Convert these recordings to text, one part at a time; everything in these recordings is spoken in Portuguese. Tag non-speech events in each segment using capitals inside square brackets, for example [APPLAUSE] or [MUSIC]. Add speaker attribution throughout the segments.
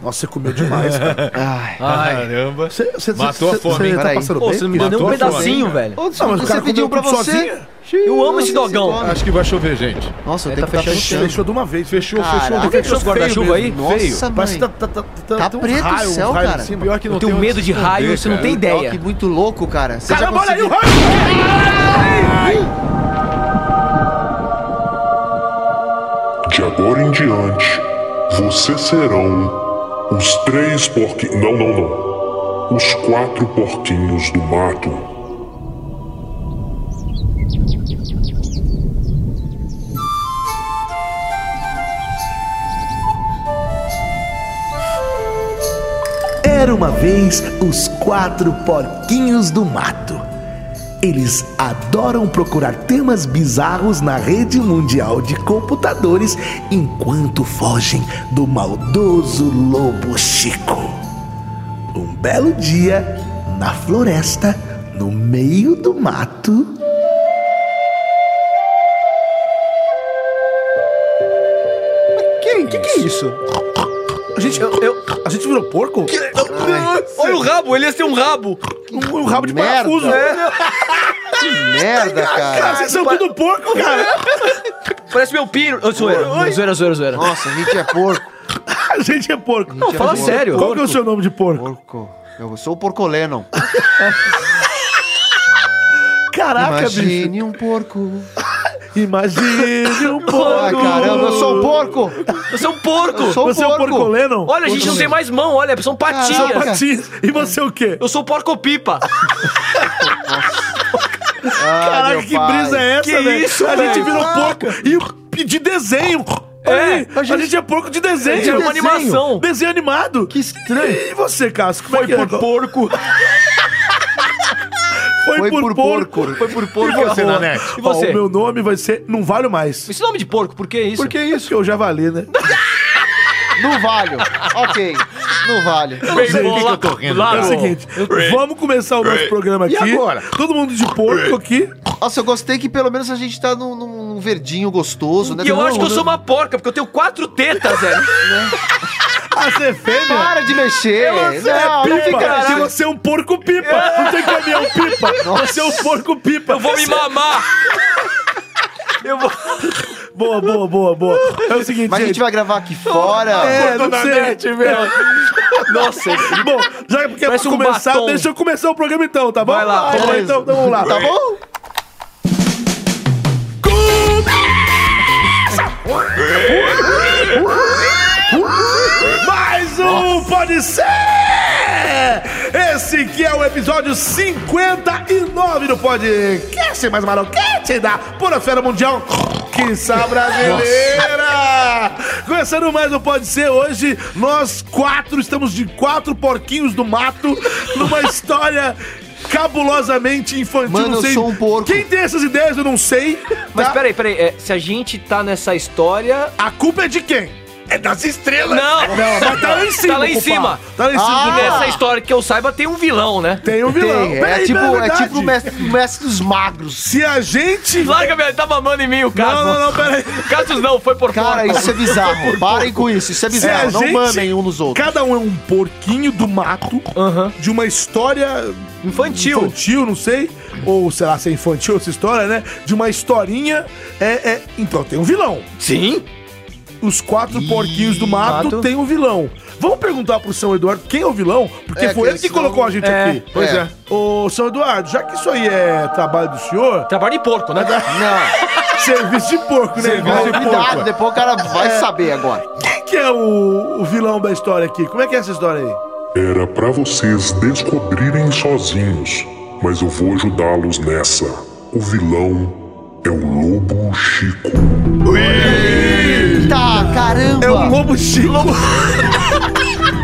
Speaker 1: Nossa, você comeu demais, [LAUGHS] cara.
Speaker 2: Ai,
Speaker 3: Caramba.
Speaker 1: Você, você,
Speaker 3: Matou
Speaker 1: você,
Speaker 3: a fome, hein?
Speaker 1: Você tá
Speaker 4: Peraí.
Speaker 1: passando
Speaker 2: pô,
Speaker 1: bem?
Speaker 2: você não me deu nem um
Speaker 3: Matou a fome,
Speaker 2: pedacinho, velho.
Speaker 1: Não, mas o cara
Speaker 4: você pediu
Speaker 1: comeu
Speaker 4: pra
Speaker 1: tudo
Speaker 4: você?
Speaker 1: sozinho.
Speaker 2: Eu amo esse
Speaker 4: Você
Speaker 2: dogão.
Speaker 4: come.
Speaker 3: Acho que vai chover, gente.
Speaker 4: Nossa, eu
Speaker 2: Ele
Speaker 4: tenho
Speaker 2: tá
Speaker 4: que
Speaker 2: fechando
Speaker 4: tá
Speaker 2: o
Speaker 1: Você
Speaker 4: fechando.
Speaker 1: deixou de uma vez.
Speaker 3: Fechou,
Speaker 4: Caraca.
Speaker 2: Por
Speaker 3: fechou.
Speaker 2: que Ah, fechou os
Speaker 1: feio
Speaker 2: guarda-chuva aí?
Speaker 1: mesmo.
Speaker 4: Nossa,
Speaker 1: Feio. Parece que
Speaker 4: mãe.
Speaker 1: tá, tá, tá, tá,
Speaker 4: Tá
Speaker 1: tem um
Speaker 4: preto o
Speaker 1: raio, um
Speaker 4: céu,
Speaker 1: raio em
Speaker 4: cara.
Speaker 1: cima.
Speaker 3: Pior que não
Speaker 2: Eu tenho
Speaker 3: tem onde
Speaker 2: medo de
Speaker 3: esconder,
Speaker 5: né,
Speaker 2: raio, você não
Speaker 3: cara.
Speaker 2: tem
Speaker 4: Ó, que
Speaker 2: ideia.
Speaker 4: muito louco, cara. Você
Speaker 1: Caramba,
Speaker 4: já
Speaker 1: olha aí o
Speaker 4: conseguiu...
Speaker 1: raio!
Speaker 6: De agora em diante, vocês serão os três porquinhos. Não, não, não. Os quatro porquinhos do mato.
Speaker 7: Era uma vez os quatro porquinhos do mato. Eles adoram procurar temas bizarros na rede mundial de computadores enquanto fogem do maldoso lobo Chico. Um belo dia, na floresta, no meio do mato.
Speaker 1: Que, que que é isso? A gente, eu, eu- a gente virou porco?
Speaker 5: né?
Speaker 2: Olha o rabo, ele ia ser um rabo. É.
Speaker 1: Um, um rabo de
Speaker 4: merda.
Speaker 1: parafuso.
Speaker 5: né?
Speaker 4: Que merda,
Speaker 1: Cara,
Speaker 4: cara.
Speaker 1: vocês são tudo porco, cara.
Speaker 2: Parece meu pino. Ô, zoeira. Zoeira, zoeira, zoeira.
Speaker 4: Nossa, a gente é porco.
Speaker 1: A gente é porco.
Speaker 2: Não, fala
Speaker 4: Porco.
Speaker 2: sério.
Speaker 1: Qual que é o seu nome de porco?
Speaker 4: Porco. Eu sou o porco Lennon.
Speaker 1: Caraca, bicho.
Speaker 4: Imagine um porco.
Speaker 1: Imagine um porco.
Speaker 4: Ai, caramba, eu sou um porco.
Speaker 2: Você é um porco.
Speaker 4: Eu sou um
Speaker 1: Você é o porco
Speaker 4: porco.
Speaker 1: Lennon?
Speaker 2: Olha, a gente não tem mais mão, olha, são
Speaker 4: Caraca.
Speaker 2: patinhas.
Speaker 1: Patins. E você o quê?
Speaker 2: Eu sou porco-pipa.
Speaker 1: Caraca, que brisa é essa,
Speaker 2: Que
Speaker 1: velho?
Speaker 2: isso,
Speaker 1: A gente
Speaker 2: velho?
Speaker 1: virou porco e de desenho.
Speaker 2: É,
Speaker 1: a gente, é porco de desenho.
Speaker 2: gente é uma
Speaker 1: Desenho.
Speaker 2: animação.
Speaker 1: Desenho animado. Que estranho. E você, Cássio? Como é que é?
Speaker 3: porco.
Speaker 4: Foi por porco.
Speaker 2: Foi por porco.
Speaker 3: E você,
Speaker 2: arroz.
Speaker 3: Nanete?
Speaker 2: E
Speaker 1: Ó,
Speaker 2: você?
Speaker 1: o meu nome vai ser Não Valho Mais.
Speaker 2: Esse nome de porco, por que isso?
Speaker 1: Por que isso? Porque eu já vali, né?
Speaker 4: Não vale. Ok. Não vale.
Speaker 1: [LAUGHS]
Speaker 3: Bem, por que que
Speaker 2: lá-
Speaker 3: eu tô rindo?
Speaker 2: lá
Speaker 1: É o
Speaker 2: no-
Speaker 1: seguinte, vamos começar o nosso programa aqui.
Speaker 3: E agora?
Speaker 1: Todo mundo de porco aqui.
Speaker 4: Nossa, eu gostei que pelo menos a gente tá num, num verdinho gostoso, né?
Speaker 2: E eu
Speaker 4: Não,
Speaker 2: acho que eu
Speaker 4: né?
Speaker 2: sou uma porca, porque eu tenho quatro tetas, velho.
Speaker 1: Ah, você é fêmea?
Speaker 4: Para de mexer.
Speaker 1: Você é pipa.
Speaker 4: assim.
Speaker 1: Se você é um porco pipa. Não tem caminhão [LAUGHS] pipa. Você é um porco pipa.
Speaker 2: Eu vou me mamar. Eu vou...
Speaker 1: Boa, boa, boa, boa. É o seguinte,
Speaker 4: Mas a gente vai gravar aqui fora.
Speaker 1: É, não
Speaker 3: Dona
Speaker 1: sei.
Speaker 3: Nete, velho.
Speaker 2: Nossa,
Speaker 1: [LAUGHS] Bom, já que é pra
Speaker 2: Parece um
Speaker 1: começar,
Speaker 2: batom.
Speaker 1: deixa eu começar o programa então, tá bom?
Speaker 2: Vai lá,
Speaker 1: Tá bom,
Speaker 4: beleza.
Speaker 1: então, então vamos lá.
Speaker 4: Tá bom?
Speaker 1: Mais um Pode Ser! Esse que é o episódio 59 do podcast mais maroquete da Pura Fera Mundial. Que brasileira! Começando mais um Pode Ser hoje, nós quatro estamos de quatro porquinhos do mato
Speaker 4: [LAUGHS]
Speaker 1: numa história cabulosamente infantil.
Speaker 4: Mano,
Speaker 1: não
Speaker 4: eu
Speaker 1: sei-
Speaker 4: sou um porco.
Speaker 1: Quem tem essas ideias eu não sei.
Speaker 2: Mas
Speaker 1: tá?
Speaker 2: peraí, peraí. é, se a gente tá nessa história.
Speaker 1: A culpa é de quem? É das estrelas.
Speaker 2: Não!
Speaker 1: Não, mas tá lá em cima.
Speaker 2: Tá lá em
Speaker 1: compadre.
Speaker 2: cima. Ah,
Speaker 1: Tá lá em cima.
Speaker 2: E
Speaker 1: do
Speaker 2: nessa história que eu saiba tem um vilão, né?
Speaker 1: Tem um vilão.
Speaker 4: Tem,
Speaker 1: Peraí,
Speaker 4: é, tipo,
Speaker 1: não
Speaker 4: é
Speaker 1: verdade?
Speaker 4: tipo o mestre, o mestre dos magros.
Speaker 1: Se a gente.
Speaker 2: Larga, velho, tá mamando em mim o Cassius.
Speaker 1: Não, não, não, peraí.
Speaker 2: Cassius não, foi por
Speaker 4: Cara,
Speaker 2: fora.
Speaker 4: isso é [LAUGHS] bizarro. Parem com isso, isso é
Speaker 1: Se a
Speaker 4: bizarro. Não
Speaker 1: gente-
Speaker 4: mamem um nos outros.
Speaker 1: Cada um é um porquinho do mato
Speaker 2: Aham.
Speaker 1: de uma história
Speaker 2: Infantil.
Speaker 1: infantil, não sei. Ou sei lá, se é infantil essa história, né? De uma historinha. É, é- Então, tem um vilão.
Speaker 2: Sim?
Speaker 1: Os quatro porquinhos do mato,
Speaker 2: mato.
Speaker 1: tem um vilão. Vamos perguntar pro São Eduardo quem é o vilão, porque
Speaker 4: É,
Speaker 1: foi
Speaker 4: que
Speaker 1: ele que
Speaker 4: são-
Speaker 1: colocou a gente
Speaker 2: É,
Speaker 1: aqui.
Speaker 4: pois é.
Speaker 1: Ô, São Eduardo, já que isso aí é trabalho do senhor,
Speaker 2: Trabalho de porco, né?
Speaker 1: [LAUGHS]
Speaker 4: Não,
Speaker 1: serviço de porco, né? irmão?
Speaker 4: cuidado, depois o cara É. vai saber agora.
Speaker 1: Quem que é o, o vilão da história aqui? Como é que é essa história aí?
Speaker 6: Era pra vocês descobrirem sozinhos, mas eu vou ajudá-los nessa. O vilão é o Lobo Chico.
Speaker 4: Tá, caramba.
Speaker 1: Lobo Chico.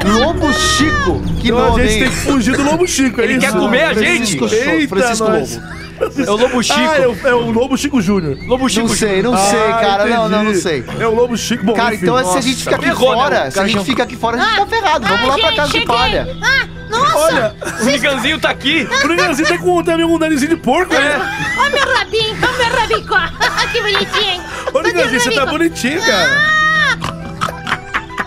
Speaker 4: Lobo Chico. Que
Speaker 1: Então a
Speaker 4: nome,
Speaker 1: gente tem
Speaker 4: hein?
Speaker 1: que fugir do Lobo Chico, é
Speaker 2: Ele
Speaker 1: isso?
Speaker 2: quer comer a gente?
Speaker 4: Francisco, Cho-
Speaker 1: Eita,
Speaker 4: Francisco
Speaker 1: nós.
Speaker 4: Lobo.
Speaker 2: É o Lobo Chico.
Speaker 1: Ah, é o, é o Lobo Chico Júnior.
Speaker 2: Lobo Chico.
Speaker 4: Não sei, não sei,
Speaker 1: Ah,
Speaker 4: cara. Não, não, não
Speaker 1: entendi.
Speaker 4: sei.
Speaker 1: É o Lobo Chico. Bom,
Speaker 4: Cara,
Speaker 1: enfim.
Speaker 4: então se a gente fica aqui
Speaker 2: ferrou, né? O
Speaker 4: fora, se a
Speaker 2: cara já-
Speaker 4: gente fica aqui fora, a gente tá ferrado. Vamos
Speaker 3: Ai,
Speaker 4: lá pra
Speaker 3: Ah, gente,
Speaker 4: casa de
Speaker 3: cheguei.
Speaker 4: palha.
Speaker 3: Ah, nossa!
Speaker 1: Olha,
Speaker 2: O Miganzinho tá aqui.
Speaker 1: o Brunelzinho tem, com, também um narizinho de porco,
Speaker 3: É.
Speaker 1: né?
Speaker 3: Olha meu rabinho, olha meu rabicó. [LAUGHS] que bonitinho, hein?
Speaker 1: Ô,
Speaker 3: Cadê o
Speaker 1: Brunelzinho, você tá
Speaker 3: rabicó?
Speaker 1: bonitinho, cara.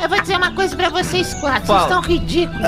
Speaker 3: Eu vou dizer uma coisa pra vocês quatro.
Speaker 2: Fala.
Speaker 3: Vocês estão ridículos.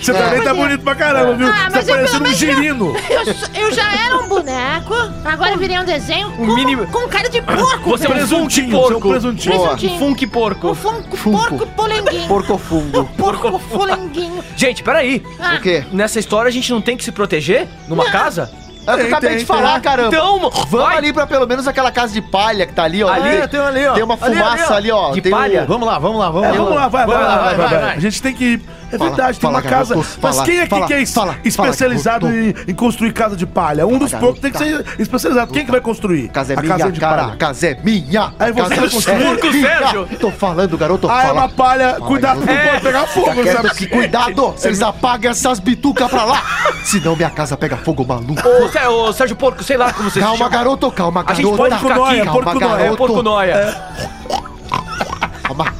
Speaker 1: Você também tá bonito pra caramba, viu?
Speaker 3: Ah,
Speaker 1: Você tá
Speaker 3: mas eu
Speaker 1: parecendo um
Speaker 3: pelo menos já-
Speaker 1: girino.
Speaker 3: Eu, sou- eu já era um boneco, agora eu virei um desenho com,
Speaker 2: mini-
Speaker 3: com cara de porco.
Speaker 2: Você é um
Speaker 3: velho.
Speaker 2: presuntinho.
Speaker 1: Você é um
Speaker 2: porco.
Speaker 1: presuntinho.
Speaker 4: Boa.
Speaker 3: Presuntinho.
Speaker 2: Funk porco.
Speaker 3: Um funko,
Speaker 4: Funko.
Speaker 3: porco polenguinho.
Speaker 4: Porcofungo.
Speaker 3: Porco polenguinho.
Speaker 2: Gente, peraí.
Speaker 3: Ah,
Speaker 4: O quê?
Speaker 2: Nessa história a gente não tem que se proteger? Numa casa?
Speaker 4: É o que eu acabei
Speaker 1: tem,
Speaker 4: de falar,
Speaker 1: tem.
Speaker 4: caramba.
Speaker 2: Então,
Speaker 4: Vamos
Speaker 2: vai.
Speaker 4: ali pra pelo menos aquela casa de palha que tá ali, ó.
Speaker 2: Ali,
Speaker 4: tem, tem uma fumaça ali, ó.
Speaker 2: De
Speaker 4: tem um-
Speaker 2: palha?
Speaker 5: Vamos lá, vamos lá, vamos
Speaker 1: É,
Speaker 5: lá.
Speaker 1: vamos lá, vai, vai,
Speaker 2: Vamos lá,
Speaker 1: vai, vai,
Speaker 2: vai,
Speaker 1: vai,
Speaker 2: vai,
Speaker 1: vai.
Speaker 2: vai.
Speaker 1: A gente tem que ir. É
Speaker 4: Fala,
Speaker 1: verdade, tem uma
Speaker 4: fala,
Speaker 1: casa.
Speaker 4: garoto,
Speaker 1: mas
Speaker 4: fala,
Speaker 1: quem aqui
Speaker 4: fala,
Speaker 1: que é es-
Speaker 4: fala, fala,
Speaker 1: especializado em, em construir casa de palha? Um dos
Speaker 4: Fala,
Speaker 1: poucos tem que
Speaker 4: garoto,
Speaker 1: ser especializado. Quem que vai construir?
Speaker 4: Casa é
Speaker 1: a
Speaker 4: minha,
Speaker 1: casa de
Speaker 4: cara.
Speaker 1: palha.
Speaker 4: Casa é minha.
Speaker 1: Aí você
Speaker 4: casa
Speaker 1: é
Speaker 4: minha.
Speaker 2: surco, Sérgio.
Speaker 4: Tô falando, garoto.
Speaker 1: Ah, é
Speaker 4: fala.
Speaker 1: uma palha. Cuidado, não
Speaker 4: garoto.
Speaker 1: pode pegar
Speaker 4: Fica
Speaker 1: fogo,
Speaker 4: quieto,
Speaker 1: sabe?
Speaker 4: que cuidado! Vocês apagam essas bitucas
Speaker 1: [LAUGHS]
Speaker 4: pra lá! Senão minha casa pega fogo, maluco!
Speaker 2: Ô, Sé- ô, Sérgio Porco, sei lá como você se
Speaker 4: Calma,
Speaker 2: chama.
Speaker 4: garoto, calma,
Speaker 2: A gente
Speaker 4: garota!
Speaker 2: pode ficar aqui,
Speaker 4: calma,
Speaker 1: porco noia,
Speaker 2: É
Speaker 4: garoto!
Speaker 2: porco noia.
Speaker 4: Calma.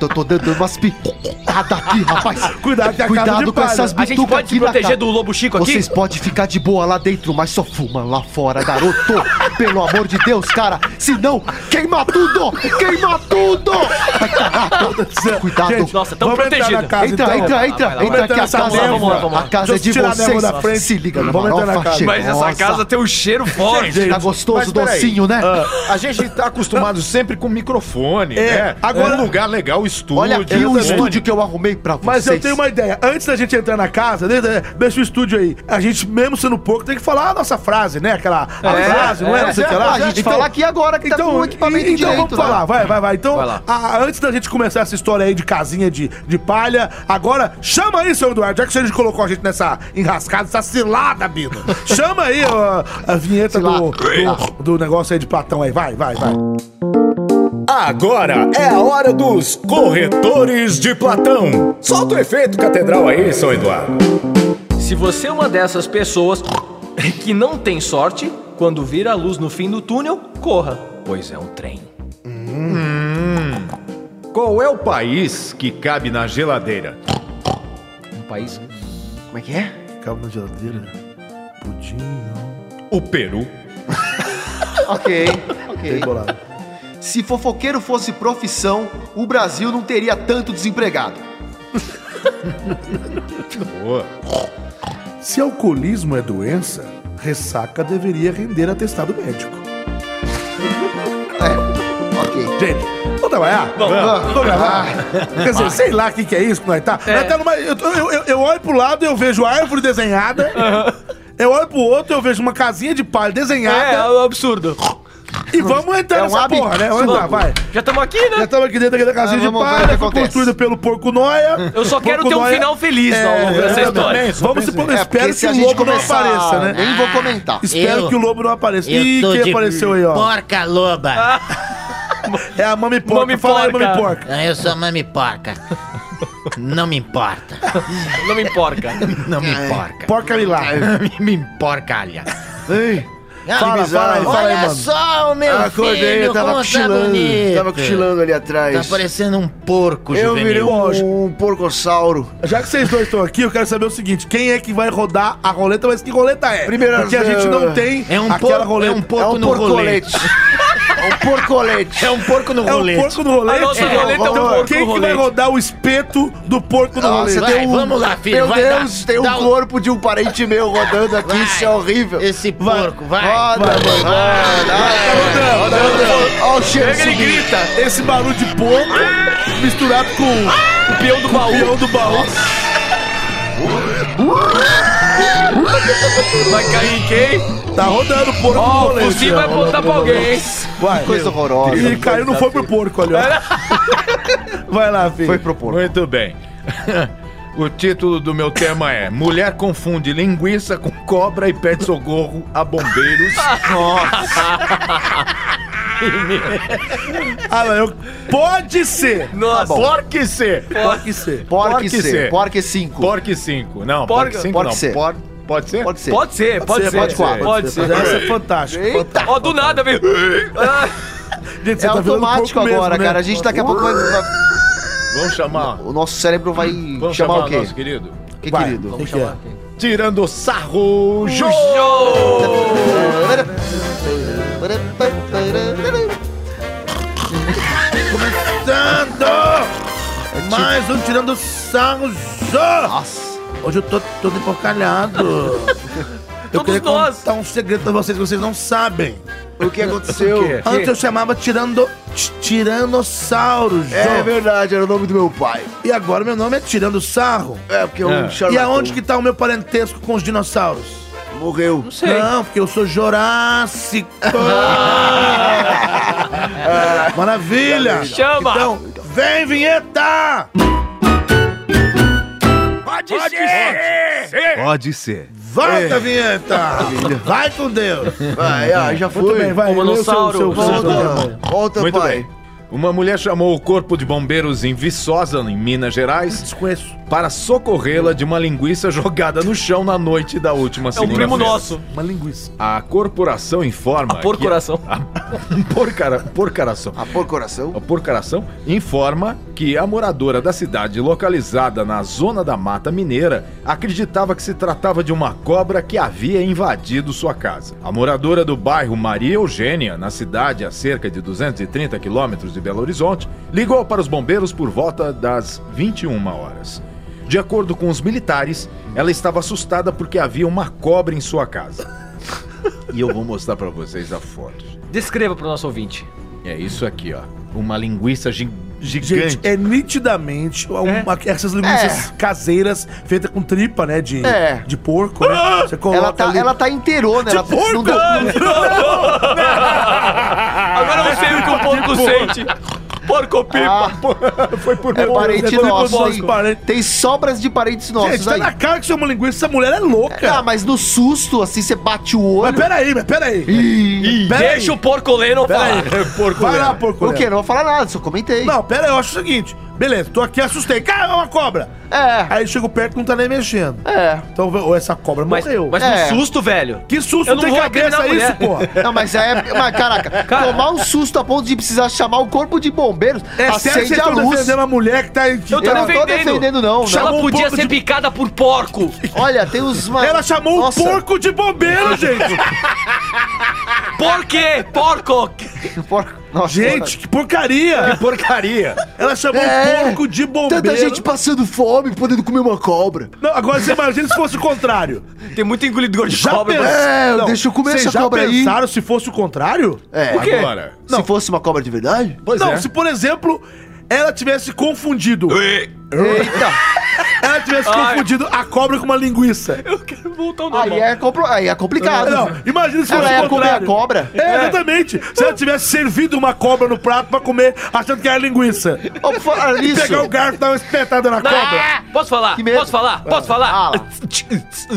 Speaker 4: Eu tô dando umas picadas
Speaker 1: [LAUGHS]
Speaker 4: aqui, rapaz!
Speaker 1: Cuidado que a casa é de
Speaker 4: Cuidado com
Speaker 1: palha.
Speaker 4: essas
Speaker 2: A gente
Speaker 4: bitucas
Speaker 2: pode se
Speaker 4: aqui na
Speaker 2: proteger
Speaker 4: casa!
Speaker 2: do Lobo Chico aqui?
Speaker 4: Vocês podem ficar de boa lá dentro, mas só fuma lá fora, garoto! Pelo amor de Deus, cara! Senão, queima tudo! Queima tudo! Ai, caraca! Cuidado!
Speaker 1: Gente,
Speaker 2: Nossa, tão
Speaker 1: Vamos entrar
Speaker 2: protegida.
Speaker 1: na casa,
Speaker 4: entra,
Speaker 1: então.
Speaker 4: entra,
Speaker 2: vai
Speaker 4: entra,
Speaker 2: lá,
Speaker 4: entra
Speaker 1: vai
Speaker 4: aqui
Speaker 1: lá.
Speaker 4: a casa.
Speaker 1: Vamos lá, vamos lá, vamos lá.
Speaker 4: A casa é
Speaker 1: Deixa
Speaker 4: de
Speaker 1: eu tirar a névoa
Speaker 4: vocês.
Speaker 1: da frente.
Speaker 4: Se liga na
Speaker 1: Vamos entrar na
Speaker 4: farofa
Speaker 1: casa.
Speaker 2: Mas essa
Speaker 4: cheirosa.
Speaker 2: casa tem um
Speaker 4: [LAUGHS]
Speaker 2: cheiro forte.
Speaker 4: Tá
Speaker 5: Mas
Speaker 4: gostoso,
Speaker 5: peraí.
Speaker 4: docinho, né?
Speaker 1: Ah,
Speaker 5: A gente tá acostumado sempre com microfone,
Speaker 1: É,
Speaker 5: né?
Speaker 1: agora-
Speaker 5: um lugar legal, estúdio.
Speaker 4: Olha aqui o
Speaker 5: também.
Speaker 4: estúdio que eu arrumei pra vocês.
Speaker 1: um Mas eu tenho uma ideia. Antes da gente entrar na casa, né, né, deixa o estúdio aí. A gente, mesmo sendo pouco, tem que falar a nossa frase, né? Aquela a
Speaker 2: É,
Speaker 1: frase, não é?
Speaker 2: é,
Speaker 1: Não sei o que
Speaker 4: Ah,
Speaker 1: lá.
Speaker 4: a gente
Speaker 1: Então-
Speaker 4: fala aqui agora que tá com o equipamento
Speaker 1: e- então
Speaker 4: direito.
Speaker 1: vamos falar,
Speaker 4: né?
Speaker 1: vai, vai, vai. Então,
Speaker 2: Vai lá.
Speaker 1: a- antes da gente começar essa história aí de casinha de, de palha, agora chama aí, seu Eduardo, já que você colocou a gente nessa enrascada, essa cilada, Bino. Chama aí ó, a vinheta do, do, do negócio aí de Platão aí, vai, vai, vai.
Speaker 5: Agora é a hora dos corretores de Platão. Solta o efeito catedral aí, São Eduardo.
Speaker 2: Se você é uma dessas pessoas que não tem sorte, quando vir a luz no fim do túnel, corra, pois é um trem.
Speaker 5: Qual é o país que cabe na geladeira?
Speaker 2: Um país.
Speaker 4: Como é que é?
Speaker 1: Calma na geladeira. né? Pudim, não.
Speaker 5: O Peru.
Speaker 4: né? Ok, ok.
Speaker 1: Bolado.
Speaker 4: Se fofoqueiro fosse profissão, o Brasil não teria tanto desempregado.
Speaker 5: Boa.
Speaker 1: Se alcoolismo é doença, ressaca deveria render atestado médico.
Speaker 4: Ok.
Speaker 1: Gente, vamos trabalhar?
Speaker 4: Vamos.
Speaker 1: Vamos gravar. Quer dizer, sei lá o que, que é isso que nós tá. Nós tá numa- eu, tô- eu- eu- eu olho pro lado e eu vejo árvore desenhada. Eu olho pro outro e eu vejo uma casinha de palha
Speaker 2: É, é
Speaker 1: desenhada.
Speaker 2: um absurdo.
Speaker 1: E vamos entrar
Speaker 4: é um
Speaker 1: nessa
Speaker 4: hábito.
Speaker 1: porra, né? Vamos entrar, vai.
Speaker 2: Já estamos aqui,
Speaker 1: Já
Speaker 2: né?
Speaker 1: estamos aqui dentro da casinha
Speaker 4: Ah,
Speaker 1: de
Speaker 4: vamos ver o que
Speaker 1: palha, foi
Speaker 4: acontece.
Speaker 1: construída pelo Porco Noia.
Speaker 2: Eu só quero
Speaker 1: Porco
Speaker 2: ter um
Speaker 1: Noia-
Speaker 2: final feliz
Speaker 1: É,
Speaker 2: ao longo dessa
Speaker 1: eu
Speaker 2: história.
Speaker 1: também, só Vamos
Speaker 5: pensei.
Speaker 1: supor, eu
Speaker 4: É, porque
Speaker 1: espero
Speaker 4: se
Speaker 1: que
Speaker 4: a
Speaker 8: um
Speaker 1: o
Speaker 4: gente
Speaker 1: lobo não
Speaker 4: começar- Então,
Speaker 1: apareça, né?
Speaker 4: Nem vou comentar.
Speaker 1: Espero
Speaker 9: Eu-
Speaker 1: que o lobo não apareça.
Speaker 9: Eu
Speaker 1: Ih,
Speaker 9: tô
Speaker 1: quem
Speaker 9: de
Speaker 1: apareceu aí, ó?
Speaker 9: Porca loba.
Speaker 1: É a Mami Porca.
Speaker 2: Mami
Speaker 1: Fala aí,
Speaker 2: Porca.
Speaker 1: Mami Porca.
Speaker 9: Ah, Eu sou mami porca. Não me importa.
Speaker 2: Não me [LAUGHS] imporca.
Speaker 9: Não me importa.
Speaker 1: Porca Milagre.
Speaker 9: me imporcalha.
Speaker 1: Fala, fala aí, fala aí,
Speaker 9: Olha
Speaker 1: mano.
Speaker 9: só o meu
Speaker 8: Acordei,
Speaker 9: filho
Speaker 8: eu tava
Speaker 9: como tá
Speaker 8: cochilando.
Speaker 9: bonito.
Speaker 8: tava cochilando ali
Speaker 9: Tá
Speaker 8: atrás.
Speaker 9: parecendo um porco
Speaker 8: eu virei
Speaker 9: juvenil.
Speaker 8: um, um porcossauro.
Speaker 1: Já que vocês dois estão aqui, eu quero saber o seguinte: quem é que vai rodar a roleta, mas que roleta é?
Speaker 8: Primeira
Speaker 1: Porque a
Speaker 8: vez,
Speaker 1: gente não
Speaker 4: eh,
Speaker 8: eu-
Speaker 1: tem
Speaker 9: É um
Speaker 1: aquela
Speaker 9: porco, é
Speaker 1: roleta.
Speaker 9: um
Speaker 8: É
Speaker 9: porco
Speaker 8: um
Speaker 9: no rolete.
Speaker 8: porcolete. é [LAUGHS] um porcolete.
Speaker 9: É um porco no
Speaker 1: É o
Speaker 9: rolete.
Speaker 1: porco no rolete?
Speaker 2: A nossa roleta é um
Speaker 1: Então,
Speaker 2: porco
Speaker 1: Quem
Speaker 2: no
Speaker 1: que vai
Speaker 2: rolete.
Speaker 1: rodar o espeto do porco no
Speaker 8: Nossa,
Speaker 1: rolete?
Speaker 9: vai,
Speaker 8: tem um-
Speaker 9: vamos lá, filho.
Speaker 8: Meu
Speaker 9: vai dar-
Speaker 8: Deus, tem um
Speaker 9: dá
Speaker 8: corpo de um parente meu rodando aqui,
Speaker 9: Vai.
Speaker 8: isso é horrível.
Speaker 9: Esse
Speaker 1: Vai.
Speaker 9: porco, vai.
Speaker 8: Roda, mano. Roda, roda, roda, roda. Olha o cheiro.
Speaker 2: Pega ele
Speaker 8: subindo.
Speaker 2: grita.
Speaker 1: Esse barulho de porco misturado com
Speaker 2: O peão do
Speaker 1: o
Speaker 2: baú
Speaker 1: peão do baú.
Speaker 2: vai cair em quem?
Speaker 1: Tá rodando o porco no
Speaker 2: Ó, o
Speaker 1: rolete.
Speaker 2: Fuzil vai apontar pra alguém, hein?
Speaker 1: Vai.
Speaker 4: Coisa horrorosa.
Speaker 1: E caiu, não foi pro porco ali, ó. Vai lá, filho.
Speaker 4: Foi pro porco.
Speaker 5: Muito bem. [LAUGHS] O título do meu tema é Mulher confunde linguiça com cobra e pede socorro a bombeiros. [LAUGHS]
Speaker 1: Ah, não, eu... Pode ser.
Speaker 2: Nossa,
Speaker 5: Porque ser!
Speaker 1: Pode ser.
Speaker 4: Porque
Speaker 5: Porque C.
Speaker 4: C. Porque 5.
Speaker 5: Porque 5. Não,
Speaker 2: Porca-
Speaker 5: Porque 5
Speaker 4: Porque
Speaker 5: não.
Speaker 4: C.
Speaker 5: Por... Pode ser?
Speaker 4: Pode ser.
Speaker 2: Pode ser, pode ser.
Speaker 4: Pode ser.
Speaker 2: Pode ser.
Speaker 1: Essa é fantástica.
Speaker 4: Eita!
Speaker 2: Ó, do nada veio. Ah,
Speaker 1: Gente, tá
Speaker 4: É automático agora,
Speaker 1: né?
Speaker 4: cara. A gente daqui a pouco vai. vai-
Speaker 5: Vamos chamar.
Speaker 4: O nosso cérebro vai
Speaker 5: Vamos
Speaker 4: chamar,
Speaker 5: chamar
Speaker 4: o quê?
Speaker 5: nosso querido.
Speaker 4: Que
Speaker 1: Vai.
Speaker 4: querido?
Speaker 1: O que é?
Speaker 5: Tirando sarro, Jô!
Speaker 1: Tirando! Mais um tirando sarro. Zô!
Speaker 4: Nossa.
Speaker 1: Hoje eu tô todo empocalhado. Eu
Speaker 2: Todos
Speaker 1: queria
Speaker 2: nós.
Speaker 1: contar um segredo pra vocês que vocês não sabem.
Speaker 4: O que aconteceu?
Speaker 1: Antes eu chamava tirando, t- Tiranossauro, Jô.
Speaker 4: É verdade, era o nome do meu pai.
Speaker 1: E agora meu nome é Tirando Sarro.
Speaker 4: É, porque eu
Speaker 1: E aonde que tá o meu parentesco com os dinossauros?
Speaker 4: morreu.
Speaker 2: não sei.
Speaker 1: Não, porque eu sou
Speaker 4: [LAUGHS]
Speaker 1: Jurássico.
Speaker 4: Ah.
Speaker 1: Maravilha.
Speaker 2: Chama.
Speaker 1: Então, vem vinheta.
Speaker 5: Pode, ser!
Speaker 4: Pode ser.
Speaker 1: Volta, vinheta. Vai com Deus.
Speaker 4: Vai, ah, já foi.
Speaker 1: vai.
Speaker 2: Monossauro, volta. Então
Speaker 4: Volta,
Speaker 5: Muito
Speaker 4: pai.
Speaker 5: bem. Uma mulher chamou o corpo de bombeiros em Viçosa, em Minas Gerais,
Speaker 1: Desconheço.
Speaker 5: para socorrê-la de uma linguiça [LAUGHS] jogada no chão na noite da última
Speaker 2: É um
Speaker 5: segunda-feira.
Speaker 2: primo nosso.
Speaker 1: Uma linguiça.
Speaker 5: A corporação informa.
Speaker 2: A
Speaker 1: [LAUGHS]
Speaker 2: porcoração.
Speaker 5: que-
Speaker 1: Ah.
Speaker 5: A Um porcara, porcaração.
Speaker 4: A por coração.
Speaker 5: A porcaração informa que a moradora da cidade localizada na zona da Mata Mineira acreditava que se tratava de uma cobra que havia invadido sua casa. A moradora do bairro Maria Eugênia, na cidade a cerca de 230 quilômetros de Belo Horizonte, ligou para os bombeiros por volta das 21 horas. De acordo com os militares, ela estava assustada porque havia uma cobra em sua casa. E eu vou mostrar para vocês a foto.
Speaker 2: Descreva pro nosso ouvinte.
Speaker 5: É isso aqui, ó. Uma linguiça gi- gigante.
Speaker 1: Gente, é nitidamente
Speaker 4: É?
Speaker 1: uma- essas linguiças caseiras feitas com tripa, né? De,
Speaker 4: É.
Speaker 1: de porco, né? Você coloca
Speaker 4: Ela tá,
Speaker 1: ali.
Speaker 4: ela tá inteirona. Ela não deu-
Speaker 2: Agora eu sei o que o porco um sente. Porco pipa.
Speaker 1: [LAUGHS]
Speaker 5: Foi por
Speaker 4: Ah. É parente
Speaker 1: depois
Speaker 4: nosso.
Speaker 1: depois
Speaker 4: aí.
Speaker 1: parente.
Speaker 4: Tem sobras de parentes nossos
Speaker 1: Gente, tá
Speaker 4: aí.
Speaker 1: na cara que isso é uma linguiça. Essa mulher é louca.
Speaker 4: Ah, mas no susto, assim, você bate o
Speaker 1: Mas
Speaker 4: olho.
Speaker 1: peraí, mas peraí.
Speaker 4: Ih,
Speaker 1: Pera aí.
Speaker 2: Deixa o porco Lennon falar.
Speaker 5: porco.
Speaker 1: Vai lá,
Speaker 5: Léo.
Speaker 1: porco.
Speaker 4: o quê? Não vou falar nada, só comentei.
Speaker 1: Não, pera aí, eu acho o seguinte. Beleza, tô aqui, assustei. Cara, é uma cobra.
Speaker 4: É,
Speaker 1: Aí eu chego perto não tá nem mexendo.
Speaker 4: é.
Speaker 1: Então, ou essa cobra
Speaker 2: Mas,
Speaker 1: morreu.
Speaker 2: mas
Speaker 4: É.
Speaker 2: um susto, velho.
Speaker 1: que susto
Speaker 2: eu não
Speaker 1: tem
Speaker 2: vou
Speaker 1: cabeça
Speaker 2: recriminar a
Speaker 1: isso, porra.
Speaker 4: Não, mas é. Mas, caraca,
Speaker 2: Cara.
Speaker 4: tomar um susto a ponto de precisar chamar o corpo de bombeiros,
Speaker 1: É sério que
Speaker 4: acende
Speaker 1: vocês
Speaker 4: a
Speaker 1: estão
Speaker 4: luz.
Speaker 1: defendendo a mulher que tá... aí-
Speaker 2: Eu tô
Speaker 4: Eu não tô
Speaker 2: defendendo.
Speaker 4: defendendo, não, né?
Speaker 2: Ela
Speaker 1: Chamou um
Speaker 2: podia
Speaker 1: porco
Speaker 2: ser
Speaker 1: de-
Speaker 2: picada
Speaker 1: [LAUGHS]
Speaker 2: por porco.
Speaker 4: Olha, tem os. ma-
Speaker 1: Ela chamou
Speaker 4: Nossa,
Speaker 1: um porco de
Speaker 4: [LAUGHS]
Speaker 1: bombeiro, gente.
Speaker 2: Por quê? Porco.
Speaker 4: porco. Nossa,
Speaker 1: gente, que porcaria.
Speaker 5: Porcaria.
Speaker 1: Ela chamou
Speaker 4: É.
Speaker 1: um porco de bombeiro.
Speaker 4: Tanta gente passando fome, podendo comer uma cobra.
Speaker 1: Não, agora você imagina se fosse o contrário.
Speaker 2: Tem muito engolidor de
Speaker 1: Já
Speaker 2: cobra.
Speaker 1: pensaram?
Speaker 2: mas-
Speaker 4: É, deixa eu comer essa cobra aí.
Speaker 1: já pensaram se fosse o contrário?
Speaker 4: É.
Speaker 2: quê?
Speaker 5: Agora.
Speaker 4: Se fosse uma cobra de verdade?
Speaker 5: Pois
Speaker 1: não,
Speaker 5: é.
Speaker 1: se por exemplo, ela tivesse confundido...
Speaker 4: Eita!
Speaker 1: Ela tivesse
Speaker 2: Ai.
Speaker 1: confundido a cobra com uma linguiça.
Speaker 2: Eu quero voltar ao normal.
Speaker 4: Aí é, compro- aí é complicado.
Speaker 1: Não, imagina se
Speaker 4: Ela
Speaker 1: fosse
Speaker 4: ia
Speaker 1: o
Speaker 4: comer a
Speaker 1: contrário.
Speaker 4: cobra.
Speaker 1: É, exatamente. Se ela tivesse servido uma cobra no prato pra comer, achando que era linguiça.
Speaker 4: Ô, por falar
Speaker 1: [LAUGHS]
Speaker 4: nisso.
Speaker 1: Pegar o garfo e dar uma espetada na cobra.
Speaker 2: Ah, posso falar?
Speaker 4: Que medo. Ah.
Speaker 2: Posso falar? Posso falar? [LAUGHS]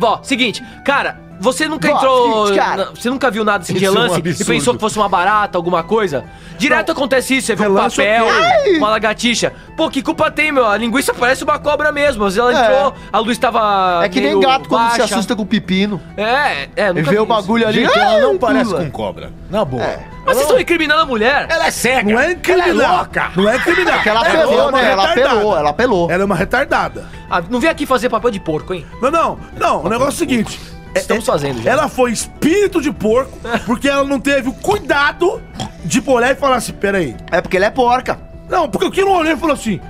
Speaker 2: Vó, seguinte, cara, você nunca
Speaker 4: Vó,
Speaker 2: entrou.
Speaker 4: seguinte, cara.
Speaker 2: na- você nunca viu nada assim de
Speaker 5: Isso é um
Speaker 2: relance e
Speaker 5: absurdo.
Speaker 2: pensou que fosse uma barata, alguma coisa? Direto acontece isso, você vê um
Speaker 1: Relance,
Speaker 4: é
Speaker 2: papel,
Speaker 4: ok.
Speaker 2: uma lagartixa. Pô, que culpa tem, meu? A linguiça parece uma cobra mesmo. Às vezes ela
Speaker 4: É.
Speaker 2: entrou, a luz tava.
Speaker 4: É que nem
Speaker 2: meio
Speaker 4: gato quando se
Speaker 2: baixa.
Speaker 4: assusta com pepino.
Speaker 2: É, é,
Speaker 4: E
Speaker 2: nunca
Speaker 4: vê
Speaker 2: vi
Speaker 4: o
Speaker 2: isso.
Speaker 4: bagulho Ah. ali.
Speaker 5: Gente, ela não
Speaker 4: ah,
Speaker 5: parece
Speaker 4: pula.
Speaker 5: com cobra. Na boa.
Speaker 2: Mas vocês estão incriminando a mulher?
Speaker 5: Ela é cega.
Speaker 1: Não é
Speaker 5: Ela é
Speaker 1: incriminar.
Speaker 5: louca.
Speaker 1: Não é incriminar.
Speaker 4: É que ela apelou,
Speaker 1: uma
Speaker 4: né? Ela
Speaker 1: retardada.
Speaker 4: apelou, ela apelou.
Speaker 1: Ela é uma retardada.
Speaker 2: Ah, não vem aqui fazer papel de porco, hein?
Speaker 1: Não, não, não. O negócio é o seguinte. é-
Speaker 2: Estamos
Speaker 1: é-
Speaker 2: fazendo já.
Speaker 1: Ela foi espírito de porco porque ela não teve o cuidado de olhar e falar assim: peraí.
Speaker 4: É porque ela é porca.
Speaker 1: Não, porque o que não olhei falou assim: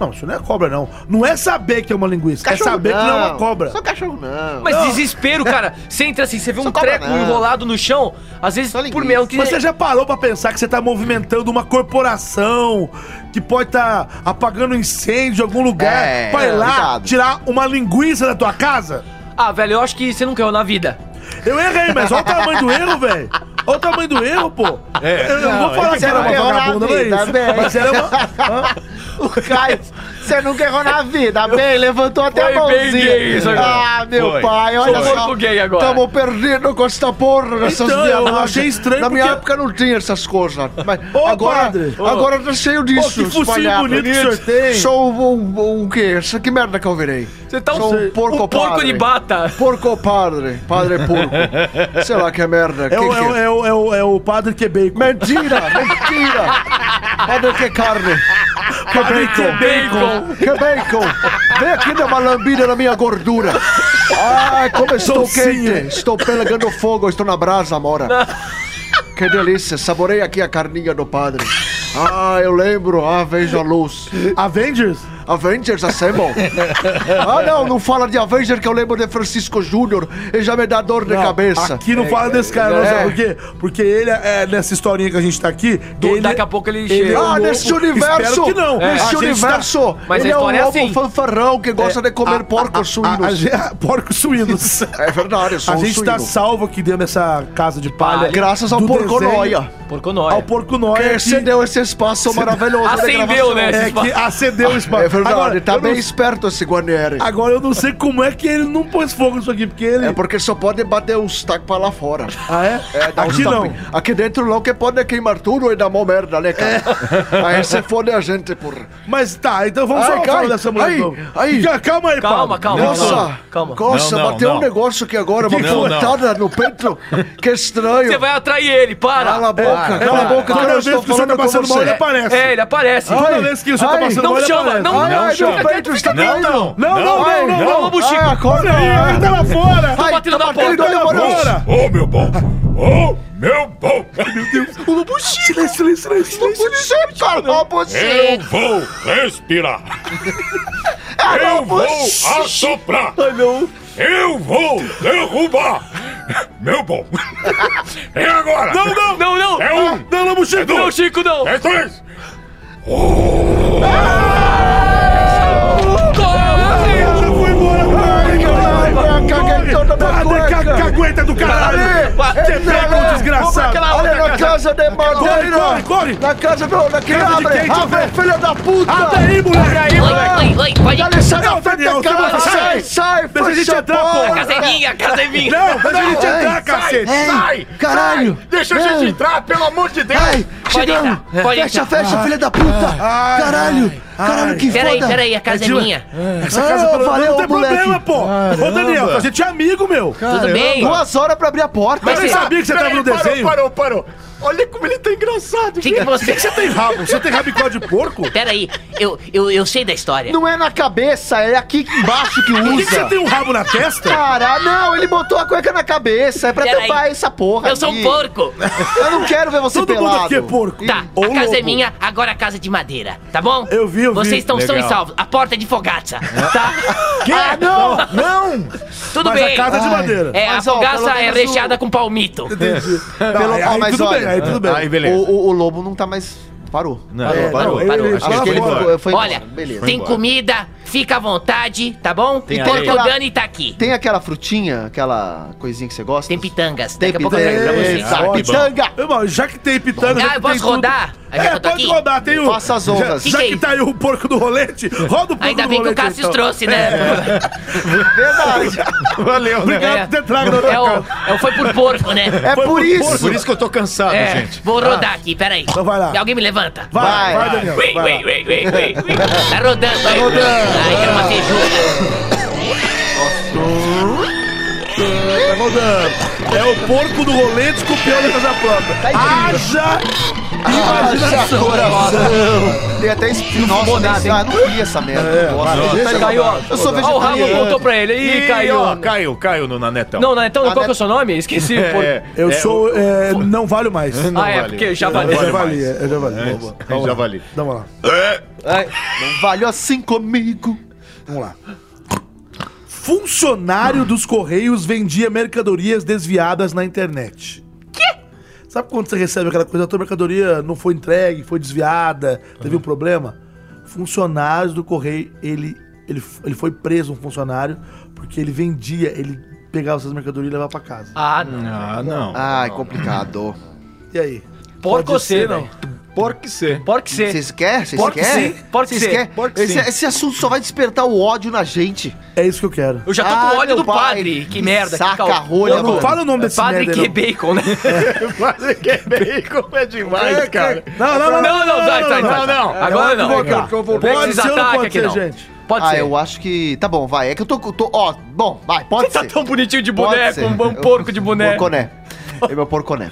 Speaker 1: não, isso não é cobra, não. Não é saber que é uma linguiça, é saber que não é uma cobra.
Speaker 4: Só cachorro não.
Speaker 2: Mas desespero, cara. Você entra assim, você vê um
Speaker 4: Ah. Só cobra
Speaker 2: treco
Speaker 4: não.
Speaker 2: enrolado no chão, às vezes
Speaker 4: Só
Speaker 2: por
Speaker 4: linguiça.
Speaker 2: meio que.
Speaker 1: Mas você já parou pra pensar que você tá movimentando uma corporação que pode estar apagando um incêndio em algum lugar
Speaker 4: É,
Speaker 1: pra ir lá
Speaker 4: cuidado.
Speaker 1: tirar uma linguiça da tua casa?
Speaker 2: Ah, velho, eu acho que você nunca errou na vida.
Speaker 1: Eu errei, mas olha o tamanho do erro, velho. Olha o tamanho do erro, pô.
Speaker 5: É.
Speaker 1: eu não, é vou falar que
Speaker 4: você
Speaker 1: era
Speaker 4: não
Speaker 1: uma
Speaker 8: tá
Speaker 4: errou na [LAUGHS]
Speaker 1: vagabunda, não é
Speaker 4: vida,
Speaker 1: isso.
Speaker 4: né?
Speaker 1: Mas era uma...
Speaker 4: O Caio. Você nunca errou na vida, bem, levantou até
Speaker 8: Foi
Speaker 4: a
Speaker 8: bem
Speaker 4: mãozinha.
Speaker 8: gay isso agora.
Speaker 4: Ah, meu
Speaker 8: Foi.
Speaker 4: pai, olha
Speaker 8: Sou
Speaker 4: só.
Speaker 8: corpo gay agora.
Speaker 4: Tamo perdido com essa porra dessas
Speaker 8: Então, eu
Speaker 4: viadagens.
Speaker 8: achei estranho
Speaker 4: Na minha
Speaker 8: porque-
Speaker 4: época não tinha essas coisas. Mas
Speaker 8: Ô,
Speaker 4: agora,
Speaker 8: padre. Ô.
Speaker 4: agora tá cheio disso.
Speaker 8: Ô, que focinho
Speaker 4: espalhado.
Speaker 8: bonito que o senhor tem.
Speaker 4: Sou um, um, um quê? Essa- Que merda que eu virei?
Speaker 8: Você
Speaker 2: Então,
Speaker 8: tá um-
Speaker 4: Sou
Speaker 8: um porco
Speaker 4: padre.
Speaker 8: de bata.
Speaker 4: Porco padre. Padre porco. Sei lá que merda.
Speaker 1: É
Speaker 4: que
Speaker 1: o,
Speaker 4: que
Speaker 1: é, o, é, o, é, o, é o padre que é bacon.
Speaker 4: Mentira, mentira. Padre que carne. Que bacon.
Speaker 8: bacon.
Speaker 4: Que bacon. Vem aqui dar uma lambida na minha gordura. Ah, Ai, como estou
Speaker 8: Docinho.
Speaker 4: quente. Estou pegando fogo, estou na brasa, Mora. Que delícia, saborei aqui a carninha do padre. Ah, eu lembro, ah, vejo a luz. Ah,
Speaker 1: Avengers?
Speaker 4: Avengers Assemble. Ah, não, não fala de Avengers que eu lembro de Francisco Júnior e já me dá dor de
Speaker 1: Não,
Speaker 4: cabeça. É,
Speaker 1: Aqui não fala desse cara, não, sabe por quê? Porque ele, é, nessa historinha que a gente tá aqui. ele-
Speaker 2: daqui a pouco ele
Speaker 1: é
Speaker 2: chega.
Speaker 1: um
Speaker 4: Ah,
Speaker 1: louco-
Speaker 4: nesse universo!
Speaker 1: Espero que não. A
Speaker 4: Nesse
Speaker 1: gente tá-
Speaker 4: universo!
Speaker 2: Mas a
Speaker 4: ele é um
Speaker 2: história é
Speaker 4: lobo
Speaker 2: assim.
Speaker 4: fanfarrão que gosta de comer porcos
Speaker 1: A,
Speaker 4: suínos.
Speaker 1: ge- [LAUGHS] porcos suínos.
Speaker 4: é verdade, eu sou
Speaker 1: A
Speaker 4: um
Speaker 1: gente
Speaker 4: suíno.
Speaker 1: tá salvo aqui dentro dessa casa de palha.
Speaker 4: Graças ao
Speaker 1: do
Speaker 4: porco
Speaker 1: desenho,
Speaker 4: noia.
Speaker 2: Porco
Speaker 1: Ao
Speaker 2: nóia.
Speaker 1: porco
Speaker 4: Que
Speaker 1: noia. que-
Speaker 4: acendeu esse espaço maravilhoso. da
Speaker 2: Acendeu,
Speaker 4: gravação.
Speaker 2: né?
Speaker 1: É, que acendeu o espaço.
Speaker 4: É verdade,
Speaker 1: Agora,
Speaker 4: tá
Speaker 1: eu
Speaker 4: bem
Speaker 1: não-
Speaker 4: esperto esse Guarnieri.
Speaker 1: Agora eu não sei como é que ele não pôs fogo nisso aqui, porque ele.
Speaker 4: É porque só pode bater uns tacos pra lá fora.
Speaker 1: Ah, é?
Speaker 4: É, dá uns
Speaker 1: aqui não.
Speaker 4: tapinhos. Aqui dentro não, que pode queimar tudo e dar mó merda, né, cara? Aí você fode a gente, porra.
Speaker 1: Mas tá, então vamos
Speaker 4: Ai,
Speaker 1: só falar
Speaker 4: cai.
Speaker 1: dessa mulher.
Speaker 4: Ai,
Speaker 1: de novo.
Speaker 4: ai.
Speaker 1: Ca- Calma aí,
Speaker 2: Calma,
Speaker 1: Pablo.
Speaker 2: calma,
Speaker 4: Nossa,
Speaker 2: calma. calma.
Speaker 4: nossa,
Speaker 5: Não, não,
Speaker 4: bateu
Speaker 5: não.
Speaker 4: um negócio
Speaker 1: [LAUGHS]
Speaker 4: aqui agora, uma
Speaker 1: Que foi?
Speaker 4: cortada no peito. Que estranho.
Speaker 2: Você vai É, atrair ele,
Speaker 4: Cala a
Speaker 2: para.
Speaker 4: boca, cala a boca, que eu
Speaker 1: Toda
Speaker 4: não
Speaker 1: vez
Speaker 4: estou
Speaker 1: que o senhor
Speaker 4: falando
Speaker 1: tá
Speaker 4: com
Speaker 1: passando mal, ele
Speaker 4: você.
Speaker 1: aparece.
Speaker 2: É, ele aparece.
Speaker 1: Toda
Speaker 4: Ai,
Speaker 1: vez que o senhor tá
Speaker 4: ai,
Speaker 1: passando
Speaker 2: não
Speaker 1: mal, ele
Speaker 2: chama,
Speaker 1: aparece.
Speaker 2: não
Speaker 4: Ai, ai,
Speaker 2: chama.
Speaker 4: meu peito está
Speaker 5: Não, não.
Speaker 4: doendo.
Speaker 1: Não, não, não, não,
Speaker 2: não,
Speaker 1: não.
Speaker 2: vamos, Chico.
Speaker 4: Ai, acorda.
Speaker 1: Olha, Ele tá lá fora.
Speaker 4: Ai,
Speaker 2: batendo
Speaker 4: tá
Speaker 2: na
Speaker 4: batendo
Speaker 2: porta.
Speaker 4: na porta.
Speaker 1: Bora.
Speaker 5: Ah.
Speaker 6: Ô meu bom! Ô meu bom! Meu Deus!
Speaker 4: O lobo silêncio, silêncio, silêncio, silêncio, cara. Lobo
Speaker 6: Eu
Speaker 4: Chico.
Speaker 6: vou respirar!
Speaker 5: Ah,
Speaker 6: Eu vou assoprar! Eu vou derrubar! Meu bom! É agora!
Speaker 2: Não, não, não, não. Ah.
Speaker 6: É um! Não, não, Chico! É
Speaker 2: Não,
Speaker 6: dois!
Speaker 2: Chico, não.
Speaker 6: É três!
Speaker 1: Ela foi embora. Vai,
Speaker 4: Ai, vai, caguei toda minha
Speaker 1: Padre,
Speaker 4: cueca.
Speaker 1: ca- cagueta do caralho.
Speaker 4: Ali,
Speaker 1: Você
Speaker 4: entra
Speaker 1: pega
Speaker 4: lá.
Speaker 1: um desgraçado.
Speaker 4: Olha na casa de madeira.
Speaker 1: corre, corre.
Speaker 4: Na casa do... Daquele
Speaker 1: Casa de
Speaker 4: abre,
Speaker 1: quem,
Speaker 4: abre,
Speaker 1: Jovem?
Speaker 4: filha da puta.
Speaker 1: Abre aí, moleque.
Speaker 2: Aí, moleque.
Speaker 8: Oi, oi, oi,
Speaker 4: Olha essa
Speaker 1: Não,
Speaker 4: da
Speaker 1: Daniel,
Speaker 4: frente, cara.
Speaker 1: você vai-
Speaker 4: Sai, sai,
Speaker 1: Deixa a gente
Speaker 4: fecha a
Speaker 1: entrar, porra.
Speaker 4: porta.
Speaker 8: Caseminha, caseminha.
Speaker 1: Não, deixa a gente
Speaker 4: Não,
Speaker 1: entrar,
Speaker 4: ei,
Speaker 1: cacete.
Speaker 4: Ei,
Speaker 5: Sai,
Speaker 4: Caralho.
Speaker 5: Deixa a
Speaker 4: Ei,
Speaker 5: gente entrar, pelo amor de Deus!
Speaker 4: Ai,
Speaker 8: Pode
Speaker 4: chegamos.
Speaker 8: entrar, pode
Speaker 4: Fecha,
Speaker 8: entrar.
Speaker 4: fecha, filha da puta.
Speaker 1: ai,
Speaker 4: Caralho. Caralho, que
Speaker 8: Peraí,
Speaker 4: foda.
Speaker 8: peraí, a casa é minha.
Speaker 1: Essa casa
Speaker 4: Ah,
Speaker 1: pelo-
Speaker 4: valeu,
Speaker 1: não tem
Speaker 4: moleque.
Speaker 1: problema, pô. Ô, Daniel, a gente é amigo, meu.
Speaker 8: Tudo bem?
Speaker 4: Duas horas pra abrir a porta.
Speaker 1: Eu nem sabia
Speaker 5: tá
Speaker 1: que você tava no desenho.
Speaker 5: Parou, parou, parou! Olha como ele tá engraçado,
Speaker 8: O que, que você.
Speaker 1: Você tem rabo? Você tem rabicó de porco?
Speaker 8: Peraí, eu, eu, eu sei da história.
Speaker 4: Não é na cabeça, é aqui
Speaker 1: [LAUGHS]
Speaker 4: embaixo que
Speaker 1: Por que, que você
Speaker 4: usa.
Speaker 1: tem um rabo na testa?
Speaker 4: Cara, não, ele botou a cueca na cabeça. É pra
Speaker 8: Peraí.
Speaker 4: tampar essa porra.
Speaker 8: Eu sou um
Speaker 4: aqui.
Speaker 8: porco.
Speaker 4: Eu não quero ver você
Speaker 1: Todo mundo
Speaker 4: pelado.
Speaker 1: aqui é porco.
Speaker 8: Tá,
Speaker 1: Ou
Speaker 8: a casa é
Speaker 1: lobo.
Speaker 8: minha, agora a casa é de madeira, tá bom?
Speaker 1: Eu vi, eu vi.
Speaker 8: Vocês estão são e
Speaker 5: Legal.
Speaker 8: salvos. A porta é de fogata, tá?
Speaker 1: [LAUGHS]
Speaker 4: Ah, não! Não!
Speaker 8: Tudo
Speaker 1: Mas
Speaker 8: bem.
Speaker 1: a casa é de madeira.
Speaker 8: É, a
Speaker 4: Mas, ó,
Speaker 8: fogaça
Speaker 4: pelo
Speaker 8: é
Speaker 4: menos o-
Speaker 8: recheada com palmito.
Speaker 1: Entendi. Não,
Speaker 4: Pelo-
Speaker 1: aí,
Speaker 4: ah,
Speaker 1: aí
Speaker 4: mas
Speaker 1: tudo
Speaker 4: olha,
Speaker 1: bem, aí tudo bem.
Speaker 5: Aí, beleza.
Speaker 4: O, o- o lobo não tá mais... Parou.
Speaker 5: Não,
Speaker 4: É,
Speaker 5: parou,
Speaker 4: não,
Speaker 5: parou.
Speaker 1: ele-
Speaker 4: Acho que ele
Speaker 1: Fala,
Speaker 4: foi, foi
Speaker 8: Olha,
Speaker 4: embora. Beleza.
Speaker 8: tem
Speaker 5: embora.
Speaker 8: comida, fica à vontade, tá bom?
Speaker 5: Tem
Speaker 8: e porque o
Speaker 4: areia.
Speaker 8: Dani tá aqui.
Speaker 4: Tem aquela frutinha, aquela coisinha que você gosta?
Speaker 8: Tem pitangas.
Speaker 4: Tem
Speaker 8: Daqui a pouco eu
Speaker 4: pitanga.
Speaker 8: trago pra
Speaker 1: Tem,
Speaker 8: vocês.
Speaker 4: Eita,
Speaker 1: É, ótimo.
Speaker 4: pitanga.
Speaker 1: Meu irmão, já que tem pitanga. já
Speaker 8: Ah,
Speaker 1: que
Speaker 8: eu posso
Speaker 1: tem tudo-
Speaker 8: rodar? Aí já
Speaker 1: É,
Speaker 8: que eu tô
Speaker 1: pode
Speaker 8: aqui?
Speaker 1: rodar, tem o.
Speaker 4: Faça as ondas.
Speaker 1: Já, já
Speaker 8: Fica
Speaker 1: que
Speaker 8: aí.
Speaker 1: tá aí o porco do rolete, roda o porco
Speaker 8: Ainda
Speaker 1: do
Speaker 8: bem que o
Speaker 1: rolete,
Speaker 8: Cássio
Speaker 1: então.
Speaker 8: trouxe, né?
Speaker 4: É Verdade.
Speaker 5: Valeu, né?
Speaker 1: Obrigado
Speaker 8: É.
Speaker 1: por ter trago na
Speaker 8: É,
Speaker 1: outra
Speaker 8: o,
Speaker 1: casa.
Speaker 8: é o foi por porco, né?
Speaker 4: É
Speaker 1: Foi
Speaker 4: por
Speaker 1: pro
Speaker 4: isso.
Speaker 1: porco.
Speaker 5: Por isso que eu tô cansado,
Speaker 8: É,
Speaker 5: gente.
Speaker 8: vou rodar aqui, peraí.
Speaker 1: Então vai lá.
Speaker 8: Alguém me levanta.
Speaker 1: Vai,
Speaker 4: Vai.
Speaker 1: vai, Daniel.
Speaker 8: Ui,
Speaker 1: vai lá.
Speaker 8: ui, ui, ui, ui, ui. Tá rodando,
Speaker 10: né?
Speaker 8: tá rodando. Ai,
Speaker 10: é
Speaker 8: quero uma feijuca.
Speaker 1: Tá rodando. É o porco do rolete com o peão da casa própria.
Speaker 2: Tá
Speaker 1: Haja imaginação.
Speaker 2: Então,
Speaker 4: Tem até espinho. Nossa,
Speaker 2: nada, É,
Speaker 4: nem- ah, não vi essa merda. Nossa, deixa eu-
Speaker 2: Caiu, ó.
Speaker 4: Eu sou
Speaker 2: Ó, o rabo
Speaker 4: vegetariano.
Speaker 2: voltou pra ele. Ih, caiu.
Speaker 5: ó, caiu, caiu no Nanetão.
Speaker 2: Não, não, então
Speaker 4: Ah,
Speaker 2: qual que é
Speaker 4: né?
Speaker 2: o seu nome? Esqueci.
Speaker 5: [LAUGHS] É,
Speaker 2: pô.
Speaker 5: é,
Speaker 1: Eu
Speaker 5: é,
Speaker 1: sou. é, não valho mais.
Speaker 5: Não
Speaker 2: Ah, é,
Speaker 5: vale.
Speaker 2: porque já
Speaker 5: Não
Speaker 2: valeu.
Speaker 5: vale
Speaker 1: já
Speaker 5: mais.
Speaker 1: valia, eu já valia. Boa, boa. Vamos lá.
Speaker 5: Já valia.
Speaker 1: Vamos lá.
Speaker 4: Não valeu assim comigo.
Speaker 1: Vamos lá. Funcionário dos Correios vendia mercadorias desviadas na internet. Quê? Sabe quando você recebe aquela coisa, a tua mercadoria não foi entregue, foi desviada, teve um problema? Funcionários do Correio, ele, ele, f- ele foi preso, um funcionário, porque ele vendia, ele pegava essas mercadorias e levava pra casa.
Speaker 2: Ah, não.
Speaker 5: Ah, não.
Speaker 2: [LAUGHS]
Speaker 4: Ai, complicado.
Speaker 1: E aí?
Speaker 2: Porco
Speaker 1: Pode ser,
Speaker 2: você, não.
Speaker 5: Porc ser. [LAUGHS]
Speaker 2: Porc ser.
Speaker 4: Vocês querem? Vocês
Speaker 2: Porc
Speaker 4: querem?
Speaker 2: sim, porc
Speaker 4: Vocês
Speaker 2: sim,
Speaker 4: querem?
Speaker 2: porc
Speaker 4: Esse,
Speaker 2: sim.
Speaker 4: esse assunto só vai despertar o ódio na gente.
Speaker 1: É isso que eu quero.
Speaker 2: Eu já tô
Speaker 4: Ah,
Speaker 2: com ódio
Speaker 4: meu
Speaker 2: do
Speaker 4: pai,
Speaker 2: padre. Que
Speaker 4: que
Speaker 2: merda.
Speaker 4: saca
Speaker 2: que cal-
Speaker 4: a rolha,
Speaker 2: Eu
Speaker 1: mano. Padre
Speaker 2: Padre
Speaker 1: que
Speaker 2: que bacon, né?
Speaker 5: Fazer que bacon é demais, cara.
Speaker 1: Não, não, não,
Speaker 2: Não, não, tá, tá, tá.
Speaker 5: não, não.
Speaker 2: Agora
Speaker 1: Não, eu vou-
Speaker 2: não.
Speaker 1: eu vou-
Speaker 2: Não
Speaker 1: pode
Speaker 2: esses
Speaker 1: ser ou não
Speaker 2: ataques
Speaker 1: pode
Speaker 2: aqui,
Speaker 1: ser,
Speaker 2: não.
Speaker 1: gente?
Speaker 2: [LAUGHS] Pode
Speaker 4: ah,
Speaker 2: ser.
Speaker 4: eu acho que. Tá bom, vai. É que eu tô. tô- ó, bom, vai, pode
Speaker 2: Você tá
Speaker 4: ser.
Speaker 2: tão bonitinho de
Speaker 4: Pode
Speaker 2: boneco,
Speaker 4: ser.
Speaker 2: um, um
Speaker 4: Eu-
Speaker 2: porco de boneco.
Speaker 4: Porconé. É meu porconé.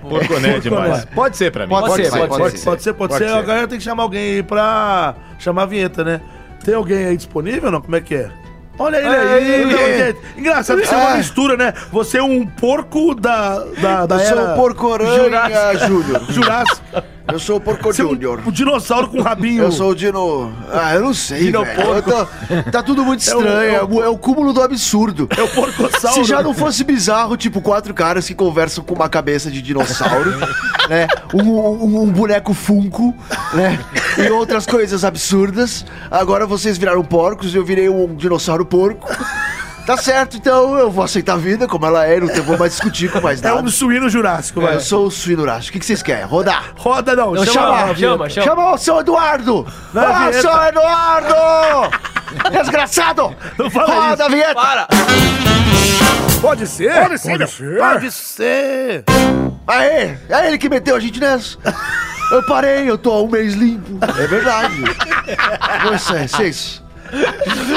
Speaker 5: Porconé é demais. Pode ser pra mim.
Speaker 4: Pode ser,
Speaker 2: ser,
Speaker 4: vai,
Speaker 2: pode
Speaker 4: pode ser.
Speaker 1: Pode ser, pode,
Speaker 5: Pode
Speaker 1: ser.
Speaker 5: ser.
Speaker 1: A galera tem que chamar alguém aí pra chamar a vinheta, né? Tem alguém aí disponível não? Como é que é? Olha ele aí,
Speaker 4: Aí,
Speaker 1: então,
Speaker 4: aí.
Speaker 1: gente. Engraçado que você é uma
Speaker 4: É.
Speaker 1: mistura, né? Você é um porco da. da, da
Speaker 7: Eu sou
Speaker 1: era
Speaker 7: o Porcoranha
Speaker 1: Jurássica.
Speaker 7: Júnior.
Speaker 1: Jurássica.
Speaker 7: Eu sou o Porco
Speaker 1: Você é um,
Speaker 7: Júnior.
Speaker 1: um dinossauro com rabinho.
Speaker 7: Eu sou o Dino. Ah, eu não sei. Velho. Eu tô- Tá tudo muito
Speaker 1: É o-
Speaker 7: estranho.
Speaker 1: é
Speaker 7: É
Speaker 1: o-
Speaker 7: o, é o cúmulo do absurdo.
Speaker 1: É o porcossauro.
Speaker 7: Se já não fosse bizarro, tipo, quatro caras que conversam com uma cabeça de dinossauro,
Speaker 1: [LAUGHS]
Speaker 7: né? Um, um- um boneco funko, né? E outras coisas absurdas. Agora vocês viraram porcos e eu virei um dinossauro porco. Tá certo, então eu vou aceitar a vida como ela é, não te- vou mais discutir com mais
Speaker 1: É
Speaker 7: nada.
Speaker 1: um é. suíno jurássico,
Speaker 7: É, Eu
Speaker 1: vai.
Speaker 7: sou o Suinorashi. O que que vocês querem? Rodar!
Speaker 1: Roda não,
Speaker 2: Não,
Speaker 1: chama.
Speaker 2: chama,
Speaker 1: a
Speaker 2: chama,
Speaker 1: vinheta.
Speaker 2: chama.
Speaker 7: Chamou o seu Eduardo!
Speaker 1: Não é
Speaker 7: ah,
Speaker 1: vinheta.
Speaker 7: seu Eduardo! Desgraçado!
Speaker 1: Não fala
Speaker 7: Roda
Speaker 1: isso.
Speaker 7: a vinheta!
Speaker 2: Para!
Speaker 1: Pode ser? Pode ser. Pode ser.
Speaker 7: É. Aê! É ele que meteu a gente nessa! Eu parei, eu tô há um mês limpo. É verdade. é, Nossa, vocês.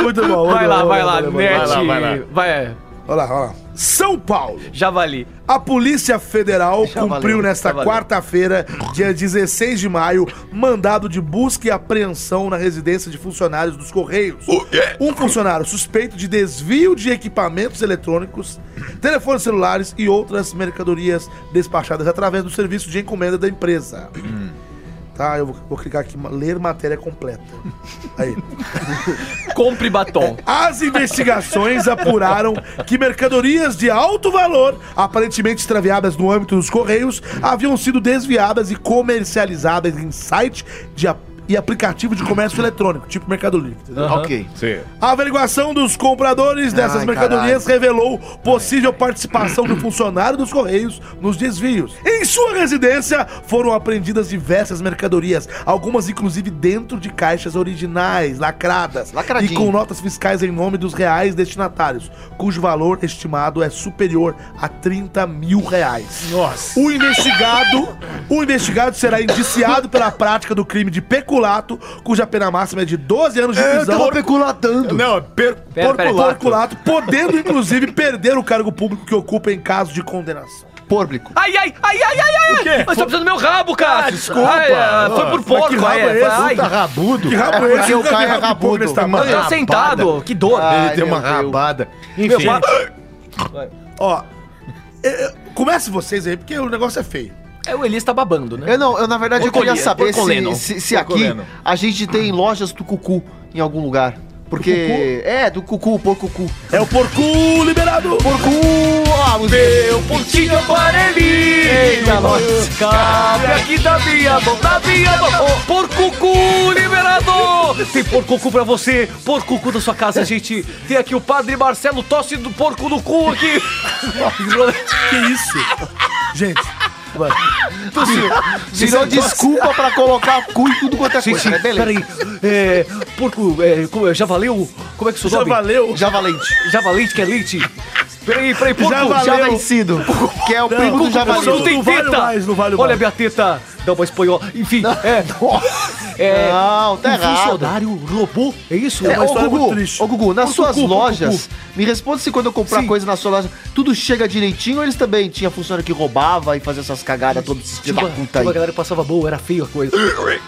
Speaker 1: Muito bom.
Speaker 2: Vai lá, vai lá,
Speaker 5: vai lá, vai lá.
Speaker 2: net. Vai,
Speaker 1: Olha lá, olha lá. São Paulo.
Speaker 2: javali.
Speaker 1: A Polícia Federal
Speaker 4: Já
Speaker 1: cumpriu
Speaker 4: valeu,
Speaker 1: nesta
Speaker 2: já valeu.
Speaker 1: quarta-feira, dia 16 de maio, mandado de busca e apreensão na residência de funcionários dos Correios. Um funcionário suspeito de desvio de equipamentos eletrônicos, telefones celulares e outras mercadorias despachadas através do serviço de encomenda da empresa. Tá, eu vou, vou clicar aqui, ma- ler matéria completa. Aí.
Speaker 2: Compre batom.
Speaker 1: As investigações apuraram que mercadorias de alto valor, aparentemente extraviadas no âmbito dos Correios, haviam sido desviadas e comercializadas em site de ap- e aplicativo de comércio eletrônico, tipo Mercado Livre. entendeu?
Speaker 4: Ok.
Speaker 5: Sim.
Speaker 1: A averiguação dos compradores dessas
Speaker 4: Ai,
Speaker 1: mercadorias revelou possível participação do funcionário dos Correios nos desvios. Em sua residência foram apreendidas diversas mercadorias, algumas inclusive dentro de caixas originais, lacradas
Speaker 4: Lacradinho.
Speaker 1: e com notas fiscais em nome dos reais destinatários, cujo valor estimado é superior a 30 mil reais.
Speaker 5: Nossa.
Speaker 1: O investigado, o investigado será indiciado pela prática do crime de peculato, cuja pena máxima é de 12 anos de
Speaker 7: Eu
Speaker 1: prisão
Speaker 7: tava peculatando.
Speaker 5: Não, per...
Speaker 2: Pera, pera,
Speaker 5: porculato.
Speaker 1: porculato, podendo inclusive perder o cargo público que ocupa em caso de condenação.
Speaker 4: Público.
Speaker 2: Ai, ai, ai, ai, ai, ai!
Speaker 5: quê?
Speaker 2: Mas tá precisando do meu rabo, cara! ah,
Speaker 5: desculpa.
Speaker 2: foi por
Speaker 5: Mas
Speaker 2: porco,
Speaker 1: que rabo
Speaker 2: ai,
Speaker 1: é
Speaker 2: é,
Speaker 1: esse?
Speaker 2: ai.
Speaker 5: Puta rabudo.
Speaker 1: Que rabo
Speaker 4: É
Speaker 1: é
Speaker 4: porque
Speaker 1: esse?
Speaker 4: o
Speaker 1: Nunca
Speaker 4: cara
Speaker 1: vi
Speaker 4: é
Speaker 1: rabo público
Speaker 4: rabudo.
Speaker 1: desse tamanho.
Speaker 2: Eu tô
Speaker 4: rabada. Ah,
Speaker 2: sentado, que dor!
Speaker 4: Ai,
Speaker 5: Ele tem uma
Speaker 4: meu Deus.
Speaker 5: rabada.
Speaker 2: Meu
Speaker 5: Enfim.
Speaker 2: pai-
Speaker 1: Ó, é, é, comece vocês aí, porque o negócio é feio.
Speaker 2: É, o Elias tá babando, né?
Speaker 4: Eu não, eu na verdade eu queria
Speaker 2: Porcolino,
Speaker 4: saber se,
Speaker 2: porcolino.
Speaker 4: se, se aqui
Speaker 5: Porcolino.
Speaker 4: a gente tem lojas do cucu em algum lugar. Porque. É, do cucu, por cucu.
Speaker 1: É o porco liberado!
Speaker 4: Por ah, cucu! Ó, a música.
Speaker 2: Meu pontinho amarelinho
Speaker 4: Eita, nós.
Speaker 2: Cabe aqui da minha mão, da minha mão Ô, Porcucu liberador Tem porcucu pra você, porcucu da sua casa, gente Tem aqui o padre Marcelo tosse do porco no cu aqui
Speaker 1: Que isso? Gente, vai.
Speaker 4: Se não, desculpa pra colocar cu em tudo quanto é
Speaker 2: Gente,
Speaker 4: coisa. né? Beleza.
Speaker 2: peraí É, porco, é, como é, já valeu? Como é que é o seu
Speaker 1: já
Speaker 2: nome?
Speaker 1: valeu.
Speaker 4: Já valente.
Speaker 2: Já valente, que é leite? Peraí, peraí, porco
Speaker 1: Já valeu.
Speaker 4: Já vencido. Que é o primo do
Speaker 1: cucu,
Speaker 4: já
Speaker 1: cucu,
Speaker 4: valente.
Speaker 2: Não tem
Speaker 1: Não vale
Speaker 2: teta!
Speaker 1: mais, não vale
Speaker 2: Olha
Speaker 1: mais.
Speaker 2: minha teta! Dá uma espanhola. Enfim, é. É,
Speaker 4: Não, tá
Speaker 2: um
Speaker 4: errado.
Speaker 2: funcionário robô? É isso?
Speaker 4: É,
Speaker 1: uma
Speaker 4: ô,
Speaker 1: história
Speaker 4: Gugu,
Speaker 1: muito triste.
Speaker 4: ô, Gugu, nas
Speaker 1: Ô,
Speaker 4: suas
Speaker 1: Gugu, ô,
Speaker 4: lojas, me responde se quando eu comprar
Speaker 1: Sim.
Speaker 4: coisa na sua loja, tudo chega direitinho ou eles também tinham funcionário que roubava e fazia essas cagadas todas esses
Speaker 2: Tinha
Speaker 4: filhos da
Speaker 2: uma,
Speaker 4: puta
Speaker 2: tinha uma
Speaker 4: aí?
Speaker 2: Tipo, galera que passava boa, era feio a coisa.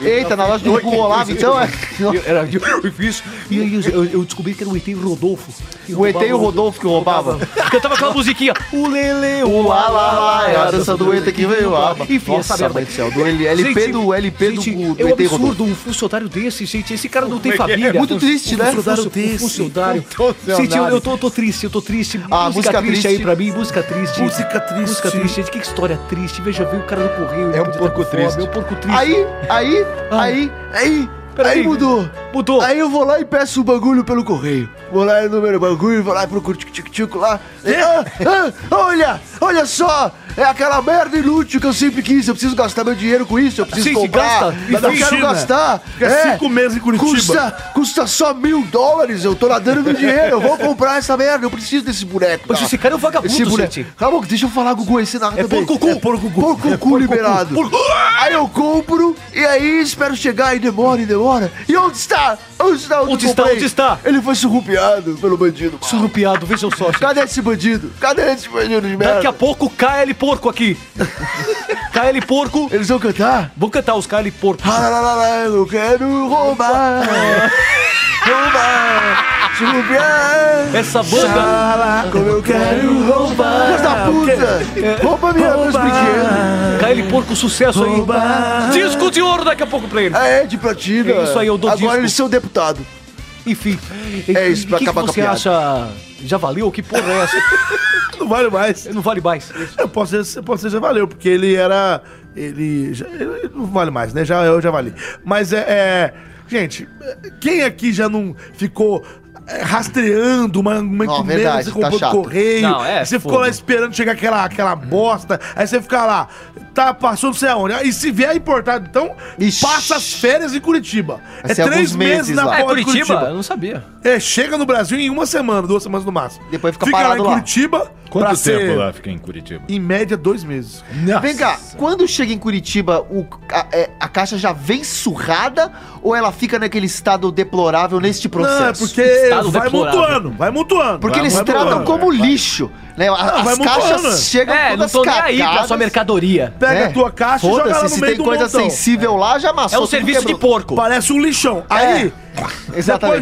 Speaker 4: Eita, na loja do Gugu Olavo, então é.
Speaker 2: Eu- Era difícil. E aí eu, eu descobri que era o ET e o Rodolfo. que
Speaker 4: O ET e o
Speaker 2: roubava-
Speaker 4: Rodolfo que roubava.
Speaker 2: Cantava aquela musiquinha. O Lele, o
Speaker 4: Uá, lá, lá,
Speaker 2: Alá,
Speaker 4: é a dança do ET que veio lá.
Speaker 2: Enfim,
Speaker 4: Nossa,
Speaker 2: essa merda.
Speaker 4: mãe do céu, do L- LP do- LP do-
Speaker 2: gente,
Speaker 4: do
Speaker 2: é um
Speaker 4: ET e
Speaker 2: absurdo
Speaker 4: Rodolfo. é
Speaker 2: um funcionário desse, gente. Esse cara não tem família. Um
Speaker 4: Muito triste, né?
Speaker 2: Funcionário
Speaker 4: Funcio-
Speaker 2: desse. Funcionário.
Speaker 4: funcionário.
Speaker 2: Gente, eu, eu tô, eu tô triste, eu tô triste.
Speaker 4: Ah, música triste.
Speaker 2: aí pra mim, música triste.
Speaker 1: Música triste.
Speaker 2: Música triste, gente. Que história triste. Veja, veio o cara do correio.
Speaker 5: É um
Speaker 2: tá
Speaker 5: porco
Speaker 2: com fome,
Speaker 5: triste.
Speaker 2: É um porco triste.
Speaker 4: Aí, aí, aí, aí, Aí mudou.
Speaker 2: Mudou.
Speaker 4: Aí eu vou lá e peço o bagulho pelo correio. Vou lá no meu bagulho, vou lá e procuro tico-tico-tico lá. Ah, ah, olha, olha só. É aquela merda inútil que eu sempre quis. Eu preciso gastar meu dinheiro com isso. Eu preciso
Speaker 1: Sim, se
Speaker 4: comprar.
Speaker 1: gasta.
Speaker 4: mas eu
Speaker 1: Enfim,
Speaker 4: quero
Speaker 1: China.
Speaker 4: gastar. É,
Speaker 1: Fica cinco meses em Curitiba.
Speaker 4: Custa, custa só mil dólares. Eu tô nadando no dinheiro. Eu
Speaker 1: [LAUGHS]
Speaker 4: vou comprar essa merda. Eu preciso desse boneco.
Speaker 2: Mas
Speaker 4: tá?
Speaker 2: esse cara é um vagabundo,
Speaker 4: Esse boneco.
Speaker 2: gente.
Speaker 4: Calma, deixa eu falar, Gugu, esse narra
Speaker 2: É
Speaker 4: também.
Speaker 2: porco-cu.
Speaker 4: porco-cu.
Speaker 1: é
Speaker 4: Porco-cu
Speaker 2: porco-cu.
Speaker 4: liberado.
Speaker 2: Porco-
Speaker 4: Aí eu compro, e aí espero chegar, e demora, e demora. E onde está? Onde está?
Speaker 2: Onde
Speaker 4: eu
Speaker 2: está?
Speaker 4: comprei?
Speaker 2: Onde está?
Speaker 4: Ele foi surrupiado pelo bandido.
Speaker 2: Surrupiado, vejam só. gente.
Speaker 4: Cadê esse bandido? Cadê esse bandido de merda?
Speaker 2: Daqui a pouco KL Porco
Speaker 4: [LAUGHS]
Speaker 2: aqui. KL Porco.
Speaker 4: Eles vão cantar?
Speaker 2: Vou cantar os KL Porco.
Speaker 4: Ah, lá, lá, lá, lá, eu
Speaker 2: [LAUGHS]
Speaker 4: quero roubar. roubar. Surrupiar.
Speaker 2: Essa banda.
Speaker 4: Fala como eu quero roubar. Mas da puta. Rouba minha luz pequena.
Speaker 2: KL Porco, sucesso aí. Disco de ouro daqui a pouco pra ele.
Speaker 4: Ah, é, de platina.
Speaker 2: É isso aí, eu dou
Speaker 4: Agora
Speaker 2: disco.
Speaker 4: eles são deputado.
Speaker 2: Enfim.
Speaker 4: É isso,
Speaker 2: E
Speaker 4: pra
Speaker 2: que
Speaker 4: acabar
Speaker 2: que
Speaker 4: com a
Speaker 2: você
Speaker 4: piada.
Speaker 2: acha? Já valeu? Que porra é essa? [LAUGHS]
Speaker 1: Não vale mais.
Speaker 2: Não vale mais.
Speaker 1: Eu posso ser, posso ser já valeu, porque ele era. Ele, já- ele não vale mais, né? Já, eu já vali. Mas é, é, Gente, quem aqui já não ficou é, rastreando uma, uma
Speaker 4: Não,
Speaker 1: encomenda que você
Speaker 4: verdade, tá
Speaker 1: comprou do
Speaker 4: chato.
Speaker 1: correio?
Speaker 2: Não, é
Speaker 1: aí você ficou
Speaker 2: fogo.
Speaker 1: lá esperando chegar aquela, aquela bosta. Aí você fica lá, tá, passou não sei aonde. E se vier importado, então,
Speaker 4: Ixi.
Speaker 1: passa as férias em Curitiba. É
Speaker 4: Vai ser alguns meses lá.
Speaker 2: Ah,
Speaker 1: porra
Speaker 2: é
Speaker 1: de
Speaker 2: Curitiba? Eu não sabia.
Speaker 1: é, chega no Brasil em uma semana, duas semanas no máximo.
Speaker 4: Depois fica
Speaker 1: lá
Speaker 4: parado
Speaker 1: em
Speaker 4: lá.
Speaker 1: Curitiba.
Speaker 5: Quanto
Speaker 1: pra
Speaker 5: tempo
Speaker 1: ser,
Speaker 5: lá fica em Curitiba?
Speaker 1: Em média, dois meses.
Speaker 5: Nossa.
Speaker 4: Vem cá, quando chega em Curitiba, o- a, é, a caixa já vem surrada ou ela fica naquele estado deplorável neste processo?
Speaker 1: Não, é porque
Speaker 2: Estado
Speaker 1: vai
Speaker 2: deplorável.
Speaker 1: mutuando, vai mutuando.
Speaker 4: Porque
Speaker 1: Vai
Speaker 4: eles
Speaker 1: mutuando.
Speaker 4: tratam como
Speaker 5: é, vai.
Speaker 4: lixo, né? A-
Speaker 1: vai
Speaker 4: As
Speaker 1: mudando,
Speaker 4: caixas
Speaker 1: né?
Speaker 4: chegam
Speaker 2: É, não
Speaker 4: todas
Speaker 2: tô nem aí pra
Speaker 4: cagadas.
Speaker 2: sua mercadoria.
Speaker 1: Pega
Speaker 4: É.
Speaker 1: a tua caixa e joga lá
Speaker 4: Foda-se,
Speaker 1: no
Speaker 4: se
Speaker 1: meio do
Speaker 4: tem coisa
Speaker 1: montão.
Speaker 4: sensível lá, já
Speaker 2: É
Speaker 4: amassou.
Speaker 2: um
Speaker 4: tudo
Speaker 2: serviço de
Speaker 4: quebrou.
Speaker 2: porco.
Speaker 1: Parece um lixão. Aí,
Speaker 4: Exatamente,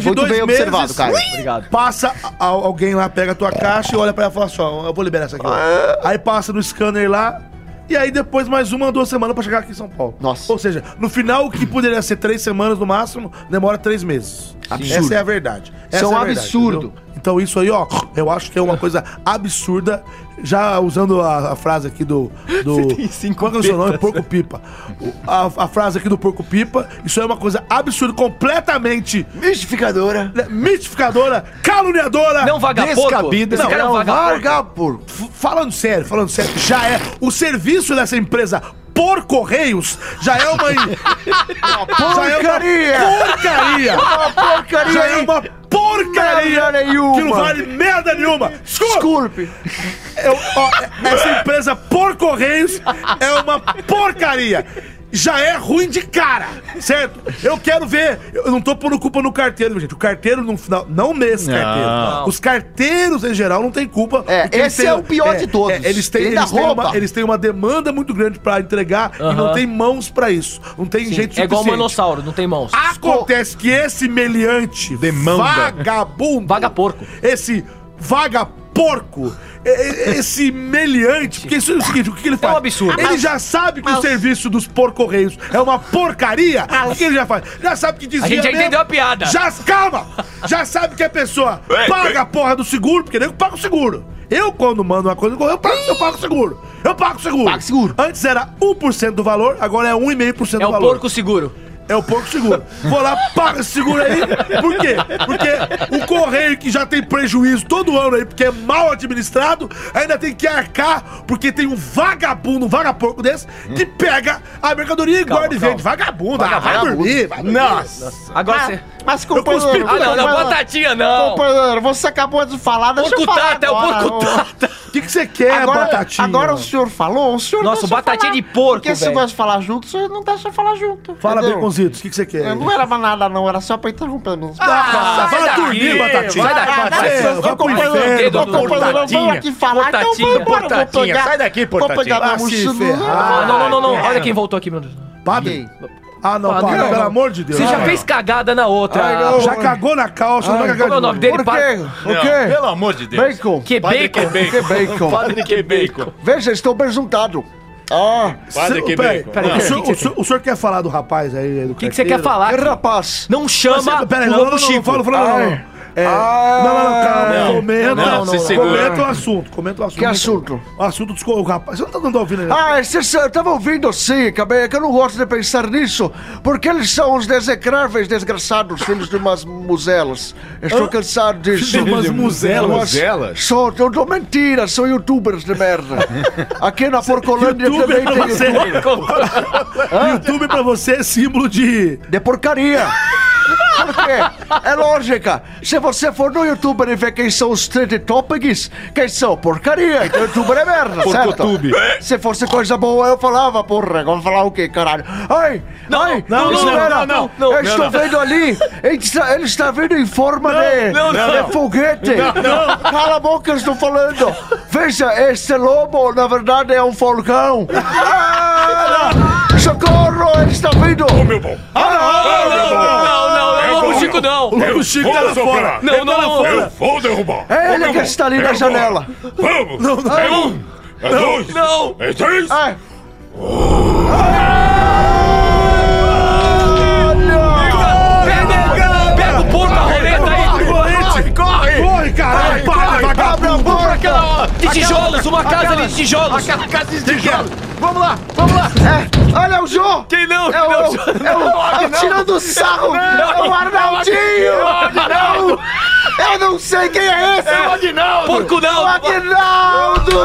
Speaker 1: depois de
Speaker 4: muito
Speaker 1: dois
Speaker 4: bem
Speaker 1: meses,
Speaker 4: observado, cara.
Speaker 2: Obrigado.
Speaker 1: passa a- alguém lá, pega a tua caixa e olha pra ela e fala assim, ó, eu vou liberar essa aqui.
Speaker 4: Ah.
Speaker 1: ó. Aí passa no scanner lá, e aí depois mais uma, duas semanas pra chegar aqui em São Paulo.
Speaker 4: Nossa.
Speaker 1: Ou seja, no final, o que poderia ser três semanas no máximo, demora três meses.
Speaker 4: Absurdo.
Speaker 1: Essa é a verdade. Essa
Speaker 4: Isso é um
Speaker 1: a verdade,
Speaker 4: absurdo.
Speaker 1: entendeu? Então isso aí, ó, eu acho que é uma coisa absurda. Já usando a, a frase aqui do.
Speaker 4: [LAUGHS]
Speaker 1: do qual que é o seu nome? Porco Pipa. O- A, a frase aqui do Porco Pipa, isso é uma coisa absurda, completamente
Speaker 4: Mistificadora.
Speaker 1: né, mitificadora, caluniadora,
Speaker 2: Não vagaporco.
Speaker 1: descabida.
Speaker 2: Esse
Speaker 1: Não,
Speaker 2: cara é um
Speaker 1: não,
Speaker 2: vagabundo.
Speaker 4: Larga, porco.
Speaker 1: F- Falando sério, falando sério, já é o serviço dessa empresa por correios já é uma já é uma
Speaker 4: Porcaria.
Speaker 1: porcaria,
Speaker 4: Uma porcaria.
Speaker 1: já é
Speaker 4: aí.
Speaker 1: uma porcaria
Speaker 4: Merda nenhuma.
Speaker 1: que não é vale merda nenhuma. Desculpa.
Speaker 4: Desculpe.
Speaker 1: Eu- É um, ó, essa empresa por Correios é uma porcaria. Já é ruim de cara, certo? Eu quero ver. Eu não tô pondo culpa no carteiro, gente. O carteiro no final. Não nesse carteiro.
Speaker 5: Não.
Speaker 1: Os carteiros em geral não tem culpa.
Speaker 4: É,
Speaker 1: porque eles
Speaker 4: esse
Speaker 1: têm-
Speaker 4: é o pior de todos.
Speaker 1: eles, têm,
Speaker 4: Ele ainda
Speaker 1: eles, têm uma,
Speaker 4: rouba.
Speaker 1: eles têm uma demanda muito grande pra entregar e
Speaker 2: Aham.
Speaker 1: não tem mãos pra isso. Não tem
Speaker 2: Sim,
Speaker 1: gente
Speaker 2: é igual
Speaker 1: suficiente.
Speaker 2: monossauro, não tem mãos.
Speaker 1: Acontece que esse meliante
Speaker 5: Demanda.
Speaker 1: vagabundo,
Speaker 2: Vagaporco.
Speaker 1: esse vagaporco, e- e- esse meliante, porque isso é o seguinte, o que ele faz?
Speaker 2: um absurdo.
Speaker 1: Ele já sabe que o serviço dos porcorreios é uma porcaria, o que ele já faz? Já sabe que desvia
Speaker 2: A gente já
Speaker 1: mesmo.
Speaker 2: entendeu a piada.
Speaker 1: Já,
Speaker 2: [LAUGHS]
Speaker 1: calma, já sabe que a pessoa paga a porra do seguro, porque nego paga o seguro. Eu, quando mando uma coisa, no correio, eu pago, eu pago o seguro. Eu pago o seguro.
Speaker 4: Paga o seguro.
Speaker 1: Antes era 1% do valor, agora é 1,5%
Speaker 2: É
Speaker 1: do
Speaker 2: o
Speaker 1: valor.
Speaker 2: porco seguro.
Speaker 1: É o porco seguro. Vou lá, paga esse seguro aí. Por quê? Porque o correio que já tem prejuízo todo ano aí, porque é mal administrado, ainda tem que arcar, porque tem um vagabundo, um vagaporco desse, que pega a mercadoria e
Speaker 2: Calma,
Speaker 1: guarda e
Speaker 2: calma.
Speaker 1: vende. Vagabundo, ah, vai
Speaker 4: Vagabundo.
Speaker 1: dormir. vai dormir.
Speaker 5: Nossa.
Speaker 2: Agora você.
Speaker 4: Mas
Speaker 1: cuspi-
Speaker 4: companheiro,
Speaker 2: Ah, não, não, batatinha não.
Speaker 4: companheiro, você acabou de falar, deixa eu falar
Speaker 2: Porcutata, é o
Speaker 4: agora.
Speaker 2: porcutata.
Speaker 1: O que que você quer,
Speaker 4: agora,
Speaker 1: É batatinha?
Speaker 4: agora o senhor falou, o senhor
Speaker 2: Nossa,
Speaker 4: deixa eu
Speaker 2: batatinha de
Speaker 4: falar.
Speaker 2: porco,
Speaker 4: Porque se
Speaker 2: velho.
Speaker 4: gosta de falar junto, o senhor não deixa eu falar junto.
Speaker 1: Fala,
Speaker 4: entendeu?
Speaker 1: Baconzitos, o que que você quer?
Speaker 4: Eu Não era pra nada não, era só pra interromper mesmo.
Speaker 1: Ah,
Speaker 2: sai
Speaker 1: vai
Speaker 2: daqui,
Speaker 1: dormir, batatinha.
Speaker 2: vai daqui,
Speaker 1: Vai, vai,
Speaker 2: vai, vai,
Speaker 1: vai pro
Speaker 2: vai, vai,
Speaker 1: inferno.
Speaker 2: vai,
Speaker 4: Ô, companheiro, eu vou aqui falar, então
Speaker 2: Portatinha,
Speaker 4: eu vou embora, eu vou
Speaker 5: portatinha,
Speaker 4: pegar-
Speaker 5: sai daqui,
Speaker 4: vou
Speaker 5: portatinha.
Speaker 4: pegar minha
Speaker 1: Ah, se
Speaker 4: mochila.
Speaker 1: ferrar.
Speaker 2: Ah, não, não, não, não. Olha quem voltou aqui, meu Deus.
Speaker 1: Padre? Ah, não,
Speaker 2: Padre,
Speaker 1: padre,
Speaker 2: não.
Speaker 1: pelo amor de Deus.
Speaker 2: Você já
Speaker 1: Ah,
Speaker 2: fez cagada na
Speaker 4: Ai,
Speaker 2: outra.
Speaker 4: não.
Speaker 1: Já cagou na calça, não vai cagar
Speaker 2: Como é o
Speaker 1: de
Speaker 2: nome
Speaker 1: novo.
Speaker 2: dele?
Speaker 4: Por quê?
Speaker 2: Pa-
Speaker 4: O
Speaker 5: Não,
Speaker 4: quê?
Speaker 5: Pelo amor de Deus.
Speaker 4: Bacon.
Speaker 2: Que
Speaker 5: Padre
Speaker 2: É
Speaker 5: é
Speaker 2: bacon?
Speaker 4: Que bacon.
Speaker 5: Padre que bacon.
Speaker 4: Veja, estou presuntado. Ah,
Speaker 5: Padre que é
Speaker 1: Peraí,
Speaker 5: bacon.
Speaker 1: peraí,
Speaker 5: Não.
Speaker 1: o senhor- o senhor- O senhor quer falar do rapaz aí?
Speaker 2: O que que você quer falar?
Speaker 4: rapaz.
Speaker 2: Não chama
Speaker 1: Peraí,
Speaker 2: o
Speaker 1: não, não, não,
Speaker 2: Lobo
Speaker 1: não,
Speaker 2: Chico.
Speaker 1: fala, fala, não, não,
Speaker 4: Ai.
Speaker 1: não. É, não, não, não, calma,
Speaker 4: Não,
Speaker 1: comenta.
Speaker 4: não, não,
Speaker 1: comenta
Speaker 4: não, segura.
Speaker 1: o assunto, comenta o assunto.
Speaker 4: Que assunto?
Speaker 1: O assunto dos co- rapaz. Você não tá não tá ouvindo ainda.
Speaker 4: Ah, vocês estavam ouvindo sim, cabelo, é que eu não gosto de pensar nisso, porque eles são uns desecráveis, desgraçados, filhos de umas muzelas. Eu Estou cansado disso.
Speaker 5: Filhos de umas muzelas? Muzelas?
Speaker 4: Sou, eu dou mentira, são youtubers de merda. Aqui na Porcolândia
Speaker 1: Youtuber
Speaker 4: também
Speaker 1: pra
Speaker 4: tem
Speaker 1: você.
Speaker 4: youtuber.
Speaker 1: YouTube pra você é símbolo de.
Speaker 4: De porcaria. Porque é lógica. Se você for no youtuber e ver quem são os trend topics, quem são porcaria. Então youtuber é merda, certo?
Speaker 5: Porcotube.
Speaker 4: Se fosse coisa boa, eu falava, porra, vamos falar o quê, caralho? Ai,
Speaker 2: Não,
Speaker 4: ai,
Speaker 2: não, não,
Speaker 4: espera,
Speaker 2: não, não, não,
Speaker 4: eu
Speaker 2: não,
Speaker 4: estou
Speaker 2: não.
Speaker 4: vendo ali, ele está, ele está vindo em forma de,
Speaker 2: não, não,
Speaker 4: de
Speaker 2: não.
Speaker 4: foguete. Cala a boca, eu estou falando. Veja, este lobo, na verdade, é um
Speaker 2: [LAUGHS]
Speaker 4: falcão. Ah, não. Socorro, ele está vindo.
Speaker 6: Ô, meu bom.
Speaker 2: Não, não, não, não, não, não, Chico não.
Speaker 1: O Lobo Chico tá lá fora.
Speaker 2: Não, não, não.
Speaker 6: Eu vou derrubar.
Speaker 4: É
Speaker 6: Ô,
Speaker 4: ele
Speaker 6: meu
Speaker 4: que
Speaker 6: bom,
Speaker 4: está ali
Speaker 6: eu
Speaker 4: na
Speaker 6: vou.
Speaker 4: janela.
Speaker 6: Vamos.
Speaker 1: não.
Speaker 6: É um. É dois.
Speaker 2: não.
Speaker 6: É três.
Speaker 4: Ai.
Speaker 2: Pega, pega o porco, a roleta aí.
Speaker 1: Corrente! Corre! Corre, caralho! Para,
Speaker 4: Abre a
Speaker 1: vagabundo!
Speaker 4: boca!
Speaker 2: De tijolos, uma casa ali de tijolos.
Speaker 4: Vamos lá, vamos lá! É, olha o Jô!
Speaker 2: Quem não?
Speaker 4: É o, é o, é o, é o tirando sarro! é o Arnaldinho! Não! Eu não sei quem é esse! É o Aguinaldo!
Speaker 2: Porco
Speaker 4: O
Speaker 2: não.
Speaker 4: Aguinaldo!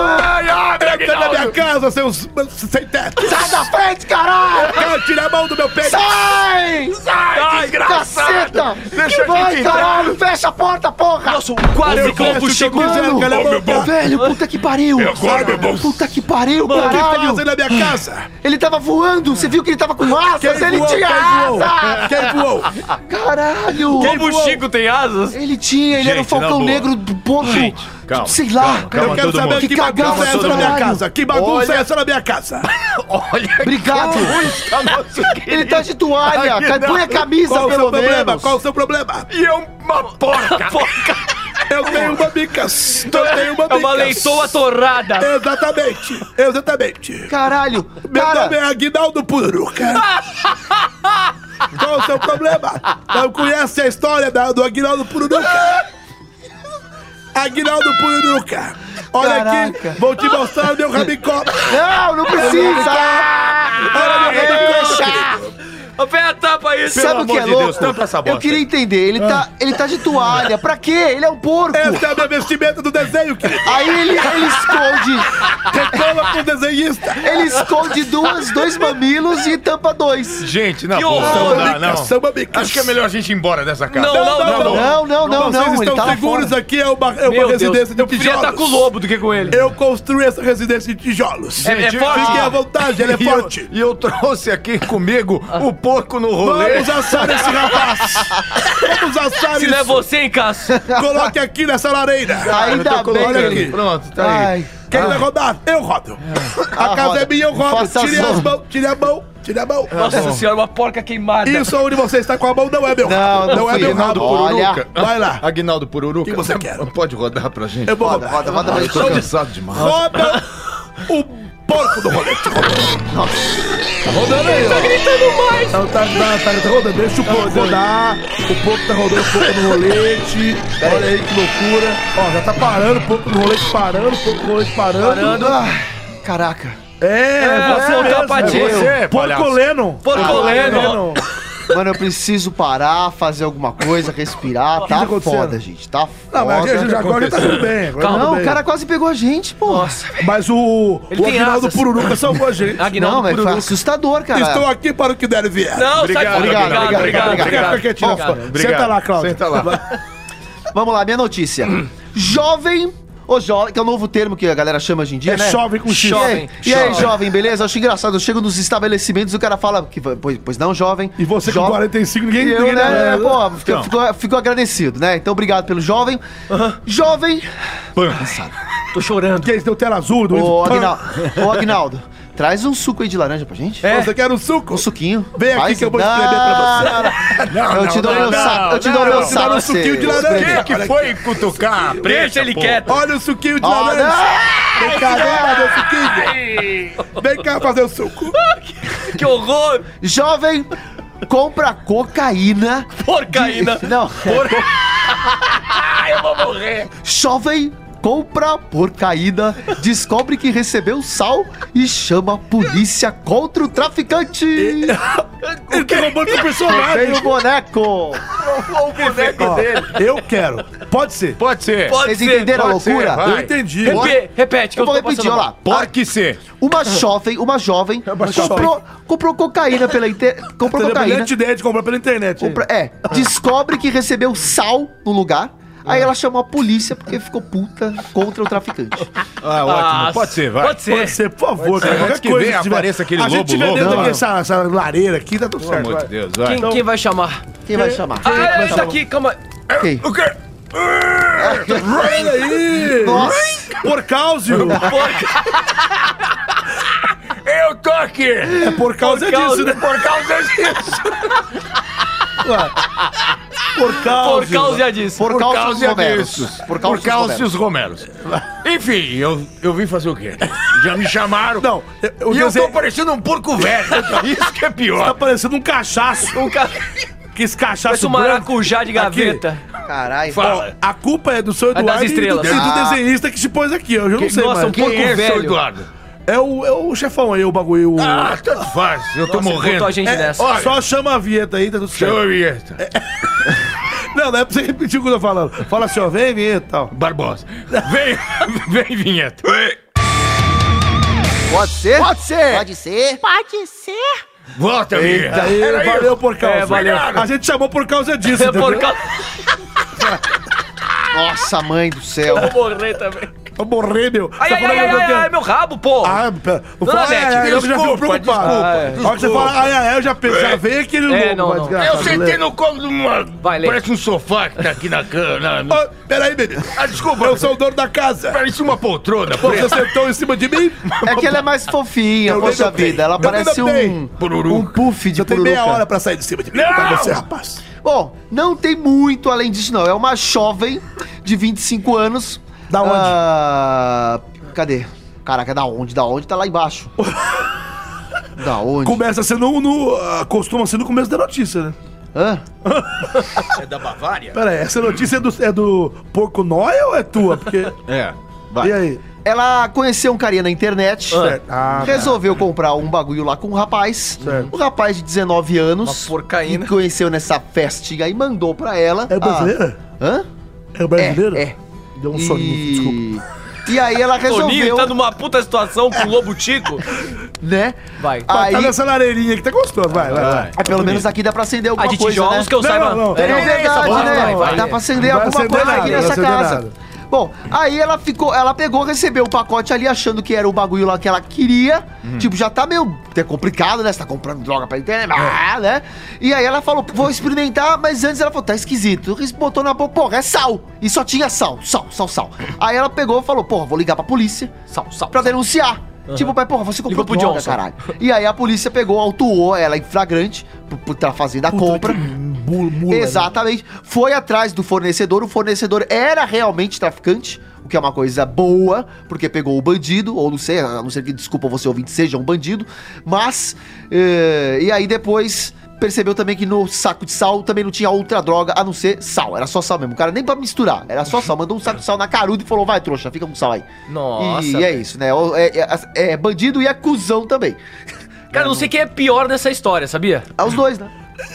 Speaker 1: Entra na minha casa, seus. sem teto!
Speaker 4: Sai É da frente, caralho!
Speaker 1: Cara, tira a mão do meu peito!
Speaker 4: Sai!
Speaker 6: Ai,
Speaker 4: Caceta!
Speaker 6: Deixa eu
Speaker 4: Vai,
Speaker 6: te
Speaker 4: caralho! Fecha a porta, porra!
Speaker 2: Nossa, quase
Speaker 1: Eu
Speaker 2: corpo,
Speaker 1: fecho
Speaker 2: Chico.
Speaker 1: o que eu quiser, cara,
Speaker 6: Ô, meu
Speaker 1: meu
Speaker 6: bom.
Speaker 4: Velho, puta que pariu!
Speaker 6: E agora, meu bom?
Speaker 4: Puta que pariu,
Speaker 1: O que
Speaker 4: caralho!
Speaker 1: fazem na minha casa?
Speaker 4: Ele tava voando, você viu que ele tava com asas? ele
Speaker 1: voou?
Speaker 4: tinha asas!
Speaker 1: Quem voou? Quem voou?
Speaker 4: Caralho!
Speaker 2: Como o Chico tem asas.
Speaker 4: Ele tinha, ele era o
Speaker 5: Gente, na
Speaker 4: Falcão
Speaker 5: boa.
Speaker 4: Negro do Porto.
Speaker 5: Gente, calma,
Speaker 4: sei lá.
Speaker 5: calma,
Speaker 1: Eu quero
Speaker 5: todo
Speaker 1: saber
Speaker 5: mundo.
Speaker 1: que
Speaker 4: Que
Speaker 1: bagunça
Speaker 4: cagada,
Speaker 1: é essa na minha
Speaker 4: caralho.
Speaker 1: casa. Que bagunça é essa na minha casa?
Speaker 4: Obrigado. Ele tá de toalha.
Speaker 5: Ai,
Speaker 4: Cai-
Speaker 5: não.
Speaker 4: põe a camisa,
Speaker 1: Qual o seu
Speaker 4: pelo
Speaker 1: problema?
Speaker 4: menos.
Speaker 1: Qual o seu problema?
Speaker 5: E é uma porca.
Speaker 1: Eu tenho uma bicas. Eu tenho uma
Speaker 2: É uma
Speaker 1: bicas.
Speaker 2: leitoa torrada.
Speaker 1: Exatamente. Exatamente.
Speaker 4: Caralho.
Speaker 1: Meu nome é
Speaker 4: Cara,
Speaker 1: Aguinaldo Puruca. Qual o seu problema? Não conhece a história da- do Aguinaldo Puruca? Aguinaldo Puruca. Olha
Speaker 4: Caraca.
Speaker 1: aqui, vou te mostrar o meu rabicó.
Speaker 4: não, não precisa.
Speaker 6: Ah,
Speaker 1: Olha meu
Speaker 6: é.
Speaker 1: rabicó. é
Speaker 2: Pega a tapa aí.
Speaker 4: Sabe o que
Speaker 5: amor
Speaker 4: é
Speaker 5: de
Speaker 4: louco?
Speaker 5: Deus, tampa essa
Speaker 4: Eu
Speaker 5: bosta.
Speaker 4: queria entender. Ele tá, ele tá de toalha. Pra quê? Ele é um porco.
Speaker 1: Essa é a minha vestimenta do desenho, querido.
Speaker 4: Aí ele, ele esconde.
Speaker 1: Reclama pro desenhista.
Speaker 4: Ele esconde duas, dois mamilos e tampa dois.
Speaker 5: Gente, na
Speaker 2: Que
Speaker 5: boa,
Speaker 2: horror.
Speaker 5: não
Speaker 1: Ah,
Speaker 5: dá, não.
Speaker 1: Samba bicas.
Speaker 5: Acho que é melhor a gente ir embora dessa casa.
Speaker 2: Não, não, não. não.
Speaker 4: Não, não, não,
Speaker 1: Vocês
Speaker 4: não. Ele
Speaker 1: estão
Speaker 4: tá lá
Speaker 1: seguros
Speaker 4: fora.
Speaker 1: aqui, é uma, é uma
Speaker 2: Meu Deus,
Speaker 1: residência
Speaker 2: eu
Speaker 1: de
Speaker 2: preferia
Speaker 1: tijolos.
Speaker 2: estar com o lobo do que com ele.
Speaker 1: Eu construí essa residência de tijolos.
Speaker 2: É- é forte?
Speaker 1: Fiquem à vontade, ele é
Speaker 5: [LAUGHS] E eu-
Speaker 1: forte.
Speaker 5: E eu trouxe aqui comigo o porco no rolê.
Speaker 1: Vamos assar esse rapaz. Vamos assar
Speaker 2: Se
Speaker 1: isso.
Speaker 2: não é você, hein, Cássio?
Speaker 1: Coloque aqui nessa lareira.
Speaker 5: É.
Speaker 4: Ainda bem.
Speaker 1: Olha
Speaker 4: que
Speaker 1: aqui.
Speaker 4: ele-
Speaker 5: Pronto, tá aí.
Speaker 4: Ai.
Speaker 1: Quem vai rodar? Eu rodo. A
Speaker 4: Ah,
Speaker 1: casa é
Speaker 4: roda.
Speaker 1: minha, eu rodo.
Speaker 4: Faça
Speaker 1: Tire
Speaker 4: a
Speaker 1: as
Speaker 4: zona.
Speaker 1: mãos, tire a mão, tire a mão.
Speaker 2: Nossa senhora, uma porca queimada.
Speaker 1: Isso onde você está com a mão não é meu
Speaker 4: Não,
Speaker 1: rabo.
Speaker 4: não
Speaker 1: é
Speaker 4: fui
Speaker 1: meu
Speaker 4: eu, não,
Speaker 1: rabo.
Speaker 4: do Olha.
Speaker 5: Pururuca.
Speaker 1: Vai lá.
Speaker 5: Aguinaldo Pururuca.
Speaker 1: O que você quer?
Speaker 5: Pode rodar pra gente?
Speaker 1: Eu vou
Speaker 4: Roda,
Speaker 1: rodar.
Speaker 4: roda, roda.
Speaker 5: Eu tô
Speaker 4: roda.
Speaker 5: cansado demais.
Speaker 1: Roda o porco do Tá rolete.
Speaker 5: rodando aí,
Speaker 1: Não, tá, tá, tá, tá rodando. Deixa o porco rodar. O porco tá rodando o porco no rolete. Olha aí que loucura. Ó, já tá parando, o porco no rolete parando, o porco no rolete parando.
Speaker 4: Ah, caraca.
Speaker 1: É, você
Speaker 2: você é o
Speaker 1: mesmo,
Speaker 2: Tapatinho.
Speaker 1: você,
Speaker 5: palhaço.
Speaker 1: Porco Lennon.
Speaker 2: Porco Lennon.
Speaker 4: Mano, eu preciso parar, fazer alguma coisa, respirar. Tá
Speaker 1: acontecendo?
Speaker 4: foda, gente. Tá foda.
Speaker 1: Não, mas a gente já agora já tá tudo bem. agora tá
Speaker 4: Não,
Speaker 1: tudo
Speaker 4: o cara quase pegou a gente, pô. Nossa,
Speaker 1: bem. Mas o,
Speaker 2: Ele
Speaker 1: o
Speaker 2: tem
Speaker 1: Aguinaldo
Speaker 2: asas.
Speaker 1: Pururuca salvou a gente.
Speaker 2: Aguinaldo
Speaker 4: não, mas foi
Speaker 2: Pururuca.
Speaker 4: assustador, cara.
Speaker 1: Estou aqui para o que der e vier.
Speaker 2: Não, sai
Speaker 5: Obrigado,
Speaker 2: fora.
Speaker 5: obrigado,
Speaker 2: obrigado,
Speaker 4: obrigado,
Speaker 1: Fica quietinho.
Speaker 2: obrigado.
Speaker 5: Obrigado.
Speaker 1: Senta lá, Cláudio.
Speaker 5: Senta lá.
Speaker 4: Vamos lá, minha notícia. Jovem. Ô, jovem, que é o novo termo que a galera chama hoje em dia,
Speaker 1: É
Speaker 4: né?
Speaker 1: jovem com X.
Speaker 4: Jovem.
Speaker 2: Jovem,
Speaker 4: E aí,
Speaker 2: jovem.
Speaker 4: jovem, beleza? Eu acho engraçado. Eu chego nos estabelecimentos e o cara fala, que, pois, pois não, jovem.
Speaker 1: E você com
Speaker 4: Jovem.
Speaker 1: 45, ninguém...
Speaker 4: Eu,
Speaker 1: ninguém
Speaker 4: né?
Speaker 1: é,
Speaker 4: Pô, fico, fico- fico agradecido, né? Então, obrigado pelo jovem. Jovem.
Speaker 2: Tô chorando.
Speaker 1: Quem é tem o então. tela azul? Do
Speaker 4: Ô, Agnaldo, ô, Agnaldo, traz um suco aí de laranja pra gente.
Speaker 1: É. Você quer um suco?
Speaker 4: Um suquinho.
Speaker 1: Vem aqui que eu vou escrever pra
Speaker 4: você. eu te dou
Speaker 5: não,
Speaker 4: meu
Speaker 5: não,
Speaker 4: saco. Eu te
Speaker 5: não,
Speaker 4: dou meu
Speaker 5: eu te
Speaker 4: saco.
Speaker 1: dou um
Speaker 4: você
Speaker 1: suquinho de laranja.
Speaker 4: espreme.
Speaker 5: Quem é que foi cutucar?
Speaker 2: Deixa ele quieto.
Speaker 1: Olha o suquinho de
Speaker 4: Ó,
Speaker 1: laranja. Vem cá, vem cá, meu suquinho. Vem cá fazer o suco.
Speaker 2: Que horror.
Speaker 4: Jovem, compra cocaína.
Speaker 2: Porcaína.
Speaker 4: Não. [LAUGHS]
Speaker 2: Eu vou morrer.
Speaker 4: Jovem compra porcaína, descobre que recebeu sal e chama a polícia contra o traficante.
Speaker 1: Ele tá roubando seu personagem.
Speaker 4: Tem o boneco.
Speaker 1: o boneco dele. Eu quero. Pode ser.
Speaker 5: Pode ser.
Speaker 4: Vocês entenderam a loucura?
Speaker 5: vai.
Speaker 1: Eu entendi.
Speaker 5: Repe-
Speaker 1: Pode-
Speaker 2: Repete, que eu,
Speaker 4: Eu vou
Speaker 2: tô passando
Speaker 4: repetir, olha
Speaker 2: mal.
Speaker 4: lá.
Speaker 5: Pode ser.
Speaker 4: Uma jovem, É, uma jovem comprou, comprou cocaína pela internet. Comprou
Speaker 1: Teve a
Speaker 4: cocaína.
Speaker 1: brilhante ideia de comprar pela internet.
Speaker 4: né? Compra- é, descobre que recebeu sal no lugar. Aí ela chamou a polícia porque ficou puta contra o traficante.
Speaker 5: Ah, ótimo. pode ser, vai.
Speaker 2: Pode ser.
Speaker 1: Pode ser, por favor,
Speaker 5: ser.
Speaker 1: cara. Qualquer
Speaker 5: Antes que
Speaker 1: coisa
Speaker 5: venha,
Speaker 1: tiver-
Speaker 5: apareça aquele
Speaker 1: A gente
Speaker 5: lobo
Speaker 1: tiver
Speaker 5: louco.
Speaker 1: dentro
Speaker 5: Não,
Speaker 1: aqui,
Speaker 5: não.
Speaker 1: essa, essa lareira aqui, tá tudo
Speaker 5: Pelo
Speaker 1: certo.
Speaker 5: amor
Speaker 1: vai.
Speaker 5: de Deus, vai. Então
Speaker 2: Quem, quem vai chamar?
Speaker 4: Quem vai chamar?
Speaker 2: Ah, ele tá aqui, calma.
Speaker 4: Quem?
Speaker 5: O quê?
Speaker 1: Olha aí!
Speaker 4: Nossa,
Speaker 1: Porcáusio!
Speaker 5: Eu tô aqui!
Speaker 1: É por causa disso, né?
Speaker 2: [LAUGHS] Por causa disso. Por
Speaker 1: Porcáusio!
Speaker 2: causa disso.
Speaker 4: por causa dos
Speaker 5: causa
Speaker 4: Romeros.
Speaker 5: disso. Por causa dos Romeros. Enfim, eu, eu vim fazer o quê? Já me chamaram.
Speaker 1: Não, eu- eu
Speaker 5: e eu
Speaker 1: desenho-
Speaker 5: tô parecendo um porco velho. Isso que é
Speaker 1: Tá
Speaker 5: pior.
Speaker 1: parecendo um cachaço.
Speaker 2: Um ca-
Speaker 1: Que esse
Speaker 2: Parece
Speaker 1: cachaço
Speaker 2: um maracujá de
Speaker 1: Aqui.
Speaker 2: gaveta.
Speaker 4: Caralho.
Speaker 5: Fala.
Speaker 1: A culpa é do seu
Speaker 2: das
Speaker 1: Eduardo e do,
Speaker 2: estrelas. Ah.
Speaker 1: e do desenhista que te pôs aqui. Eu já não sei,
Speaker 2: nossa,
Speaker 1: mano.
Speaker 2: um porco
Speaker 5: Quem é, seu
Speaker 2: velho.
Speaker 5: Eduardo?
Speaker 1: É o, é o chefão aí, o bagulho. o-
Speaker 5: Ah, tanto faz. Eu tô
Speaker 2: Nossa,
Speaker 5: morrendo.
Speaker 2: botou a gente
Speaker 1: É,
Speaker 2: nessa.
Speaker 1: olha, só chama a vinheta aí, tá tudo certo.
Speaker 5: Seu Vieta.
Speaker 1: Não, não é pra você repetir o que eu tô falando. Fala assim, ó, vem vinheta e tal.
Speaker 5: Barbosa. Vem, [LAUGHS] vem, vinheta.
Speaker 4: Pode ser? Pode ser.
Speaker 9: Pode ser?
Speaker 3: Pode ser?
Speaker 5: Volta, vinheta.
Speaker 1: Aí,
Speaker 5: Era
Speaker 1: valeu
Speaker 5: isso.
Speaker 1: por causa.
Speaker 2: É, valeu.
Speaker 1: A gente chamou por causa disso.
Speaker 2: É por
Speaker 1: entendeu?
Speaker 2: causa.
Speaker 4: Nossa, mãe do céu.
Speaker 2: Vou morrer também.
Speaker 1: Vou morrer, meu.
Speaker 2: Ai,
Speaker 1: Tá
Speaker 2: ai,
Speaker 1: falando
Speaker 2: ai, ai,
Speaker 1: meu
Speaker 2: ai,
Speaker 1: Deus.
Speaker 2: ai, meu rabo, pô.
Speaker 1: Ah, pera. O
Speaker 2: Dona
Speaker 1: ai, ai, ai,
Speaker 2: Beth,
Speaker 1: eu já fico
Speaker 5: desculpa,
Speaker 1: preocupado.
Speaker 5: desculpa,
Speaker 1: Olha que você
Speaker 5: desculpa.
Speaker 1: fala, ai, ai, ai, eu já pensei, já veio aquele louco,
Speaker 2: É, não,
Speaker 1: mas
Speaker 2: não.
Speaker 1: graças
Speaker 5: Eu
Speaker 1: a Deus.
Speaker 5: sentei no colo de uma.
Speaker 2: Vai, Lê.
Speaker 5: Parece um sofá que tá aqui na cama. na-
Speaker 1: [LAUGHS] Ô, peraí, bebê.
Speaker 5: Ah, desculpa.
Speaker 1: Eu sou o dono da casa.
Speaker 5: Parece uma poltrona.
Speaker 1: Pô,
Speaker 5: preta.
Speaker 1: Você sentou em cima de mim?
Speaker 4: É que ela é mais fofinha,
Speaker 1: Eu
Speaker 4: poxa
Speaker 1: lembro bem.
Speaker 4: vida. Ela
Speaker 1: Eu lembro
Speaker 4: parece
Speaker 1: bem.
Speaker 4: um,
Speaker 5: Pururuca.
Speaker 4: um puff de
Speaker 1: Você tem meia
Speaker 4: pururuca.
Speaker 1: hora pra sair de cima de mim.
Speaker 5: Não!
Speaker 1: Pra você, rapaz.
Speaker 4: Bom, não tem muito além disso, não. É uma jovem de 25 anos.
Speaker 1: Da onde?
Speaker 4: Ah, cadê? Caraca, da onde? Da onde? Tá lá embaixo.
Speaker 1: [LAUGHS]
Speaker 4: da onde?
Speaker 1: Começa sendo no. ah, Costuma ser no começo da notícia, né?
Speaker 4: Hã?
Speaker 5: É da Bavária?
Speaker 1: Pera aí, essa notícia é do, é do Porco Noia ou é tua? Porque.
Speaker 5: É.
Speaker 1: E aí?
Speaker 4: Ela conheceu um carinha na internet.
Speaker 1: Certo. Ah,
Speaker 4: resolveu comprar um bagulho lá com um rapaz.
Speaker 1: Certo.
Speaker 4: Um rapaz de 19 anos.
Speaker 2: Uma porcaína.
Speaker 4: Que conheceu nessa festinha e mandou pra ela.
Speaker 1: É
Speaker 4: Ah,
Speaker 1: brasileira?
Speaker 4: hã?
Speaker 1: É brasileira?
Speaker 4: É, é.
Speaker 1: Deu um soninho aqui, desculpa.
Speaker 4: E aí ela
Speaker 2: Toninho
Speaker 4: resolveu,
Speaker 2: tá numa puta situação com o Lobo
Speaker 4: [LAUGHS]
Speaker 2: Tico.
Speaker 4: né?
Speaker 2: Vai.
Speaker 4: Aí,
Speaker 1: Tá nessa lareirinha aqui, tá gostoso. Vai, vai, vai.
Speaker 4: ah, pelo menos aqui dá pra acender alguma
Speaker 2: Ah, de
Speaker 4: coisa,
Speaker 2: tijolos
Speaker 4: né?
Speaker 2: que eu
Speaker 1: Não,
Speaker 2: saiba.
Speaker 1: não,
Speaker 4: É verdade,
Speaker 2: vai,
Speaker 4: né?
Speaker 2: vai, vai.
Speaker 4: Dá pra acender
Speaker 1: Não vai
Speaker 4: alguma
Speaker 1: acender
Speaker 4: coisa
Speaker 1: nada,
Speaker 4: aqui
Speaker 1: não vai
Speaker 4: nessa
Speaker 1: acender
Speaker 4: casa.
Speaker 1: nada.
Speaker 4: Bom, aí ela ficou, ela pegou, recebeu o pacote ali, achando que era o bagulho lá que ela queria.
Speaker 1: Uhum.
Speaker 4: Tipo, já tá meio é complicado, né? Você tá comprando droga pra internet,
Speaker 1: É.
Speaker 4: ah, né? E aí ela falou, vou experimentar, mas antes ela falou, tá esquisito. Botou na boca, porra, é sal. E só tinha sal, sal, sal, sal. Aí ela pegou e falou, porra, vou ligar pra polícia
Speaker 2: Sal, sal.
Speaker 4: pra denunciar. Tipo, mas porra, você
Speaker 2: Ligou
Speaker 4: comprou
Speaker 2: pro
Speaker 4: droga,
Speaker 2: Johnson.
Speaker 4: caralho. E aí a polícia pegou, autuou ela em flagrante por- por estar fazendo a compra.
Speaker 1: né?
Speaker 4: Exatamente. Foi atrás do fornecedor, o fornecedor era realmente traficante. O que é uma coisa boa, porque pegou o bandido, ou não sei, a não ser que, desculpa, você ouvinte, seja um bandido, mas. eh, e aí depois percebeu também que no saco de sal também não tinha outra droga a não ser sal, era só sal mesmo, o cara nem pra misturar, era só sal. Mandou um saco de sal na caruda e falou: vai, trouxa, fica com sal aí.
Speaker 2: Nossa,
Speaker 4: E, é
Speaker 2: velho.
Speaker 4: isso, né? O- É, é- é bandido e é cuzão também.
Speaker 2: Cara, não sei quem é pior nessa história, sabia?
Speaker 4: É os dois, né?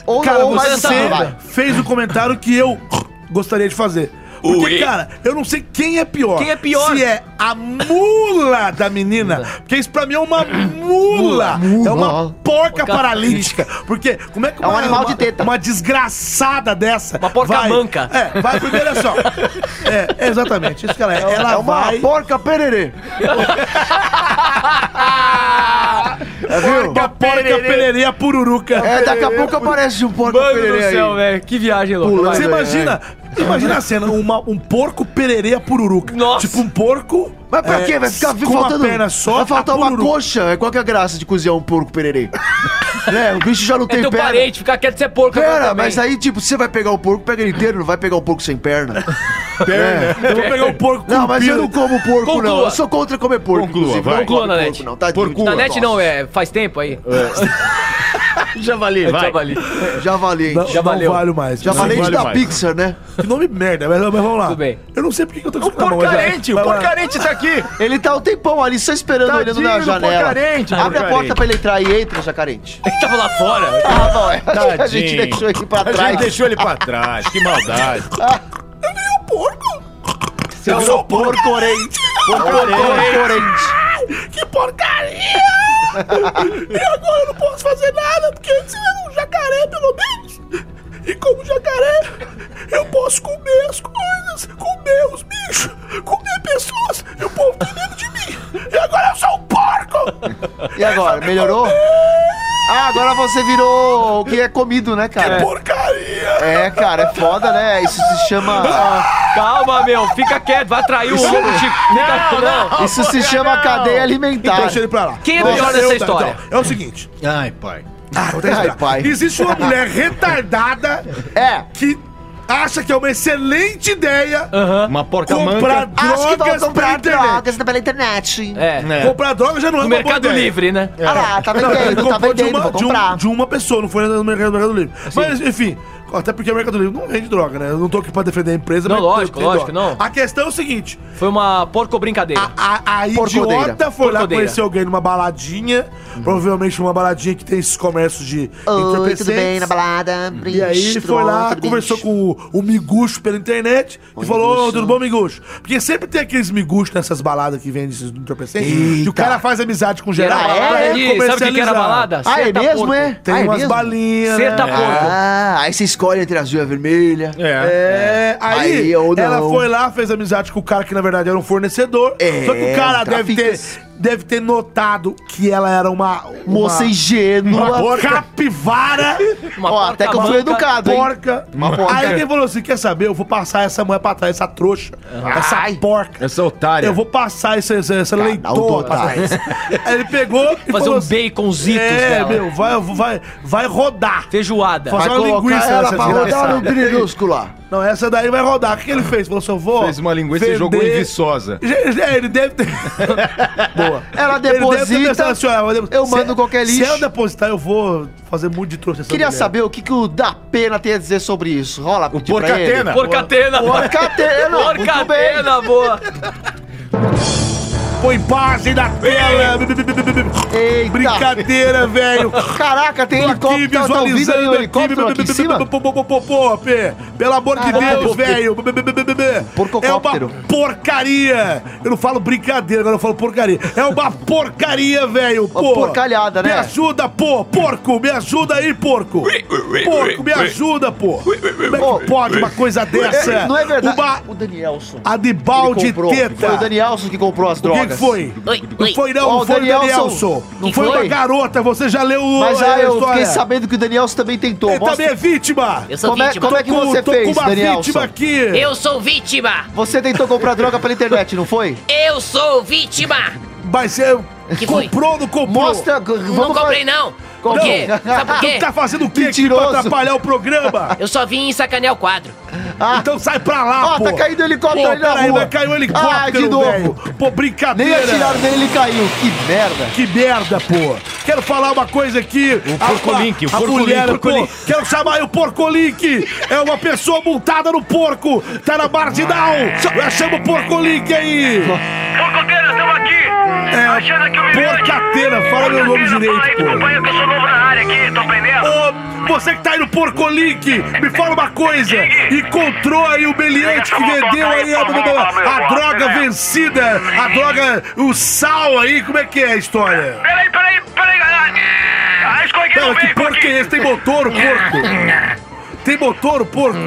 Speaker 4: Ou,
Speaker 1: Cara,
Speaker 4: ou mais
Speaker 1: você tá
Speaker 4: um, vai.
Speaker 1: fez o comentário que eu gostaria de fazer. Porque,
Speaker 6: Ui.
Speaker 1: cara, eu não sei quem é pior.
Speaker 2: Quem é pior?
Speaker 1: Se é a mula da menina, porque isso pra mim é uma mula.
Speaker 4: Mula.
Speaker 1: É uma porca
Speaker 2: Porca
Speaker 1: paralítica. Porque como é que
Speaker 4: É um
Speaker 1: uma,
Speaker 4: animal
Speaker 1: uma-
Speaker 4: de teta.
Speaker 1: Uma desgraçada dessa.
Speaker 2: Uma porca
Speaker 1: vai-
Speaker 2: manca.
Speaker 1: É, vai primeiro é
Speaker 4: [LAUGHS]
Speaker 1: só. É, exatamente. Isso que ela é. Ela
Speaker 4: é uma
Speaker 1: vai.
Speaker 4: porca pererê. é, viu?
Speaker 1: Uma porca perereia pururuca.
Speaker 4: É, daqui a pouco aparece um porca
Speaker 2: Mano do
Speaker 4: pererê
Speaker 2: céu,
Speaker 4: aí.
Speaker 2: velho. Que viagem louca.
Speaker 1: Você
Speaker 4: Ai,
Speaker 1: imagina, imagina a cena, uma- um porco perereia pururuca.
Speaker 2: Nossa.
Speaker 1: Tipo um porco.
Speaker 4: Mas pra
Speaker 1: é,
Speaker 4: quê? Vai ficar
Speaker 1: com
Speaker 4: faltando...
Speaker 1: uma perna só. tá
Speaker 4: vai faltar
Speaker 1: a
Speaker 4: uma
Speaker 1: pururuca.
Speaker 4: coxa. É Qual que é a graça de cozinhar um porco pererê? né? O bicho já não
Speaker 2: É
Speaker 4: tem
Speaker 2: teu
Speaker 4: perna.
Speaker 2: parente, ficar quieto, você é porco. agora
Speaker 4: Pera,
Speaker 2: também.
Speaker 4: mas aí, tipo, você vai pegar o porco, pega ele inteiro, não vai pegar o porco sem perna. Perna.
Speaker 1: Eu vou pegar um porco com
Speaker 4: Não, mas eu não como porco, não.
Speaker 2: Conclua.
Speaker 4: Eu sou contra comer porco.
Speaker 5: Conclua,
Speaker 4: inclusive.
Speaker 5: vai.
Speaker 4: Não tá come
Speaker 2: Conclua,
Speaker 4: porco,
Speaker 2: Nanete.
Speaker 4: não. é. Tadinho de
Speaker 5: Porcua.
Speaker 2: Na
Speaker 4: porco.
Speaker 2: net não, é. Faz tempo aí.
Speaker 9: Javali, vai.
Speaker 2: Javali.
Speaker 1: Tá
Speaker 4: Javali.
Speaker 1: Não,
Speaker 4: Já
Speaker 1: já
Speaker 4: valeu.
Speaker 1: valeu. não valho mais.
Speaker 4: Já
Speaker 1: Não
Speaker 4: falei
Speaker 1: valho
Speaker 4: da
Speaker 1: mais.
Speaker 4: Pixar, né?
Speaker 1: Que nome merda, mas, mas vamos lá.
Speaker 2: Tudo bem. É um
Speaker 1: Eu não sei por que que eu tô com isso na mão, mas vai.
Speaker 9: Porcarente, o
Speaker 1: Vai lá.
Speaker 9: porcarente tá
Speaker 1: [LAUGHS]
Speaker 9: aqui.
Speaker 4: Ele tá o tempão ali, só esperando,
Speaker 9: Tadinho
Speaker 4: olhando na
Speaker 9: do
Speaker 4: janela.
Speaker 9: porcarente,
Speaker 4: Abre a
Speaker 9: porcarente.
Speaker 4: porta pra ele entrar e entra, jacarente.
Speaker 2: Ele
Speaker 1: tá
Speaker 2: tava lá fora.
Speaker 4: Ah, bom, é. [LAUGHS] A gente
Speaker 9: Tadinho.
Speaker 4: deixou ele pra
Speaker 5: A gente
Speaker 4: trás.
Speaker 5: deixou ele pra trás, que maldade.
Speaker 4: Eu sou porcorente. Porcorente.
Speaker 1: Que porcaria! e agora eu não posso fazer nada, porque antes eu era um jacaré, pelo menos. E como jacaré, eu posso comer as coisas, comer os bichos, comer pessoas, e o povo tem medo de mim. E agora eu sou um porco!
Speaker 4: E agora, melhorou? Ah, agora você virou o que é comido, né, cara?
Speaker 1: Porcaria!
Speaker 4: É, cara, é foda, né? Isso se chama.
Speaker 2: Calma, meu. Fica quieto. Vai atrair o
Speaker 1: é
Speaker 2: homem de... Fica- Não,
Speaker 1: Ah,
Speaker 4: Isso se chama cadeia alimentar.
Speaker 1: Deixa ele pra lá.
Speaker 2: Quem é
Speaker 1: Não,
Speaker 2: melhor nessa
Speaker 1: eu- então,
Speaker 2: história?
Speaker 1: é o seguinte.
Speaker 9: Ai, pai.
Speaker 1: Ah, vou até
Speaker 4: Ai,
Speaker 1: explicar.
Speaker 4: pai.
Speaker 1: Existe uma mulher retardada
Speaker 4: É.
Speaker 1: que acha que é uma excelente ideia
Speaker 5: Uma
Speaker 2: Tá
Speaker 5: porca
Speaker 1: comprar
Speaker 5: manca.
Speaker 4: Ah, Acho que vão
Speaker 1: drogas pela
Speaker 4: comprar
Speaker 1: internet.
Speaker 4: drogas pela internet.
Speaker 2: É.
Speaker 9: É.
Speaker 1: Comprar droga já não é
Speaker 2: No
Speaker 1: uma boa
Speaker 2: Mercado
Speaker 1: ideia.
Speaker 2: Livre, né?
Speaker 4: Ah lá, tá
Speaker 1: Não, ele
Speaker 4: vendendo, tá
Speaker 1: comprou de
Speaker 4: vendendo,
Speaker 1: uma,
Speaker 4: vou
Speaker 1: de, um-
Speaker 4: comprar.
Speaker 1: de uma pessoa, não foi no mercado, no mercado livre. Mas, enfim, até porque o Mercado Livre não vende droga, né? Eu não tô aqui pra defender a empresa,
Speaker 2: Não,
Speaker 1: mas
Speaker 2: lógico,
Speaker 1: tem droga.
Speaker 2: lógico, não.
Speaker 1: A questão é o seguinte:
Speaker 2: Foi uma porco
Speaker 1: Ah,
Speaker 2: brincadeira.
Speaker 1: a, a
Speaker 4: Porcodeira. Uhum.
Speaker 1: idiota foi lá
Speaker 2: Porcodeira.
Speaker 1: conhecer alguém numa baladinha, provavelmente uma baladinha que tem esses comércios de
Speaker 4: Oi, tudo
Speaker 1: entorpecentes.
Speaker 4: bem? Na balada.
Speaker 1: um E aí foi lá, conversou com o, o Miguxo pela internet e falou, ô, tudo bom, Miguxo? Porque sempre tem aqueles Miguxo nessas baladas que vendem esses entorpecentes e o cara faz amizade com geral.
Speaker 2: Era
Speaker 1: pra
Speaker 2: balada de- sabe o que que era
Speaker 1: comercializar.
Speaker 2: balada?
Speaker 4: Ah, é
Speaker 2: Seta
Speaker 4: mesmo,
Speaker 2: porco.
Speaker 4: é?
Speaker 1: Tem
Speaker 4: ah, é
Speaker 1: umas
Speaker 4: mesmo?
Speaker 1: balinhas, né?
Speaker 2: Seta porco.
Speaker 4: Ah, aí você escolhe entre azul e a vermelha.
Speaker 1: É,
Speaker 5: É.
Speaker 1: aí,
Speaker 4: Aí ou não.
Speaker 1: ela foi lá, fez amizade com o cara que na verdade era um fornecedor.
Speaker 4: É,
Speaker 1: só que o cara
Speaker 4: um
Speaker 1: deve ter,
Speaker 4: traficante.
Speaker 1: deve ter notado que ela era uma, uma
Speaker 4: Moça ingênua.
Speaker 1: uma capivara,
Speaker 2: Uma
Speaker 4: Ó, até que eu fui
Speaker 2: porca-manca.
Speaker 4: educado, hein?
Speaker 1: porca.
Speaker 4: Uma porca.
Speaker 1: Aí ele falou assim: quer saber? Eu vou passar essa mulher pra trás, essa trouxa, essa porca.
Speaker 5: Essa otária.
Speaker 1: Eu vou passar essa, essa, essa
Speaker 4: Canal um do
Speaker 1: leitoa pra
Speaker 4: otário.
Speaker 1: trás. Aí ele pegou e
Speaker 2: Fazer
Speaker 1: falou
Speaker 2: um
Speaker 1: assim,
Speaker 2: baconzitos
Speaker 1: É,
Speaker 2: dela.
Speaker 1: meu, vai, vai, vai rodar.
Speaker 2: Feijoada.
Speaker 1: Fazer
Speaker 4: Vai
Speaker 1: uma
Speaker 4: colocar
Speaker 1: linguiça
Speaker 4: ela
Speaker 1: nessa
Speaker 4: pra rodar
Speaker 1: desgraçada.
Speaker 4: no brilhusco lá.
Speaker 1: Não, essa daí vai rodar. O que que ele fez? Falou, assim, seu vó.
Speaker 5: Fez uma linguiça e jogou em viçosa.
Speaker 1: É, ele deve
Speaker 4: [LAUGHS]
Speaker 1: ter. Boa.
Speaker 4: Ela
Speaker 1: Ele deve ter
Speaker 4: deposita,
Speaker 1: pensado assim, olha, depo-
Speaker 4: eu
Speaker 1: se-
Speaker 4: mando qualquer lixo.
Speaker 1: Se eu depositar, eu vou fazer muito de trouxa. essa
Speaker 4: Queria
Speaker 1: mulher.
Speaker 4: saber o que, que o da pena tem a dizer sobre isso. Rola,
Speaker 5: O
Speaker 4: pedir pra
Speaker 5: porcatena.
Speaker 4: ele.
Speaker 2: Porcatena. [LAUGHS]
Speaker 4: Porcatena, muito
Speaker 2: Porcatena, boa.
Speaker 1: Põe base na tela.
Speaker 4: Eita.
Speaker 1: Brincadeira, velho.
Speaker 4: Caraca, tem
Speaker 1: Aqui
Speaker 4: [LAUGHS] helicóptero, tá, tá ouvindo aí o helicóptero aqui em cima?
Speaker 1: Pô, pô, pô, pô, pô, Pê. Pelo amor de
Speaker 4: Caralho.
Speaker 1: Deus, velho. É
Speaker 4: Porcocóptero.
Speaker 1: uma porcaria. Eu não falo brincadeira, agora eu falo porcaria. É uma porcaria, velho. Pô.
Speaker 4: porcalhada, né?
Speaker 1: Me ajuda, pô. Porco, me ajuda aí, porco. Porco, me ajuda, pô. Como é que pode uma coisa dessa?
Speaker 4: É, não é verdade.
Speaker 1: Uma
Speaker 4: O Danielson.
Speaker 1: adibal de
Speaker 4: comprou.
Speaker 1: teta.
Speaker 4: Foi o Danielson que comprou as
Speaker 1: O
Speaker 4: drogas.
Speaker 1: que que foi?
Speaker 8: Oi,
Speaker 1: Não
Speaker 8: oi.
Speaker 1: foi não,
Speaker 4: Ó,
Speaker 1: não
Speaker 4: o
Speaker 1: foi o
Speaker 4: Danielson.
Speaker 1: Danielson. Não
Speaker 4: Que
Speaker 1: foi uma
Speaker 4: foi?
Speaker 1: garota, você já leu o-
Speaker 4: Mas
Speaker 1: a
Speaker 4: aí eu
Speaker 1: história.
Speaker 4: fiquei sabendo que o Danielson também tentou.
Speaker 1: Ele
Speaker 4: Mostra-
Speaker 1: também é vítima.
Speaker 8: Eu sou
Speaker 4: como, é,
Speaker 8: vítima.
Speaker 4: como é que
Speaker 1: Tô com-
Speaker 4: você
Speaker 1: tô
Speaker 4: fez,
Speaker 1: com uma
Speaker 4: Danielson?
Speaker 1: vítima aqui.
Speaker 8: Eu sou vítima.
Speaker 4: Você tentou comprar droga pela internet, não foi?
Speaker 8: Eu sou vítima.
Speaker 1: Mas é...
Speaker 8: Que foi?
Speaker 1: comprou ou não comprou?
Speaker 4: Mostra.
Speaker 8: Não comprei, não. Por quê?
Speaker 4: Não.
Speaker 8: Sabe por
Speaker 1: Tu
Speaker 8: quê?
Speaker 1: tá fazendo o quê aqui pra
Speaker 4: Mentiroso.
Speaker 1: atrapalhar o programa?
Speaker 8: Eu só vim sacanear o quadro.
Speaker 4: [LAUGHS] Ah,
Speaker 1: Então sai pra lá,
Speaker 4: Ó,
Speaker 1: pô.
Speaker 4: tá caindo helicóptero
Speaker 1: Pô,
Speaker 4: ali na
Speaker 1: peraí,
Speaker 4: rua.
Speaker 1: vai cair um helicóptero,
Speaker 4: Ah, de novo.
Speaker 1: velho. Pô,
Speaker 4: nem
Speaker 1: brincadeira.
Speaker 4: atiraram nele, ele caiu. Que merda.
Speaker 1: Que merda, pô! Quero falar uma coisa aqui. O
Speaker 5: Porcolink, o
Speaker 1: a,
Speaker 5: Porcolink,
Speaker 1: mulher,
Speaker 5: Porcolink.
Speaker 1: pô, quero chamar aí o Porcolink. É uma pessoa multada no porco. Tá na marginal. Eu chamo o Porcolink aí.
Speaker 11: Porcoteira, estamos aqui! Tá Achando que o menino aqui-
Speaker 1: É, Porcateira, fala meu nome
Speaker 11: Porcateira,
Speaker 1: direito,
Speaker 11: fala aí,
Speaker 1: pô.
Speaker 11: companheiro, que eu sou novo na área aqui, tô aprendendo.
Speaker 1: Ô, você que tá aí no Porcolink, me fala uma coisa. Encontrou aí o meliante que vendeu aí a, a- a droga vencida, a droga, o sal aí. Como é que é a história?
Speaker 11: Peraí, peraí, peraí, galera! Ah, escolha aqui
Speaker 1: Não,
Speaker 11: no
Speaker 1: que
Speaker 11: meio,
Speaker 1: porco
Speaker 11: aqui.
Speaker 1: é esse? Tem motor, o porco? Tem motor, o porco?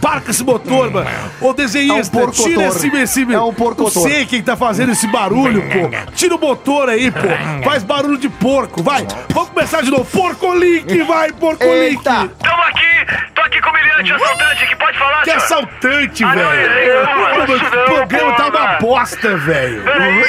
Speaker 1: Parca esse motor, mano. Ô, desenhista,
Speaker 4: É um porcotor.
Speaker 1: tira esse... esse
Speaker 4: É um porcotor.
Speaker 1: Não sei quem tá fazendo esse barulho, pô. Tira o motor aí, pô. Faz barulho de porco, vai. Vamos começar de novo. Porco Link, vai, porco Link.
Speaker 4: Eita.
Speaker 11: Tamo aqui, tô aqui com o milhante assaltante que pode falar,
Speaker 1: Que
Speaker 11: senhor?
Speaker 1: assaltante,
Speaker 11: Ah, não,
Speaker 1: velho.
Speaker 11: não, não,
Speaker 1: Pô,
Speaker 11: isso
Speaker 1: O
Speaker 11: não,
Speaker 1: programa tá
Speaker 11: porra.
Speaker 1: uma bosta, velho.
Speaker 11: Peraí,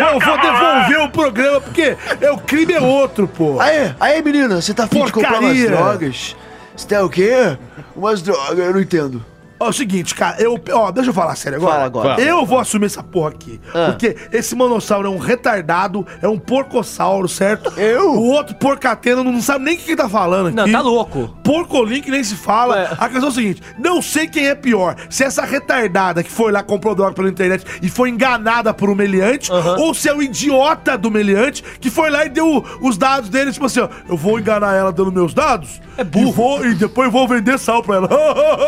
Speaker 1: Bom, eu vou
Speaker 11: tava lá.
Speaker 1: devolver o programa, porque é, o crime é outro, pô.
Speaker 4: Aê, aê, menina, você tá afim de comprar umas
Speaker 1: Porcaria.
Speaker 4: drogas? Você tem o quê? Umas drogas, eu não entendo.
Speaker 1: Ó, é o seguinte, cara, eu. Ó, deixa eu falar sério agora.
Speaker 4: Fala agora.
Speaker 1: Eu vou assumir essa porra aqui.
Speaker 4: Ah.
Speaker 1: Porque esse manossauro é um retardado, é um porcossauro, certo? Eu? O outro porcateno não sabe nem o que que tá falando aqui.
Speaker 2: Não, tá louco.
Speaker 1: Porcolink nem se fala. A questão é o seguinte: não sei quem é pior. Se essa retardada que foi lá, comprou droga pela internet e foi enganada por um meliante, ou se é o idiota do meliante que foi lá e deu os dados dele, tipo assim, ó, eu vou enganar ela dando meus dados. É burro. E, vou- e depois vou vender sal pra ela. [LAUGHS]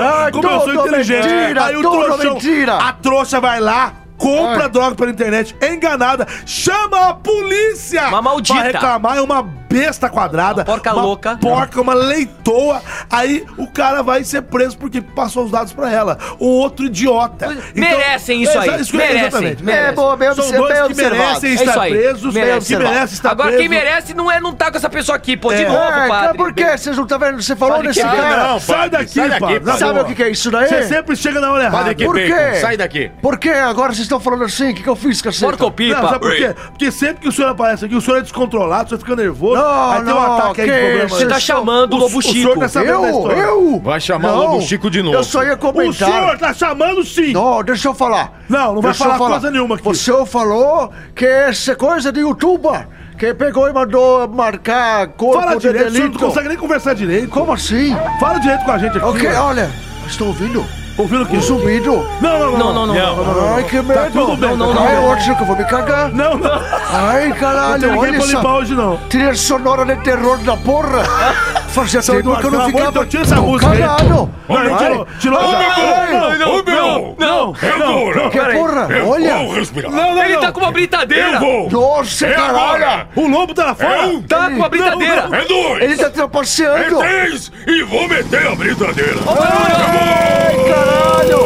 Speaker 4: Ah,
Speaker 1: Como eu sou
Speaker 4: tudo
Speaker 1: inteligente.
Speaker 4: mentira,
Speaker 1: Aí o
Speaker 4: tudo
Speaker 1: trouxão,
Speaker 4: mentira.
Speaker 1: a trouxa vai lá. Compra droga pela internet, é enganada, chama a polícia! Uma
Speaker 2: maldita.
Speaker 1: Pra reclamar, é uma besta quadrada. porca
Speaker 2: louca.
Speaker 1: porca, uma leitoa. Aí o cara vai ser preso porque passou os dados pra ela. O outro idiota. Então,
Speaker 2: Merecem isso aí,
Speaker 1: exa- que-
Speaker 2: merecem,
Speaker 1: exatamente.
Speaker 2: merecem. É, boa, bem
Speaker 1: São
Speaker 2: observ-
Speaker 1: dois
Speaker 2: bem
Speaker 1: que
Speaker 2: observado.
Speaker 1: merecem
Speaker 2: É
Speaker 1: estar
Speaker 2: isso aí,
Speaker 1: presos,
Speaker 2: bem
Speaker 1: que
Speaker 2: observado.
Speaker 1: merece estar
Speaker 2: Agora,
Speaker 1: preso.
Speaker 2: quem merece não é não tá com essa pessoa aqui, pô. De
Speaker 1: É.
Speaker 2: novo,
Speaker 1: É,
Speaker 2: padre.
Speaker 4: tá, Por quê? Vocês não estão vendo? Você falou
Speaker 2: Padre,
Speaker 4: nesse
Speaker 2: que
Speaker 4: cara.
Speaker 2: não,
Speaker 1: Sai daqui,
Speaker 4: Sai daqui,
Speaker 1: padre.
Speaker 4: padre. Sabe o que que é isso daí?
Speaker 1: Você sempre chega na hora errada.
Speaker 4: Padre, que bacon, sai daqui. Por que agora vocês estão falando assim? O que, que eu fiz, cacete?
Speaker 1: Não, sabe por quê? Porque sempre que o senhor aparece aqui, o senhor é descontrolado, o senhor fica nervoso,
Speaker 4: Não,
Speaker 1: aí tem um
Speaker 4: não,
Speaker 1: ataque aí de
Speaker 4: que
Speaker 1: problema.
Speaker 4: isso? Você tá
Speaker 2: chamando o Lobo
Speaker 1: O
Speaker 2: Chico.
Speaker 1: senhor tá sabendo da
Speaker 4: Eu?
Speaker 1: história.
Speaker 4: Eu?
Speaker 5: Vai chamar
Speaker 4: Não,
Speaker 5: o Lobo Chico de novo.
Speaker 4: Eu só ia
Speaker 1: O
Speaker 4: comentar.
Speaker 1: senhor tá chamando sim.
Speaker 4: Não, deixa eu falar.
Speaker 1: Não, não vai
Speaker 4: Deixa eu
Speaker 1: falar coisa nenhuma aqui.
Speaker 4: O senhor falou que essa coisa de youtuber que pegou e mandou marcar corpo
Speaker 1: Fala
Speaker 4: de
Speaker 1: direito, o senhor
Speaker 4: delito.
Speaker 1: não consegue nem conversar direito.
Speaker 4: Como assim?
Speaker 1: Fala direito com a gente aqui.
Speaker 4: Ok,
Speaker 1: ó.
Speaker 4: olha, estou ouvindo.
Speaker 1: Ouvindo o quê?
Speaker 4: Um zumbido.
Speaker 1: Não, não, não.
Speaker 2: Não, não, não, não,
Speaker 4: Ai, que medo.
Speaker 1: Tá tudo bem, tá tudo
Speaker 4: Ai,
Speaker 1: bem.
Speaker 4: hoje É que eu vou me cagar.
Speaker 1: Não, não.
Speaker 4: Ai,
Speaker 1: Não tem
Speaker 4: caralho,
Speaker 1: ninguém
Speaker 4: olha
Speaker 1: pra
Speaker 4: essa
Speaker 1: limpar hoje, não.
Speaker 4: trilha sonora de terror da porra. Fazia
Speaker 1: Seu
Speaker 4: tempo
Speaker 1: Eduardo,
Speaker 4: que eu
Speaker 1: pelo
Speaker 4: não
Speaker 1: amor de
Speaker 4: ficava
Speaker 1: Deus, tira essa
Speaker 4: tão
Speaker 1: música aí.
Speaker 4: cagado.
Speaker 1: Não,
Speaker 4: Ai,
Speaker 1: tirou, tirou.
Speaker 4: ai,
Speaker 1: já.
Speaker 4: ai,
Speaker 2: Não, não, não, não.
Speaker 4: Que
Speaker 2: Peraí.
Speaker 4: porra, olha.
Speaker 1: Não, não, não.
Speaker 2: Ele tá com uma brincadeira.
Speaker 4: Nossa,
Speaker 1: É
Speaker 4: caralho.
Speaker 1: O lobo tá lá fora.
Speaker 6: É?
Speaker 2: Tá com uma brincadeira.
Speaker 1: Não, não.
Speaker 4: Ele tá trapaceando.
Speaker 6: E vou meter a brincadeira.
Speaker 4: Caralho.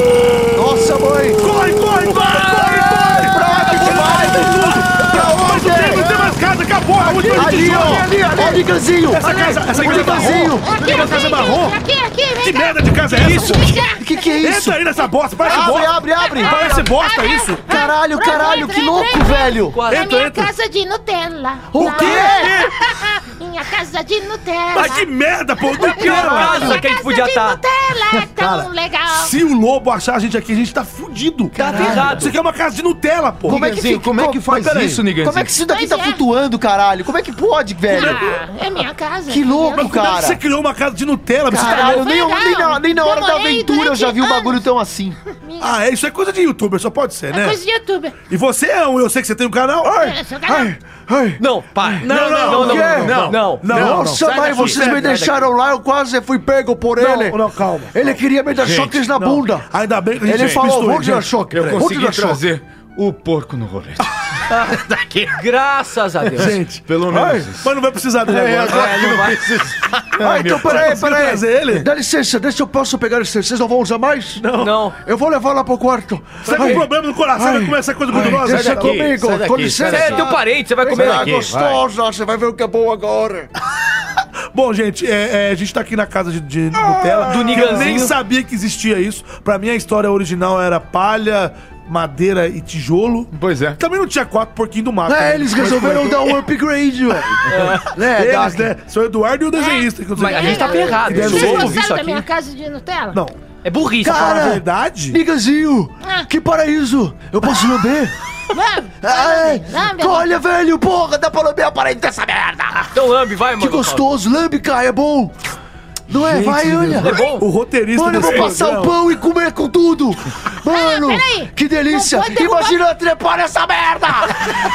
Speaker 4: Nossa, mãe.
Speaker 1: Corre, corre, corre, corre, corre.
Speaker 4: Bravo,
Speaker 1: Mas não tem, não tem mais um casa, acabou. Muito
Speaker 4: Ali, ó. Ali, ali. Olha o Ganzinho.
Speaker 1: Essa casa, essa
Speaker 4: Olha
Speaker 1: casa
Speaker 4: o Ganzinho.
Speaker 3: Aqui,
Speaker 1: Tem uma casa marrom?
Speaker 3: aqui, aqui, vem
Speaker 1: Que
Speaker 3: cá.
Speaker 1: merda de casa é essa?
Speaker 3: Isso.
Speaker 4: O que que é isso?
Speaker 1: Entra aí nessa bosta, parece
Speaker 4: Abre,
Speaker 1: bosta.
Speaker 4: abre, abre.
Speaker 1: Parece bosta isso.
Speaker 4: Caralho,
Speaker 3: Pronto,
Speaker 4: caralho,
Speaker 3: entrei,
Speaker 4: que louco,
Speaker 3: entrei.
Speaker 4: velho.
Speaker 3: Na
Speaker 1: Entra,
Speaker 3: minha
Speaker 1: entra.
Speaker 3: casa de Nutella.
Speaker 4: O
Speaker 3: Lá.
Speaker 4: quê?
Speaker 3: [LAUGHS] minha casa de Nutella.
Speaker 4: É.
Speaker 1: Mas que merda, pô. Não
Speaker 2: Que
Speaker 1: quero.
Speaker 2: casa que a gente podia estar.
Speaker 3: Nutella, é tão legal.
Speaker 1: Se o lobo achar a gente aqui, a gente tá fudido. Tá
Speaker 2: ferrado.
Speaker 1: Isso aqui é uma casa de Nutella, pô.
Speaker 4: Como é que,
Speaker 5: Niganzinho,
Speaker 4: fica-
Speaker 5: como é que faz
Speaker 4: Mas peraí,
Speaker 5: isso, Niganzinho?
Speaker 4: Como é que isso daqui
Speaker 3: Pois
Speaker 4: tá
Speaker 3: é.
Speaker 4: flutuando, caralho? Como é que pode, velho?
Speaker 3: Ah, é minha casa.
Speaker 4: Que louco,
Speaker 3: entendeu?
Speaker 1: Como é que
Speaker 4: cara.
Speaker 1: você criou uma casa de Nutella? Você tá
Speaker 4: Caralho,
Speaker 3: Foi
Speaker 4: nem,
Speaker 3: legal.
Speaker 4: nem na, nem na hora da
Speaker 3: Demorei
Speaker 4: aventura eu já vi um
Speaker 3: durante
Speaker 4: bagulho tão assim.
Speaker 3: Minha-
Speaker 1: Ah, é, isso é coisa de youtuber, só pode ser,
Speaker 3: É
Speaker 1: né?
Speaker 3: coisa de youtuber.
Speaker 1: E você é um, eu sei que você tem um canal. Ai,
Speaker 3: É, seu canal.
Speaker 4: ai.
Speaker 2: Não, pai.
Speaker 1: Não, não,
Speaker 4: o quê?
Speaker 2: não, não, não.
Speaker 4: Nossa,
Speaker 2: Sai
Speaker 4: mãe,
Speaker 2: daqui,
Speaker 4: vocês
Speaker 2: sai
Speaker 4: me
Speaker 2: daqui.
Speaker 4: deixaram lá, eu quase fui pego por ele.
Speaker 1: não, calma.
Speaker 4: Ele queria me dar choques na
Speaker 1: não.
Speaker 2: É.
Speaker 4: bunda.
Speaker 1: Ainda bem que a gente
Speaker 4: Ele falou,
Speaker 1: mistura,
Speaker 4: vou te dar
Speaker 1: gente.
Speaker 4: choque.
Speaker 5: Eu
Speaker 4: Vou te
Speaker 5: consegui
Speaker 4: dar choque.
Speaker 5: trazer o porco no rolete.
Speaker 2: Graças a Deus.
Speaker 1: Gente,
Speaker 5: Pelo menos isso.
Speaker 1: mas não vai precisar dele
Speaker 5: É,
Speaker 1: agora.
Speaker 5: agora não precisa.
Speaker 4: Ah, então peraí,
Speaker 1: conseguiu
Speaker 4: peraí.
Speaker 1: trazer ele?
Speaker 4: Dá licença, deixa eu posso pegar esse. Vocês não vão usar mais?
Speaker 1: Não.
Speaker 2: Não.
Speaker 4: Eu vou levar lá pro quarto.
Speaker 1: Você tá
Speaker 4: Ai.
Speaker 1: com problema no coração, vai comer essa coisa
Speaker 4: Ai,
Speaker 1: gordulosa.
Speaker 4: Deixa
Speaker 5: Sai daqui,
Speaker 4: comigo,
Speaker 5: sai daqui,
Speaker 4: com
Speaker 5: sai
Speaker 4: licença.
Speaker 2: Você é teu parente, você vai comer
Speaker 4: Ah,
Speaker 2: aqui.
Speaker 4: gostosa, você vai ver o que é bom agora.
Speaker 1: Bom, gente, é, é, a gente tá aqui na casa de, de
Speaker 4: Ah,
Speaker 1: Nutella.
Speaker 2: Do
Speaker 1: que Eu
Speaker 2: Niganzinho.
Speaker 1: nem sabia que existia isso. Pra mim, a história original era palha, madeira e tijolo.
Speaker 5: Pois é.
Speaker 1: Também não tinha quatro porquinhos do mato.
Speaker 4: É,
Speaker 1: né?
Speaker 4: eles resolveram dar um upgrade,
Speaker 5: [LAUGHS]
Speaker 4: velho.
Speaker 5: É.
Speaker 4: Né,
Speaker 1: Eles,
Speaker 4: Doc?
Speaker 1: né? Sou Eduardo e o desenhista. que eu sei
Speaker 2: Mas É, a
Speaker 1: quem
Speaker 2: gente tá
Speaker 1: é.
Speaker 2: bem errado.
Speaker 1: Que deve ser
Speaker 2: Vocês
Speaker 3: Vocês
Speaker 2: Lobo,
Speaker 1: ovo.
Speaker 2: isso
Speaker 3: gostaram da
Speaker 2: aqui.
Speaker 3: minha casa de Nutella?
Speaker 1: Não.
Speaker 2: É burrice.
Speaker 4: Cara,
Speaker 2: falar.
Speaker 1: Na verdade...
Speaker 4: Niganzinho,
Speaker 3: Ah.
Speaker 4: que paraíso. Eu posso lamber?
Speaker 3: Vamos,
Speaker 4: Ai,
Speaker 3: vamos, vamos.
Speaker 4: olha, velho, porra, dá pra lamber a parede dessa merda.
Speaker 2: Então lambe, vai,
Speaker 4: Que
Speaker 2: mano.
Speaker 4: gostoso, lambe, cara, é bom. Não é? Vai, olha.
Speaker 2: É bom?
Speaker 1: O roteirista
Speaker 4: Mano, eu vou
Speaker 1: desse
Speaker 4: passar o
Speaker 1: programa-
Speaker 4: pão e comer com tudo! Mano,
Speaker 3: peraí.
Speaker 4: que delícia!
Speaker 3: Não pode derrubar-
Speaker 4: Imagina eu trepar nessa
Speaker 3: [LAUGHS]
Speaker 4: merda!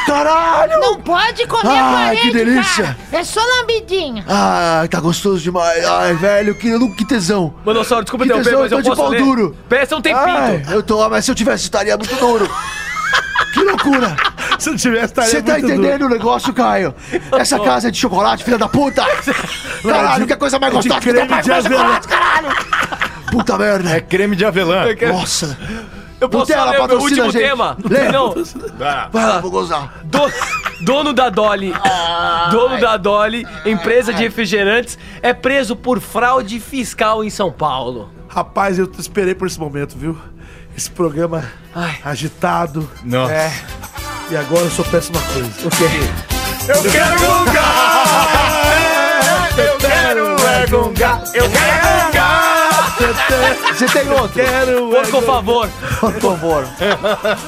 Speaker 4: Caralho!
Speaker 3: Não pode comer
Speaker 4: Ai,
Speaker 3: parede,
Speaker 4: que delícia.
Speaker 3: cara. É só lambidinha.
Speaker 4: Ai, tá gostoso demais! Ai, velho, que, que tesão!
Speaker 2: Manossauro, desculpa
Speaker 4: Que
Speaker 2: interromper,
Speaker 4: tesão,
Speaker 2: mas
Speaker 4: eu
Speaker 2: eu
Speaker 4: tô de
Speaker 2: posso
Speaker 4: pau
Speaker 2: ler.
Speaker 4: duro.
Speaker 2: Peça um tempinho.
Speaker 4: Ai, eu tô, mas se eu tivesse, estaria muito
Speaker 3: [LAUGHS]
Speaker 4: duro! Que loucura!
Speaker 1: Se eu tivesse, estaria
Speaker 4: Você tá
Speaker 1: é muito duro.
Speaker 4: entendendo o negócio, Caio? Essa casa é de chocolate, filha da puta! Caralho, que coisa mais
Speaker 1: É de
Speaker 4: gostosa que tem
Speaker 1: creme
Speaker 4: pra
Speaker 1: de
Speaker 4: comer
Speaker 1: avelã.
Speaker 4: chocolate, caralho! Puta merda!
Speaker 5: É creme de avelã.
Speaker 4: Nossa!
Speaker 2: Eu posso ler
Speaker 4: Nutella,
Speaker 2: o meu
Speaker 4: patrocina a
Speaker 2: último
Speaker 4: gente.
Speaker 2: tema?
Speaker 4: Lê.
Speaker 2: Não,
Speaker 4: Vai lá, vou gozar!
Speaker 2: do- dono da Dolly. Dono da Dolly, empresa de refrigerantes, é preso por fraude fiscal em São Paulo.
Speaker 1: Rapaz, eu esperei por esse momento, viu? Esse programa
Speaker 2: Ai.
Speaker 1: agitado. É.
Speaker 5: Nossa.
Speaker 1: E agora eu só peço uma coisa. O quê?
Speaker 5: Eu quero um gongar! Eu um quero é gongar! Eu quero gongar!
Speaker 4: Você tem outro?
Speaker 1: um
Speaker 2: Quero. Porco favor.
Speaker 4: Por favor.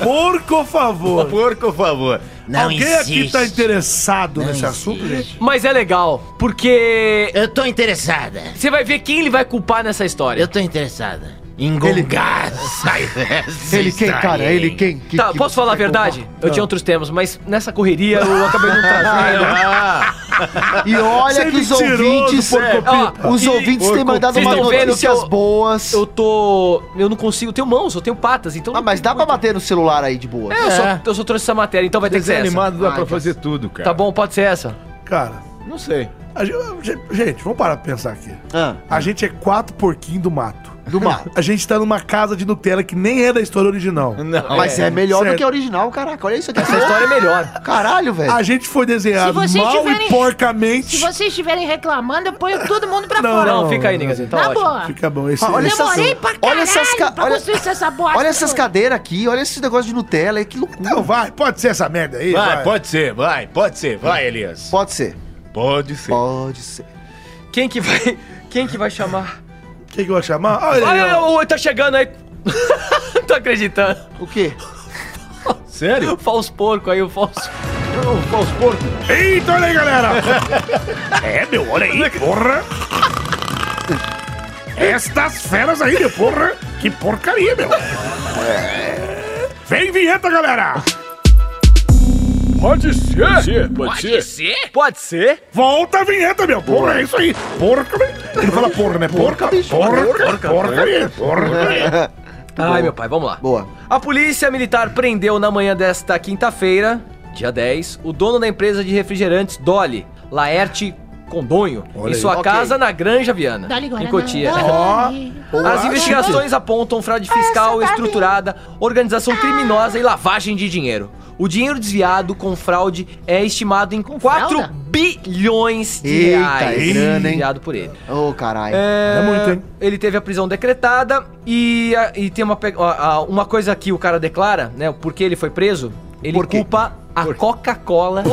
Speaker 1: Porco favor.
Speaker 9: Porco favor. Não
Speaker 1: Alguém aqui
Speaker 9: existe.
Speaker 1: tá interessado
Speaker 9: Não
Speaker 1: nesse assunto,
Speaker 9: existe.
Speaker 1: gente?
Speaker 2: Mas é legal, porque.
Speaker 9: Eu tô interessada.
Speaker 2: Você vai ver quem ele vai culpar nessa história.
Speaker 9: Eu tô interessada. Engongar sai dessa
Speaker 4: Ele quem,
Speaker 9: história,
Speaker 4: cara? Ele
Speaker 9: hein?
Speaker 4: quem? Que-
Speaker 2: tá,
Speaker 4: que
Speaker 2: posso
Speaker 4: você
Speaker 2: falar a
Speaker 4: vai
Speaker 2: verdade?
Speaker 4: comprar?
Speaker 2: Eu tinha outros temas, mas nessa correria eu acabei não
Speaker 4: [LAUGHS]
Speaker 2: trazendo.
Speaker 9: Ah,
Speaker 4: E olha
Speaker 1: Você
Speaker 4: que os
Speaker 1: me tirou
Speaker 4: ouvintes. é,
Speaker 1: do porco
Speaker 2: Ó,
Speaker 4: Os
Speaker 2: e-
Speaker 4: ouvintes têm mandado
Speaker 2: Vocês
Speaker 4: umas
Speaker 2: tão vendo que
Speaker 4: notícias
Speaker 2: eu-
Speaker 4: boas.
Speaker 2: Eu tô. Eu não consigo. Eu tenho mãos, eu tenho patas, então.
Speaker 4: Ah, mas dá pra bater no celular aí de boa.
Speaker 2: É, eu, só, eu só trouxe essa matéria, então vai ter que ser essa.
Speaker 5: Desanimado é dá
Speaker 4: né? Ai,
Speaker 5: pra
Speaker 4: Deus.
Speaker 5: fazer tudo, cara.
Speaker 2: Tá bom, pode ser essa.
Speaker 1: Cara,
Speaker 5: Não sei.
Speaker 1: a gen- a gen- gente, vamos parar pra pensar aqui.
Speaker 4: Ah,
Speaker 1: A gente é quatro porquinhos do mato.
Speaker 4: do
Speaker 1: [LAUGHS]
Speaker 4: mato.
Speaker 1: A gente tá numa casa de Nutella que nem é da história original.
Speaker 5: Não.
Speaker 4: Mas é, melhor
Speaker 1: certo.
Speaker 4: do que a original, caraca. Olha isso aqui.
Speaker 2: Essa história é
Speaker 4: Tá
Speaker 2: melhor.
Speaker 4: Caralho, velho.
Speaker 1: A gente foi desenhado
Speaker 3: Se vocês
Speaker 1: mal e
Speaker 3: tiverem-
Speaker 1: porcamente.
Speaker 3: Se vocês estiverem reclamando, eu ponho todo mundo pra
Speaker 1: Não,
Speaker 3: fora.
Speaker 2: Não, fica aí, Nigazinho. Tá
Speaker 3: Na
Speaker 2: ótimo.
Speaker 3: boa.
Speaker 1: Fica bom. Esse,
Speaker 4: Ah, olha
Speaker 1: esse-
Speaker 4: essa-
Speaker 3: Demorei pra
Speaker 4: olha
Speaker 3: caralho
Speaker 4: essas ca-
Speaker 3: pra
Speaker 4: olha-
Speaker 3: construir essa bosta.
Speaker 4: Olha essas
Speaker 3: toda.
Speaker 4: cadeiras aqui, olha esse negócio de Nutella aí, que loucura.
Speaker 1: Não, vai, pode ser essa merda aí.
Speaker 5: Vai, pode ser, vai, pode ser, vai, Elias.
Speaker 4: Pode ser.
Speaker 5: Pode ser.
Speaker 4: Pode ser.
Speaker 2: Quem que vai. Quem que vai chamar?
Speaker 1: O que, que eu vou chamar? Olha aí,
Speaker 2: Ah,
Speaker 1: ó.
Speaker 2: o Oi tá chegando aí. [LAUGHS] Não tô acreditando.
Speaker 4: O quê?
Speaker 5: Sério?
Speaker 2: O falso porco aí, o falso.
Speaker 1: Eita, olha aí, galera! é, meu, olha aí, porra! Estas feras aí, meu, porra! Que porcaria, meu! É. Vem vinheta, galera!
Speaker 5: Pode ser. Pode ser,
Speaker 2: ser? Pode ser?
Speaker 1: Volta a vinheta, meu! Porra, é isso aí! Porca, meu! Ele fala porra, né? Porca, porra, porca, porcaria, porcaria!
Speaker 2: Ai, meu pai, vamos lá.
Speaker 4: Tá Boa.
Speaker 2: A polícia militar prendeu na manhã desta quinta-feira, dia 10, o dono da empresa de refrigerantes Dolly, Laerte Condonho, em sua casa na Granja Viana,
Speaker 3: Dá-lhe
Speaker 2: em
Speaker 3: Guaraná.
Speaker 2: Cotia.
Speaker 3: Dá-lhe.
Speaker 2: As investigações apontam fraude fiscal
Speaker 3: Essa tá Ah.
Speaker 2: estruturada, organização criminosa e lavagem de dinheiro. O dinheiro desviado com fraude é estimado em 4
Speaker 3: fralda?
Speaker 2: bilhões de
Speaker 4: Eita,
Speaker 2: reais
Speaker 4: é grana, hein?
Speaker 2: desviado por ele.
Speaker 4: Ô, caralho.
Speaker 2: É,
Speaker 1: muito, hein?
Speaker 2: Ele teve a prisão decretada e, a- e tem uma, pe- a- a- uma coisa que o cara declara, né? Porque ele foi preso, ele
Speaker 4: Por quê?
Speaker 2: culpa a Coca-Cola [LAUGHS]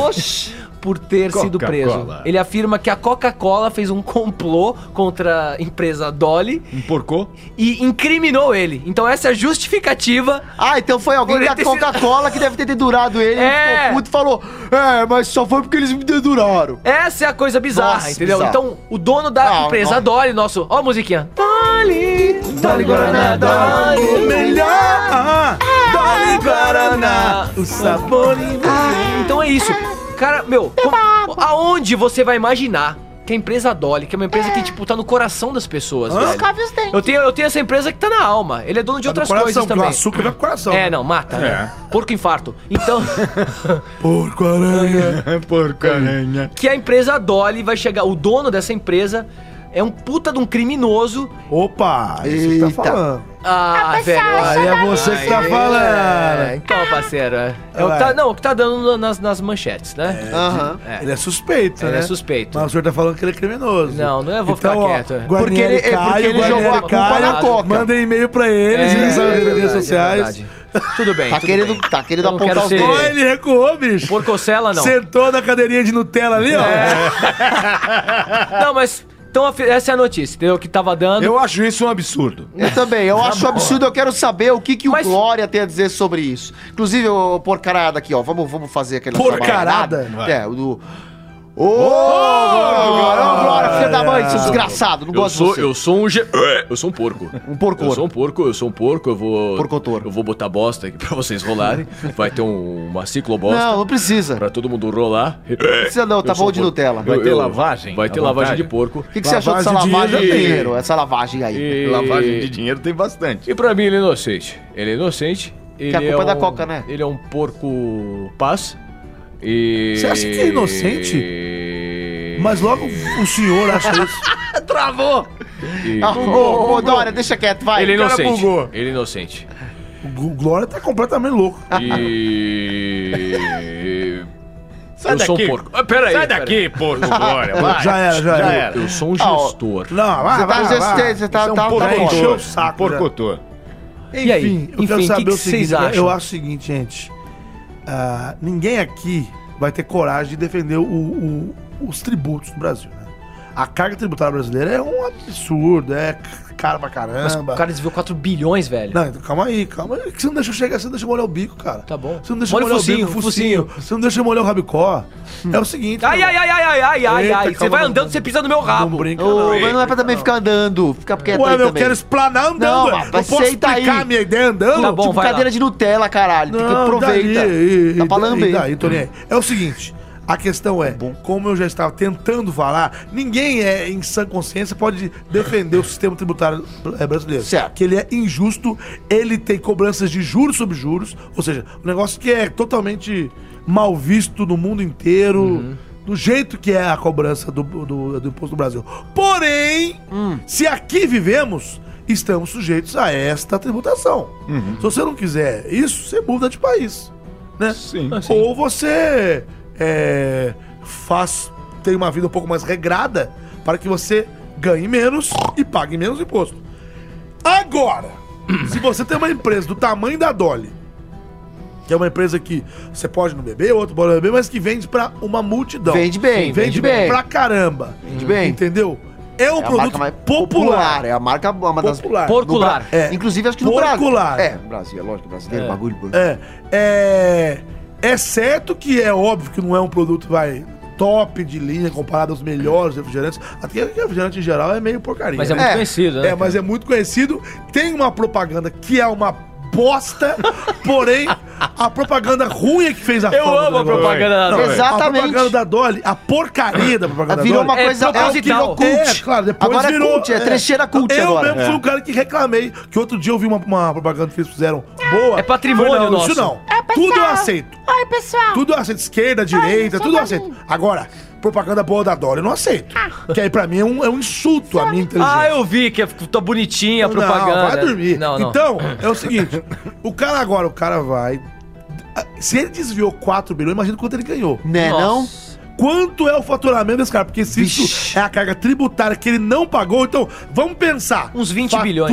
Speaker 2: por ter sido preso.
Speaker 5: Coca-Cola.
Speaker 2: Ele afirma que a Coca-Cola fez um complô contra a empresa Dolly
Speaker 5: Um porco?
Speaker 2: e incriminou ele. Então essa é a justificativa.
Speaker 4: Ah, então foi alguém
Speaker 2: Por ele
Speaker 4: da
Speaker 2: ter sido-
Speaker 4: Coca-Cola que deve ter dedurado ele,
Speaker 2: É.
Speaker 4: ele ficou puto e falou: É, mas só foi porque eles me deduraram.
Speaker 2: Essa é a coisa bizarra,
Speaker 4: Nossa,
Speaker 2: entendeu?
Speaker 4: bizarro.
Speaker 2: Então, o dono da
Speaker 4: Ah,
Speaker 2: empresa
Speaker 4: ó.
Speaker 2: Dolly, nosso. Ó a musiquinha. Dolly, Dolly Guaraná, Dolly,
Speaker 1: melhor!
Speaker 2: Dolly Guaraná, o sabor em você. É Então é isso. Cara, meu, como- aonde você vai imaginar que a empresa Dolly, que é uma empresa que, tipo, tá no coração das pessoas, velho?
Speaker 3: Escove os dentes.
Speaker 2: Eu tenho, eu tenho essa empresa que tá na alma. Ele é dono de
Speaker 1: Tá do
Speaker 2: outras
Speaker 1: coração,
Speaker 2: coisas
Speaker 1: porque o
Speaker 2: também.
Speaker 1: açúcar vai pro coração.
Speaker 2: É, não, mata. né? Porco infarto. Então, [LAUGHS]
Speaker 1: Porco-aranha!
Speaker 5: Porcaranha.
Speaker 2: que a empresa Dolly vai chegar. O dono dessa empresa é um puta de um criminoso.
Speaker 1: Opa, é isso que tá
Speaker 4: Eita.
Speaker 1: falando.
Speaker 2: Ah, velho.
Speaker 1: Aí é você que tá
Speaker 2: É,
Speaker 1: falando.
Speaker 2: então, parceiro, é, é o que tá, não, o que tá dando nas, nas manchetes, né?
Speaker 4: Aham.
Speaker 1: Ele é suspeito,
Speaker 2: Ele
Speaker 1: né?
Speaker 2: é suspeito.
Speaker 1: Mas o senhor tá falando que ele é criminoso. Então,
Speaker 2: Não, não é, vou ficar quieto, é.
Speaker 4: Porque ele- é, porque ele jogou a culpa
Speaker 2: na Coca.
Speaker 1: Manda um e-mail pra eles, eles nas
Speaker 2: verdade, é
Speaker 1: redes sociais.
Speaker 2: verdade. Tudo
Speaker 12: É,
Speaker 2: bem.
Speaker 4: Tá
Speaker 2: tudo
Speaker 4: querendo,
Speaker 2: bem.
Speaker 4: tá querendo
Speaker 2: Eu não quero
Speaker 4: apontar os
Speaker 2: ser-
Speaker 4: dois.
Speaker 1: Ó, ele recuou, bicho.
Speaker 2: Porcocela, não.
Speaker 1: Sentou na cadeirinha de Nutella ali, ó.
Speaker 2: Não, mas. Então, a fi- essa é a notícia, entendeu? Que tava dando.
Speaker 5: Eu acho isso um absurdo.
Speaker 4: Eu também, eu acho absurdo, eu quero saber o que, que o
Speaker 2: Mas-
Speaker 4: Glória tem a dizer sobre isso. Inclusive, ô porcarada aqui, ó, vamos, vamos fazer aquela...
Speaker 1: Porcarada?
Speaker 4: trabalhada. É, o do... Ô, Glória, ô, Glória, filha da mãe, seu desgraçado, não
Speaker 12: É. Eu
Speaker 4: gosto
Speaker 12: sou,
Speaker 4: de você.
Speaker 12: eu sou um ge... Eu sou um porco.
Speaker 4: [LAUGHS] Um porco.
Speaker 12: Eu sou um porco, eu sou um porco, eu vou.
Speaker 4: Porcotouro.
Speaker 12: Eu vou botar bosta aqui [LAUGHS] pra vocês rolarem. Vai ter um- uma ciclobosta
Speaker 4: Não, não precisa.
Speaker 12: pra todo mundo rolar.
Speaker 4: precisa não, tá
Speaker 12: Eu sou
Speaker 4: bom de
Speaker 12: porco.
Speaker 4: Nutella.
Speaker 5: Vai
Speaker 12: Eu-
Speaker 5: ter
Speaker 12: eu-
Speaker 5: lavagem?
Speaker 12: Vai ter
Speaker 5: À
Speaker 12: lavagem
Speaker 5: vontade?
Speaker 12: de porco.
Speaker 4: O que, que você achou dessa
Speaker 1: Lavagem de
Speaker 4: lavagem
Speaker 12: dinheiro.
Speaker 4: dinheiro, essa lavagem aí?
Speaker 12: E...
Speaker 5: [LAUGHS] Lavagem de dinheiro tem bastante.
Speaker 12: E pra mim ele é inocente. Ele é inocente. Ele
Speaker 4: a culpa
Speaker 12: é
Speaker 4: é da
Speaker 12: um-
Speaker 4: Coca, né?
Speaker 12: Ele é um porco paz. E.
Speaker 1: Você acha que é
Speaker 12: inocente?
Speaker 1: Mas logo o senhor acha isso.
Speaker 4: Travou! Ah, Ô, ô, Dória, deixa quieto, vai.
Speaker 12: Ele é
Speaker 4: O cara
Speaker 12: inocente.
Speaker 4: bugou.
Speaker 12: Ele é
Speaker 5: [LAUGHS]
Speaker 12: inocente.
Speaker 1: O Glória tá completamente louco.
Speaker 4: Ah,
Speaker 12: E.
Speaker 5: Sai
Speaker 12: eu
Speaker 5: daqui.
Speaker 12: sou um porco. Ah, pera aí.
Speaker 5: Sai
Speaker 12: pera aí.
Speaker 5: daqui, porco, Glória, vai.
Speaker 1: Já era, já era.
Speaker 12: Eu sou um
Speaker 4: Ah, ó.
Speaker 12: gestor.
Speaker 1: Não, vai,
Speaker 4: é. Você tá
Speaker 1: vai, vai.
Speaker 4: gestante, você tá...
Speaker 5: Você é um
Speaker 4: tá- tá
Speaker 5: porco.
Speaker 4: fora.
Speaker 1: encheu o saco, né?
Speaker 4: né?
Speaker 5: Porcotor.
Speaker 2: E aí?
Speaker 1: Enfim, eu
Speaker 2: Enfim,
Speaker 1: quero
Speaker 2: que
Speaker 1: saber
Speaker 2: que
Speaker 1: o seguinte. né?
Speaker 2: vocês acham?
Speaker 1: Eu acho o seguinte, gente. Ah, ninguém aqui vai ter coragem de defender o- o- os tributos do Brasil, né? a carga tributária brasileira é um absurdo, é c- caro pra
Speaker 5: Mas
Speaker 1: caramba.
Speaker 5: o cara desviou 4 bilhões, velho.
Speaker 1: Não, então calma aí, calma aí. que Você não deixa eu chegar, você não deixa eu molhar o bico, cara. Tá bom. Você não deixa eu
Speaker 5: Molha o
Speaker 1: molhar o
Speaker 5: focinho,
Speaker 1: bico, o focinho. Você não deixa eu molhar o rabicó. É o seguinte.
Speaker 2: Ai, ai, ai, ai, ai, ai, ai,
Speaker 1: Eita,
Speaker 2: ai. Você
Speaker 1: calma,
Speaker 2: vai
Speaker 1: não-
Speaker 2: andando, você pisa no meu rabo.
Speaker 1: não.
Speaker 4: mas não é pra também ficar andando. Fica quieto
Speaker 1: Ué,
Speaker 4: aí
Speaker 1: eu
Speaker 4: também.
Speaker 1: quero explanar andando,
Speaker 4: Não,
Speaker 1: ué.
Speaker 4: rapaz,
Speaker 1: Eu posso
Speaker 4: senta aí.
Speaker 1: explicar a minha ideia andando?
Speaker 4: Tá bom,
Speaker 1: Tipo,
Speaker 4: vai lá.
Speaker 1: cadeira de Nutella, caralho. Tem que
Speaker 4: Não,
Speaker 1: aproveita.
Speaker 4: daí,
Speaker 1: tá
Speaker 4: e
Speaker 1: pra
Speaker 4: daí,
Speaker 1: lamber.
Speaker 4: daí,
Speaker 1: Tony, é. É o seguinte. A questão é, como eu já estava tentando falar, ninguém é em sã consciência pode defender o sistema tributário br- é, brasileiro. Certo. Que ele é injusto, ele tem cobranças de juros sobre juros, ou seja, um negócio que é totalmente mal visto no mundo inteiro, do jeito que é a cobrança do, do, do imposto do Brasil. Porém, se aqui vivemos, estamos sujeitos a esta tributação. Se você não quiser isso, você muda de país né? Ou você é, faz tem uma vida um pouco mais regrada para que você ganhe menos e pague menos imposto. Agora, se você tem uma empresa do tamanho da Dolly, que é uma empresa que você pode não beber, outro pode não beber, mas que vende para uma multidão.
Speaker 4: Vende
Speaker 1: vende,
Speaker 4: bem, vende
Speaker 1: bem
Speaker 4: bem.
Speaker 1: pra caramba.
Speaker 4: Vende bem.
Speaker 1: Entendeu? É um
Speaker 4: É a
Speaker 1: produto
Speaker 4: marca mais
Speaker 1: popular.
Speaker 4: popular, é a marca- uma das-
Speaker 1: popular.
Speaker 4: Porcular.
Speaker 1: No Bra- É.
Speaker 4: Inclusive, acho que no Brasil.
Speaker 1: Porcular.
Speaker 4: É, no Brasil, é lógico, brasileiro, bagulho.
Speaker 1: É. É. É certo que é óbvio que não é um produto, vai, top de linha comparado aos melhores refrigerantes. Até que refrigerante em geral é meio porcaria.
Speaker 5: Mas é muito conhecido, né,
Speaker 1: É,
Speaker 5: cara?
Speaker 1: mas é muito conhecido. Tem uma propaganda que é uma [LAUGHS] bosta, porém, a propaganda ruim é que fez a
Speaker 5: Eu
Speaker 1: fama do
Speaker 5: amo a
Speaker 1: negócio.
Speaker 5: propaganda da Dolly.
Speaker 1: A
Speaker 5: Exatamente.
Speaker 1: propaganda da Dolly, a porcaria da propaganda da
Speaker 4: Virou
Speaker 1: Dolly.
Speaker 4: uma coisa- é o que virou cult.
Speaker 1: É, claro, depois
Speaker 4: Agora é
Speaker 1: virou...
Speaker 4: cult, é trecheira cult
Speaker 1: eu
Speaker 4: agora.
Speaker 1: mesmo
Speaker 4: É.
Speaker 1: fui um cara que reclamei, que outro dia eu vi uma, uma propaganda que eles fizeram boa.
Speaker 2: É patrimônio
Speaker 1: Falei, não,
Speaker 2: nosso.
Speaker 1: Isso não. Tudo eu aceito.
Speaker 3: Oi, É, pessoal.
Speaker 1: Tudo eu aceito, esquerda, direita, tudo eu aceito. Agora, propaganda boa da Dória eu não aceito. Que aí pra mim é um, é um insulto à minha inteligência.
Speaker 2: Ah, eu vi que é- tá bonitinha a
Speaker 1: Não,
Speaker 2: propaganda. né?
Speaker 1: vai dormir.
Speaker 2: Não, não.
Speaker 1: Então, é o seguinte, o cara agora, o cara vai... Se ele desviou 4 bilhões, imagina quanto ele ganhou.
Speaker 4: Né, Nossa. não?
Speaker 1: Quanto é o faturamento desse cara? Porque se isso é a carga tributária que ele não pagou, então vamos pensar. Uns 20
Speaker 5: bilhões.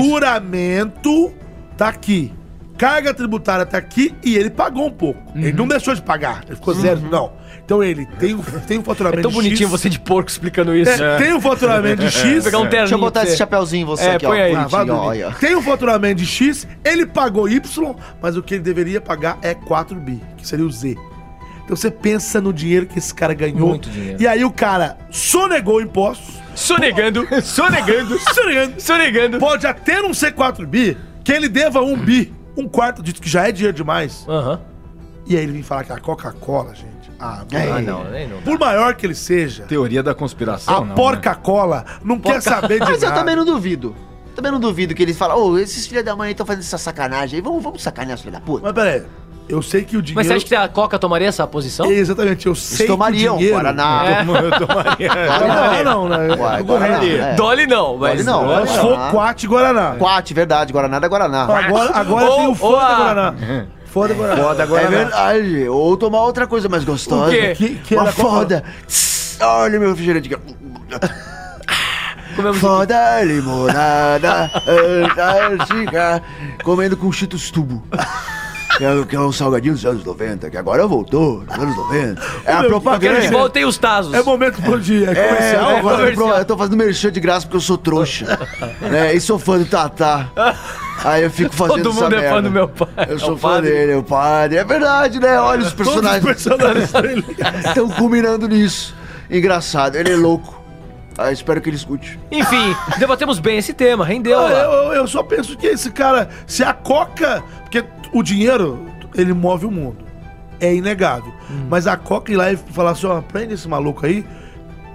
Speaker 1: Faturamento tá aqui. Carga tributária tá aqui e ele pagou um pouco. Ele
Speaker 2: Uhum.
Speaker 1: não deixou de pagar. Ele ficou zero, não. Então ele tem, o- tem um faturamento
Speaker 2: É tão bonitinho você de porco explicando isso.
Speaker 1: É, tem um faturamento de X.
Speaker 2: Pegar um terninho
Speaker 4: Deixa eu botar
Speaker 2: pra
Speaker 4: esse
Speaker 2: você.
Speaker 4: chapéuzinho em você
Speaker 2: É,
Speaker 4: aqui, ó.
Speaker 2: põe aí.
Speaker 4: Ah,
Speaker 1: Ah, vá
Speaker 4: Bonitinho,
Speaker 1: dormir.
Speaker 4: olha.
Speaker 1: Tem um faturamento de X, ele pagou Y, mas o que ele deveria pagar é 4 bi, que seria o Z. Então você pensa no dinheiro que esse cara ganhou.
Speaker 2: Muito dinheiro.
Speaker 1: E aí o cara sonegou impostos.
Speaker 2: [LAUGHS] Sonegando, sonegando,
Speaker 1: sonegando,
Speaker 2: sonegando.
Speaker 1: Pode até não ser 4 bi, que ele deva 1 bi, um quarto dito que já é dinheiro demais. E aí ele vem falar que a Coca-Cola, gente. Ah,
Speaker 13: Ah,
Speaker 4: É.
Speaker 1: mano.
Speaker 13: não, nem não.
Speaker 1: Por maior que ele seja,
Speaker 13: Teoria da conspiração,
Speaker 1: a
Speaker 13: não, né?
Speaker 1: porca-cola não quer saber de
Speaker 4: Mas eu
Speaker 1: nada.
Speaker 4: também não duvido. Também não duvido que eles falam, ô, esses filhos da mãe estão fazendo essa sacanagem aí, vamos, vamos sacanear os filhos da puta.
Speaker 1: Mas peraí, eu sei que o dinheiro...
Speaker 5: Mas você acha que a Coca tomaria essa posição?
Speaker 1: É, Exatamente, eu sei
Speaker 5: tomariam,
Speaker 1: que o dinheiro...
Speaker 5: Guaraná.
Speaker 1: É.
Speaker 5: Eu tomaria.
Speaker 1: [LAUGHS] Guaraná não, né?
Speaker 4: Ah, Uai,
Speaker 1: Eu vou
Speaker 4: Guaraná,
Speaker 1: render.
Speaker 4: é.
Speaker 2: Dolly não, mas...
Speaker 4: Dolly não,
Speaker 1: Eu
Speaker 4: Guaraná.
Speaker 1: sou Quat Guaraná.
Speaker 4: Quat, verdade, Guaraná da Guaraná.
Speaker 1: Agora, agora
Speaker 4: Ou-
Speaker 1: tem o
Speaker 4: ou
Speaker 1: foda
Speaker 4: a-
Speaker 1: Guaraná. Foda Guaraná.
Speaker 4: Foda Guaraná. É verdade. Ou tomar outra coisa mais gostosa.
Speaker 1: O quê? Que- que
Speaker 4: Uma
Speaker 1: era qual?
Speaker 4: foda. Tss, Olha meu refrigerante aqui. Foda limonada, antártica, comendo com cheetos tubo. Que é, que é um salgadinho dos anos 90, que agora voltou, dos anos 90. É a
Speaker 1: Meu,
Speaker 4: propaganda.
Speaker 1: aquele de volta
Speaker 2: tem os Tazos.
Speaker 1: É momento bom dia, é comercial.
Speaker 4: É, eu,
Speaker 1: vai.
Speaker 4: tô- eu tô fazendo merchan de graça porque eu sou trouxa. né? E sou fã do Tatá. Aí eu fico fazendo
Speaker 2: Todo
Speaker 4: essa
Speaker 2: mundo é
Speaker 4: merda.
Speaker 2: fã do meu pai.
Speaker 4: Eu
Speaker 2: É
Speaker 4: sou
Speaker 2: o
Speaker 4: fã
Speaker 2: padre.
Speaker 4: dele, é o padre. É verdade, né? Olha os
Speaker 1: Todos os
Speaker 4: personagens.
Speaker 1: personagens dele.
Speaker 4: Estão combinando nisso. Engraçado, ele é louco. Ah, espero que ele escute.
Speaker 2: Enfim, debatemos bem esse tema, rendeu.
Speaker 1: Ah,
Speaker 2: lá.
Speaker 1: eu, eu- eu só penso que esse cara, se a coca. Porque o dinheiro, ele move o mundo. É inegável.
Speaker 4: Hum.
Speaker 1: Mas a coca ir lá e falar assim: ó, prende esse maluco aí.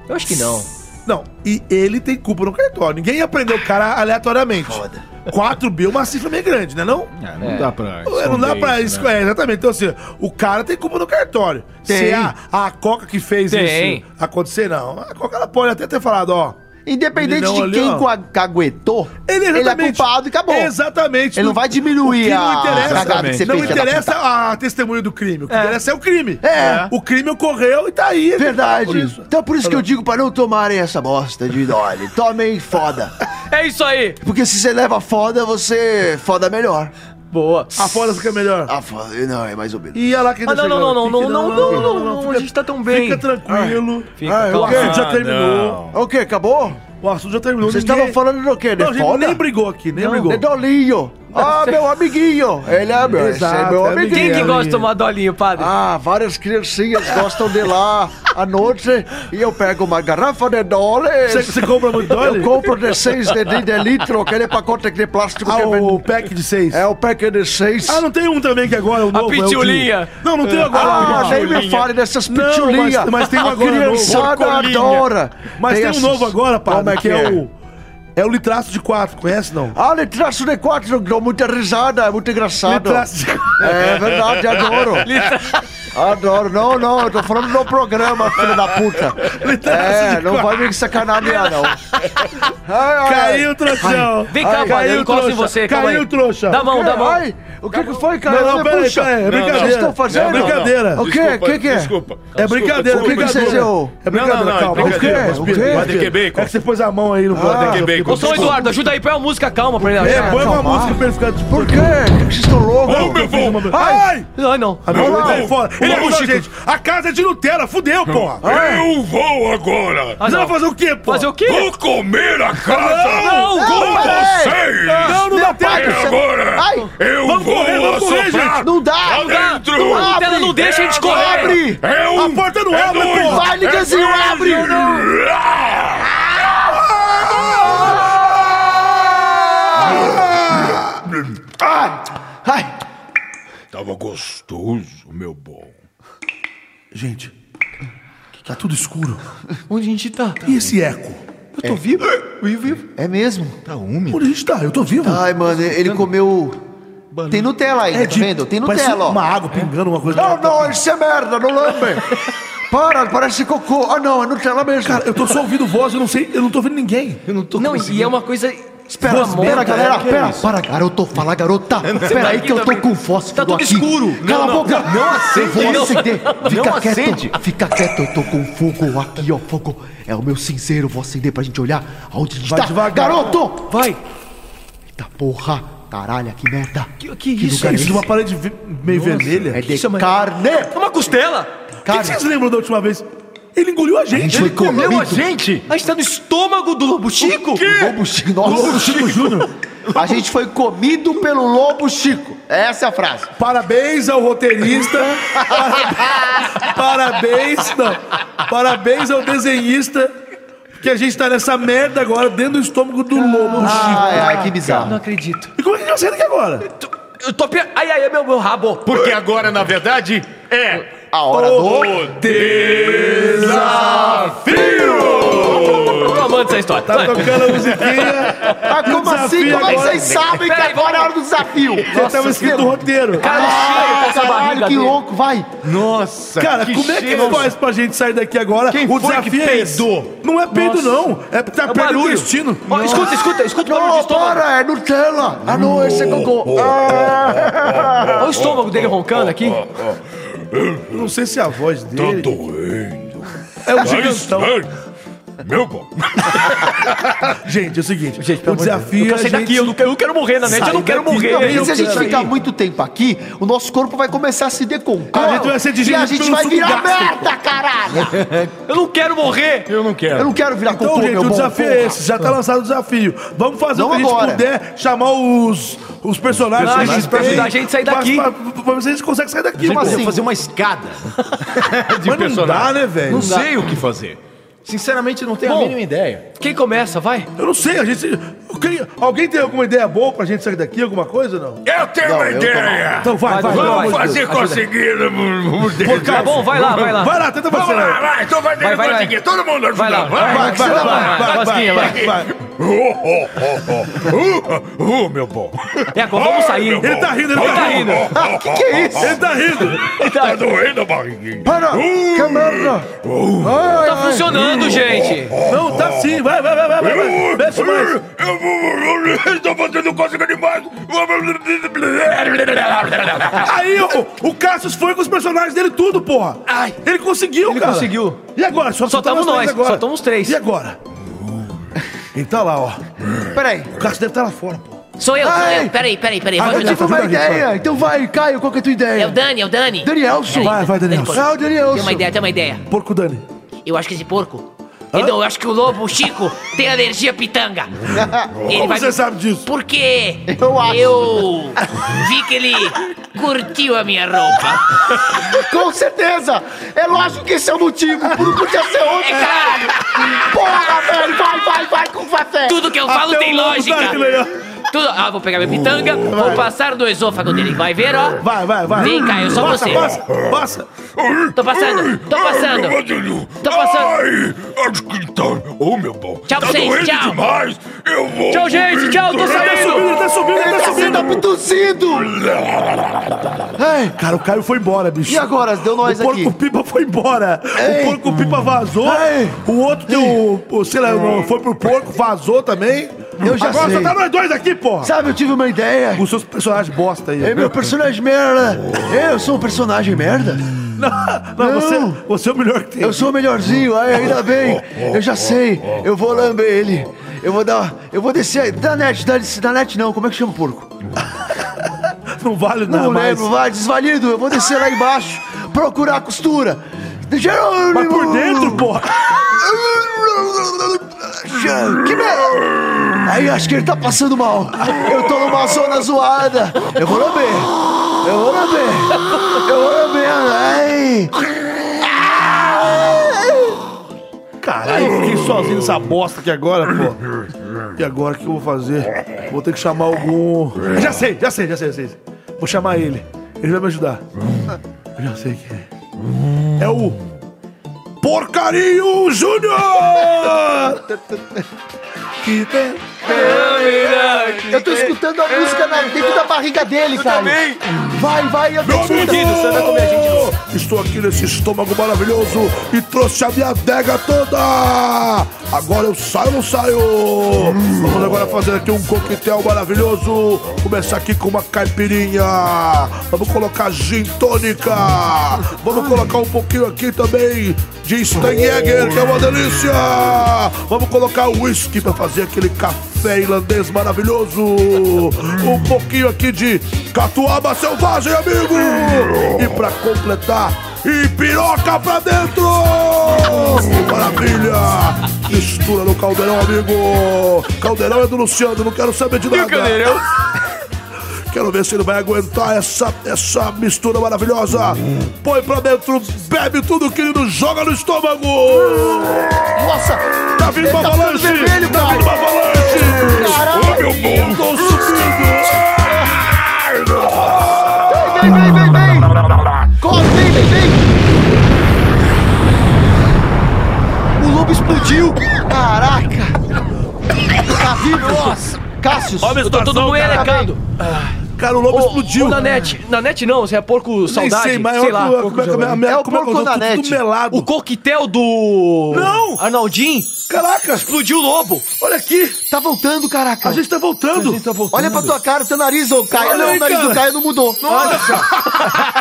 Speaker 2: Eu acho que não.
Speaker 1: Não, e ele tem culpa no cartório. Ninguém ia prender o cara aleatoriamente. Foda. 4 bi é uma cifra meio grande, né? Não,
Speaker 13: É, não dá pra
Speaker 1: Ué, não dá
Speaker 13: esconder
Speaker 1: pra
Speaker 13: isso, né?
Speaker 1: isso, é, exatamente. Então, assim, o cara tem culpa no cartório.
Speaker 13: Tem.
Speaker 1: Se é a, a Coca que fez
Speaker 4: Tem.
Speaker 1: isso acontecer, não. A Coca ela pode até ter falado, ó.
Speaker 4: Independente
Speaker 1: meninão
Speaker 4: de
Speaker 1: ali,
Speaker 4: quem
Speaker 1: ó.
Speaker 4: coa- caguetou,
Speaker 1: Ele,
Speaker 4: ele é
Speaker 1: exatamente-
Speaker 4: culpado e acabou.
Speaker 1: Exatamente.
Speaker 4: Ele não vai diminuir
Speaker 1: o que não
Speaker 4: a
Speaker 1: interessa,
Speaker 4: cagada que você
Speaker 1: não
Speaker 4: fez, filha da
Speaker 1: interessa a testemunha do crime. O que
Speaker 4: É.
Speaker 1: interessa é o crime.
Speaker 4: É.
Speaker 1: O crime ocorreu e tá aí. ele
Speaker 4: Verdade.
Speaker 1: tá por isso.
Speaker 4: Então por isso que eu digo pra não tomarem essa bosta de Dolly. Tomem foda.
Speaker 2: É isso aí.
Speaker 4: Porque se você leva foda, você foda melhor.
Speaker 14: Boa.
Speaker 1: Afora que é melhor.
Speaker 4: Afora, não, é mais ou menos.
Speaker 1: E a lá tá que
Speaker 14: Ah, não, não, não, não, não, não, não, não, não, a gente tá tão bem.
Speaker 1: Fica tranquilo.
Speaker 14: Ah, fica,
Speaker 1: ah, o
Speaker 14: calma.
Speaker 1: assunto já
Speaker 14: Ah,
Speaker 1: terminou.
Speaker 4: O que? Acabou?
Speaker 1: O assunto já terminou.
Speaker 4: Vocês
Speaker 1: Ninguém-
Speaker 4: estavam falando do quê? De
Speaker 1: Não, a gente
Speaker 4: foda?
Speaker 1: nem brigou aqui, nem
Speaker 4: Não. é
Speaker 1: brigou.
Speaker 4: De dolinho. Ah, meu amiguinho. Ele é meu, esse é
Speaker 1: Exato,
Speaker 4: meu
Speaker 1: é
Speaker 4: amiguinho.
Speaker 1: Quem que gosta de
Speaker 14: tomar dolinho, padre?
Speaker 4: Ah, várias criancinhas gostam de lá à noite e eu pego uma garrafa de dólares.
Speaker 1: Você- você compra muito dólar?
Speaker 4: Eu compro de seis de, de, de litro, aquele pacote de plástico.
Speaker 1: Ah,
Speaker 4: que vem-
Speaker 1: o pack de seis.
Speaker 4: É, o pack de seis.
Speaker 1: Ah, não tem um também que agora é o novo. é o que-
Speaker 4: pitulinha.
Speaker 1: Não, não tem agora.
Speaker 4: Ah,
Speaker 1: o
Speaker 4: nem
Speaker 1: pitulinha.
Speaker 4: me fale dessas
Speaker 1: Não,
Speaker 4: pitulinhas.
Speaker 1: mas, mas tem um
Speaker 4: A
Speaker 1: agora.
Speaker 4: criançada
Speaker 1: novo. Colinha.
Speaker 4: adora.
Speaker 1: Mas
Speaker 4: Tem
Speaker 1: tem, um
Speaker 4: essas-
Speaker 1: novo agora, padre,
Speaker 4: Como é
Speaker 1: que
Speaker 4: que
Speaker 1: é,
Speaker 4: é?
Speaker 1: o... É o litraço de quatro, conhece não?
Speaker 4: Ah, litraço de quatro, dou muita risada, é muito engraçado.
Speaker 1: Litraço de-
Speaker 4: É verdade,
Speaker 1: [LAUGHS]
Speaker 4: adoro. Adoro. Não, não, eu tô falando do programa, filho da puta. É, não vai me sacanear,
Speaker 1: [LAUGHS]
Speaker 4: não.
Speaker 1: Caiu, trouxão.
Speaker 4: Ah, é. Vem cá,
Speaker 1: pai,
Speaker 4: eu encosto em você, calma aí.
Speaker 1: Caiu, trouxa.
Speaker 4: Dá a mão, dá a mão.
Speaker 1: Ai,
Speaker 4: o que que foi,
Speaker 1: cara? tá Não, não,
Speaker 4: Olha,
Speaker 1: peraí,
Speaker 4: puxa.
Speaker 1: peraí, é
Speaker 4: Não, não,
Speaker 1: brincadeira.
Speaker 4: vocês estão fazendo?
Speaker 1: É brincadeira.
Speaker 4: O quê? O quê que é?
Speaker 1: Desculpa. É brincadeira,
Speaker 4: Desculpa,
Speaker 1: é brincadeira.
Speaker 4: desculpa. O que que você
Speaker 1: É brincadeira, calma.
Speaker 4: deu? Não, não, é brincadeira.
Speaker 1: O quê?
Speaker 4: Mas
Speaker 1: O quê?
Speaker 4: vai ter que
Speaker 1: É que você pôs a mão aí no
Speaker 4: Vai ter que bacon.
Speaker 2: Ô, São Eduardo, ajuda aí, põe uma música calma pra ele
Speaker 1: É,
Speaker 2: ajudar.
Speaker 1: põe uma
Speaker 2: Calma.
Speaker 1: música pra ele ficar...
Speaker 4: Por quê? Vocês estão loucos?
Speaker 1: Ô, meu povo! Ai!
Speaker 2: Ai, não.
Speaker 1: Ah, não,
Speaker 2: Não,
Speaker 1: ele tá
Speaker 2: não.
Speaker 1: aí fora. Ele é gente. A casa é de Nutella, fudeu, porra. Ah.
Speaker 5: Eu vou agora!
Speaker 2: Ah,
Speaker 1: Você vai fazer o quê, pô?
Speaker 5: Fazer o quê? Vou comer a casa
Speaker 1: Não, não,
Speaker 5: com
Speaker 1: não,
Speaker 5: vocês!
Speaker 1: Não, não dá tempo.
Speaker 5: E agora?
Speaker 1: Ai.
Speaker 5: Eu
Speaker 1: Vamos
Speaker 5: vou
Speaker 1: correr, vamos correr,
Speaker 5: assoprar
Speaker 1: gente. Não dá,
Speaker 5: pra
Speaker 1: não dá.
Speaker 5: dentro.
Speaker 1: Não abre. Nutella não deixa a gente correr. Abre.
Speaker 5: É um,
Speaker 1: A porta não
Speaker 5: é
Speaker 1: abre,
Speaker 5: dois,
Speaker 1: pô. Vai,
Speaker 5: é
Speaker 1: Nicanzinho,
Speaker 5: três.
Speaker 1: abre.
Speaker 4: Ai!
Speaker 5: Tava gostoso, meu bom.
Speaker 1: Gente, tá tudo escuro.
Speaker 15: Onde a gente tá?
Speaker 1: E esse eco? Eu tô vivo?
Speaker 15: Vivo, vivo.
Speaker 4: É mesmo?
Speaker 15: Tá úmido.
Speaker 1: Onde a gente tá? Eu tô vivo.
Speaker 4: Ai, mano, ele comeu... Tem Nutella ainda,
Speaker 1: É
Speaker 4: tá
Speaker 1: de-
Speaker 4: vendo? Tem
Speaker 1: parece
Speaker 4: Nutella, ó.
Speaker 1: uma água pingando, uma coisa...
Speaker 4: Não, não, isso é merda, não [LAUGHS] lambe. Para, parece cocô. Ah, não, é Nutella mesmo.
Speaker 1: Cara, eu tô só ouvindo voz, eu não sei, eu não tô ouvindo ninguém. Eu não um tô
Speaker 2: Não, e é uma coisa...
Speaker 4: Espera, espera, galera,
Speaker 1: é
Speaker 2: Que
Speaker 4: pera,
Speaker 2: isso?
Speaker 4: para, garoto, fala, garota.
Speaker 2: Você
Speaker 4: Espera
Speaker 2: tá
Speaker 4: aí
Speaker 2: aqui
Speaker 4: que eu tô
Speaker 2: também.
Speaker 4: com fósforo
Speaker 2: Tá tudo
Speaker 4: aqui.
Speaker 2: escuro.
Speaker 4: Cala
Speaker 2: Não,
Speaker 4: a boca.
Speaker 2: não, não acende,
Speaker 4: Eu
Speaker 2: não.
Speaker 4: vou acender.
Speaker 2: Não
Speaker 4: Fica quieto,
Speaker 2: acende.
Speaker 4: fica quieto, eu tô com fogo aqui, ó, fogo. É o meu cinzeiro, vou acender pra gente olhar aonde a gente
Speaker 1: Vai
Speaker 4: tá.
Speaker 1: devagar.
Speaker 4: Garoto!
Speaker 2: Vai.
Speaker 4: Eita porra, caralho, que merda.
Speaker 2: Que, que isso?
Speaker 4: lugar
Speaker 1: Isso de
Speaker 4: é
Speaker 1: uma parede ve- meio vermelha.
Speaker 4: É de carne.
Speaker 2: Uma costela.
Speaker 1: O que que vocês lembram da última vez? Ele engoliu a gente.
Speaker 4: gente foi
Speaker 2: Comeu a
Speaker 4: comido.
Speaker 2: gente? A gente tá no estômago do Lobo Chico?
Speaker 4: Um Lobo Chico, nossa.
Speaker 1: Lobo Chico Júnior.
Speaker 4: A gente foi comido pelo Lobo Chico. Essa é a frase.
Speaker 1: Parabéns ao roteirista. para- parabéns, não. Parabéns ao desenhista. Que a gente tá nessa merda agora dentro do estômago do lobo.
Speaker 4: Ai, ai, que
Speaker 2: Não
Speaker 4: bizarro.
Speaker 2: acredito.
Speaker 1: E como Ah, é que a gente vai sair daqui agora?
Speaker 2: Eu tô... pe- Ai, ai, é meu, meu rabo.
Speaker 16: Porque agora, na verdade, é
Speaker 4: A hora do...
Speaker 2: Eu tô amando essa história.
Speaker 1: Tá
Speaker 2: Vai.
Speaker 1: tocando a musiquinha.
Speaker 4: Ah, como
Speaker 1: Desafio
Speaker 4: assim? Como é que
Speaker 1: agora.
Speaker 4: vocês sabem que
Speaker 2: Peraí,
Speaker 4: agora é a hora do desafio?
Speaker 1: Já tava escrito o roteiro.
Speaker 2: Cara, cheio
Speaker 4: Ah,
Speaker 2: dessa barriga
Speaker 4: caralho, que
Speaker 2: dele.
Speaker 4: louco, vai.
Speaker 16: Nossa,
Speaker 1: Cara, como é que
Speaker 16: cheiro.
Speaker 1: faz pra gente sair daqui agora?
Speaker 16: Quem
Speaker 1: o
Speaker 16: foi que
Speaker 1: desafio é esse.
Speaker 16: peidou?
Speaker 1: Não é peido, não. É tá
Speaker 2: É o
Speaker 1: perdendo o
Speaker 2: barulho.
Speaker 1: destino.
Speaker 2: Ó, escuta, escuta, escuta o barulho de
Speaker 4: Não,
Speaker 2: estômago.
Speaker 4: para, é Nutella. Ah, não, esse é cocô. Ah.
Speaker 2: Olha o estômago dele roncando aqui.
Speaker 1: Não sei se é a voz
Speaker 5: Tá
Speaker 1: dele.
Speaker 5: doendo.
Speaker 1: É um
Speaker 5: Tá
Speaker 1: gigantão.
Speaker 5: estranho. Meu bom.
Speaker 1: [LAUGHS] Gente, é o seguinte. o
Speaker 2: Pelo amor de Deus.
Speaker 1: desafio
Speaker 2: Eu
Speaker 1: é a
Speaker 2: quero sair daqui,
Speaker 1: gente...
Speaker 2: eu não quero, eu não quero morrer na net, eu não
Speaker 1: Sai
Speaker 2: quero
Speaker 1: daqui,
Speaker 2: morrer.
Speaker 1: eu
Speaker 4: Não, mas se a gente
Speaker 1: quero
Speaker 4: ficar
Speaker 1: ir.
Speaker 4: muito tempo aqui, o nosso corpo vai começar a se decompor.
Speaker 1: A gente vai ser
Speaker 4: E a
Speaker 1: digerido
Speaker 4: gente
Speaker 1: pelo
Speaker 4: vai
Speaker 1: suco
Speaker 4: virar
Speaker 1: gástrico.
Speaker 4: merda, caralho.
Speaker 2: Eu não quero morrer.
Speaker 16: eu não quero.
Speaker 4: Eu não quero virar cocô,
Speaker 1: Então, gente,
Speaker 4: meu
Speaker 1: o
Speaker 4: bom.
Speaker 1: desafio
Speaker 4: porra.
Speaker 1: é esse. Já tá lançado o desafio. Vamos fazer
Speaker 4: Não
Speaker 1: o que a gente
Speaker 4: agora.
Speaker 1: puder, chamar os, os personagens,
Speaker 2: Personagens pra
Speaker 1: têm,
Speaker 2: ajudar a gente a sair
Speaker 1: pra-
Speaker 2: daqui.
Speaker 1: Pra, pra, ver se a gente consegue sair daqui.
Speaker 4: Como
Speaker 1: pô.
Speaker 4: assim?
Speaker 16: fazer uma
Speaker 2: [LAUGHS]
Speaker 16: escada de
Speaker 1: Mas não
Speaker 16: personagem.
Speaker 1: dá, né, velho?
Speaker 16: Não,
Speaker 1: Não dá.
Speaker 16: sei o que fazer. Sinceramente, não tenho a
Speaker 2: Bom,
Speaker 16: mínima ideia.
Speaker 2: Quem começa, vai.
Speaker 1: Eu não sei, a gente... Quem, alguém tem alguma ideia boa pra gente sair daqui? Alguma coisa, não?
Speaker 5: Eu tenho uma ideia.
Speaker 1: Então vai, vai,
Speaker 2: vai,
Speaker 1: pelo amor
Speaker 5: Vamos
Speaker 1: de
Speaker 5: fazer
Speaker 2: Deus, ajuda.
Speaker 5: conseguir. um-
Speaker 2: Tá bom, vai lá, vai lá.
Speaker 1: Vai lá, tenta
Speaker 5: Vamos
Speaker 1: você.
Speaker 5: lá, vai. Então vai ter
Speaker 2: Vai,
Speaker 5: que
Speaker 2: vai, vai.
Speaker 5: conseguir. Todo mundo ajudar.
Speaker 2: Vai lá, vai,
Speaker 1: Vai, vai,
Speaker 2: Vai,
Speaker 1: vai,
Speaker 2: vai,
Speaker 1: vai,
Speaker 2: Vasquinha,
Speaker 1: vai,
Speaker 2: vai.
Speaker 1: vai.
Speaker 5: Oh, oh, oh, oh. Uh, uh, meu bom.
Speaker 2: É, agora vamos
Speaker 5: Ai,
Speaker 2: sair.
Speaker 5: meu bom.
Speaker 1: Ele tá rindo, ele tá rindo.
Speaker 4: Ah, que que é isso?
Speaker 1: Ele tá rindo.
Speaker 5: Tá doendo a barriguinha.
Speaker 4: Para, que merda. Ai,
Speaker 2: Tá funcionando, gente.
Speaker 1: Não, tá sim. Vai, vai, vai, vai, vai, vai. Mexe mais.
Speaker 5: Eu vou. Estou fazendo cócega demais.
Speaker 1: Aí o, o Cassius foi com os personagens dele tudo, porra.
Speaker 2: Ai.
Speaker 1: ele conseguiu,
Speaker 2: Ele
Speaker 1: cara.
Speaker 2: conseguiu.
Speaker 1: E agora? Só,
Speaker 2: Só
Speaker 1: tá
Speaker 2: tamo
Speaker 1: nós três
Speaker 2: nós, só tamo os três.
Speaker 1: E agora? Ele tá lá, ó.
Speaker 4: Peraí,
Speaker 1: O Cassius deve estar lá fora, pô.
Speaker 10: Sou eu, sou
Speaker 4: Ai!
Speaker 10: eu. Peraí, peraí, peraí.
Speaker 4: Ah,
Speaker 10: vou
Speaker 4: eu
Speaker 10: ajudar.
Speaker 4: tive uma ideia. Então vai, Caio, qual que é a tua ideia?
Speaker 10: É o Dani, é o Dani.
Speaker 4: Danielson. Vai, vai, Danielson. Ah, o Danielson.
Speaker 10: Tem uma ideia, tem uma ideia.
Speaker 1: Ah, Porco Dani.
Speaker 10: Eu acho que esse porco. Então, eu acho que o lobo, o Chico, tem alergia à pitanga.
Speaker 1: Como você sabe disso?
Speaker 10: Porque
Speaker 1: Eu acho.
Speaker 10: eu vi que ele curtiu a minha roupa.
Speaker 17: Com certeza! É lógico que esse é o motivo,
Speaker 4: Tipo, um
Speaker 17: não podia ser outro, caralho! Porra, velho, vai, vai, vai com café!
Speaker 10: Tudo que eu falo
Speaker 1: um
Speaker 10: tem lógica.
Speaker 1: tá
Speaker 10: Tudo... Ah, vou pegar minha pitanga, vou passar no esôfago dele. Vai ver, ó.
Speaker 1: Vai, vai, vai.
Speaker 10: Vem cá, eu sou
Speaker 1: Passa,
Speaker 10: você.
Speaker 1: passa, passa.
Speaker 10: Tô passando, tô passando. Tô passando.
Speaker 18: então, Ô, meu bom.
Speaker 10: Tchau
Speaker 18: tá
Speaker 10: pra vocês,
Speaker 18: doendo
Speaker 10: tchau.
Speaker 18: demais. Eu vou...
Speaker 10: Tchau, gente, tchau, tô saindo.
Speaker 1: Ele tá subindo,
Speaker 4: é
Speaker 1: ele
Speaker 4: um
Speaker 1: tá subindo.
Speaker 17: Ele tá
Speaker 1: Ai, cara, o Caio foi embora, bicho.
Speaker 17: E agora? Deu nós
Speaker 1: o porco
Speaker 17: aqui.
Speaker 1: pipa foi embora.
Speaker 17: Ei.
Speaker 1: O porco pipa vazou. O outro deu, o, sei lá, foi pro porco, vazou também.
Speaker 4: Eu já
Speaker 1: agora
Speaker 4: sei.
Speaker 1: só tá nós dois aqui, porra.
Speaker 4: Sabe, eu tive uma ideia.
Speaker 1: Os seus personagens bosta aí.
Speaker 4: É meu personagem merda. Eu sou um personagem merda?
Speaker 1: Não, você- você é o melhor que tem.
Speaker 4: Eu sou o melhorzinho, ai, ainda bem. Eu já sei. Eu vou lamber ele. Eu vou dar. Eu vou descer. Danete, Danete, Danete não. Como é que chama o porco?
Speaker 1: Não vale
Speaker 4: Não
Speaker 1: nada mais.
Speaker 4: lembro, vai, desvalido. Eu vou descer lá embaixo, procurar a costura. Jerônimo!
Speaker 1: Mas por dentro, porra!
Speaker 4: Que merda! Aí acho que ele tá passando mal. Eu tô numa zona zoada. Eu vou lamber. Eu vou lamber. Eu vou lamber. Ai.
Speaker 1: Caralho, fiquei sozinho nessa bosta aqui agora, pô. E agora o que eu vou fazer? Vou ter que chamar algum. Já sei, já sei, já sei, já sei. Vou chamar ele. Ele vai me ajudar. Eu já sei quem é. É o. Porcarinho Júnior!
Speaker 17: Eu tô escutando a música na, dentro da barriga dele, cara.
Speaker 1: também.
Speaker 17: Vai, vai, eu tô
Speaker 1: Meu
Speaker 17: escutando.
Speaker 1: amigo! Estou aqui nesse estômago maravilhoso e trouxe a minha adega toda! Agora eu saio ou não saio? Vamos agora fazer aqui um coquetel maravilhoso. Começar aqui com uma caipirinha. Vamos colocar gin tônica. Vamos colocar um pouquinho aqui também de Steinjäger, que é uma delícia. Vamos colocar whisky para fazer aquele café irlandês maravilhoso. Um pouquinho aqui de catuaba selvagem, amigo. E para completar, e piroca pra dentro! Maravilha! Mistura no caldeirão, amigo! Caldeirão é do Luciano, não quero saber de nada.
Speaker 18: caldeirão?
Speaker 1: Quero ver se ele vai aguentar essa, essa mistura maravilhosa. Põe pra dentro, bebe tudo, querido, joga no estômago.
Speaker 17: Nossa!
Speaker 1: Tá vindo
Speaker 17: Ele tá
Speaker 1: uma
Speaker 17: ficando
Speaker 1: avalanche!
Speaker 17: vermelho,
Speaker 1: tá
Speaker 17: cara.
Speaker 1: vindo uma avalanche! Ô, meu bom! Eu tô
Speaker 17: Vem, vem, vem, vem! Corre, vem, vem, vem! O lobo explodiu! Caraca! Tá vivo? Nossa! Cássio!
Speaker 2: Ó, meu, tô todo moelecado.
Speaker 1: Cara, o lobo
Speaker 2: explodiu. Na net, na net não, você é porco saudade,
Speaker 1: sei, mas é
Speaker 2: sei lá.
Speaker 1: outro- como é que-
Speaker 2: jovem.
Speaker 1: como é- É o como é que- porco eu tô na tudo net. melado.
Speaker 2: O coquetel do...
Speaker 1: Não!
Speaker 2: Arnaldinho.
Speaker 1: Caraca!
Speaker 2: Explodiu o lobo.
Speaker 1: Olha aqui!
Speaker 17: Tá voltando, caraca!
Speaker 1: A gente tá voltando! A gente tá voltando.
Speaker 17: Olha pra tua cara, teu nariz, ô Caio.
Speaker 1: Olha
Speaker 17: Não,
Speaker 1: aí,
Speaker 17: o nariz
Speaker 1: cara.
Speaker 17: do Caio não mudou. Nossa!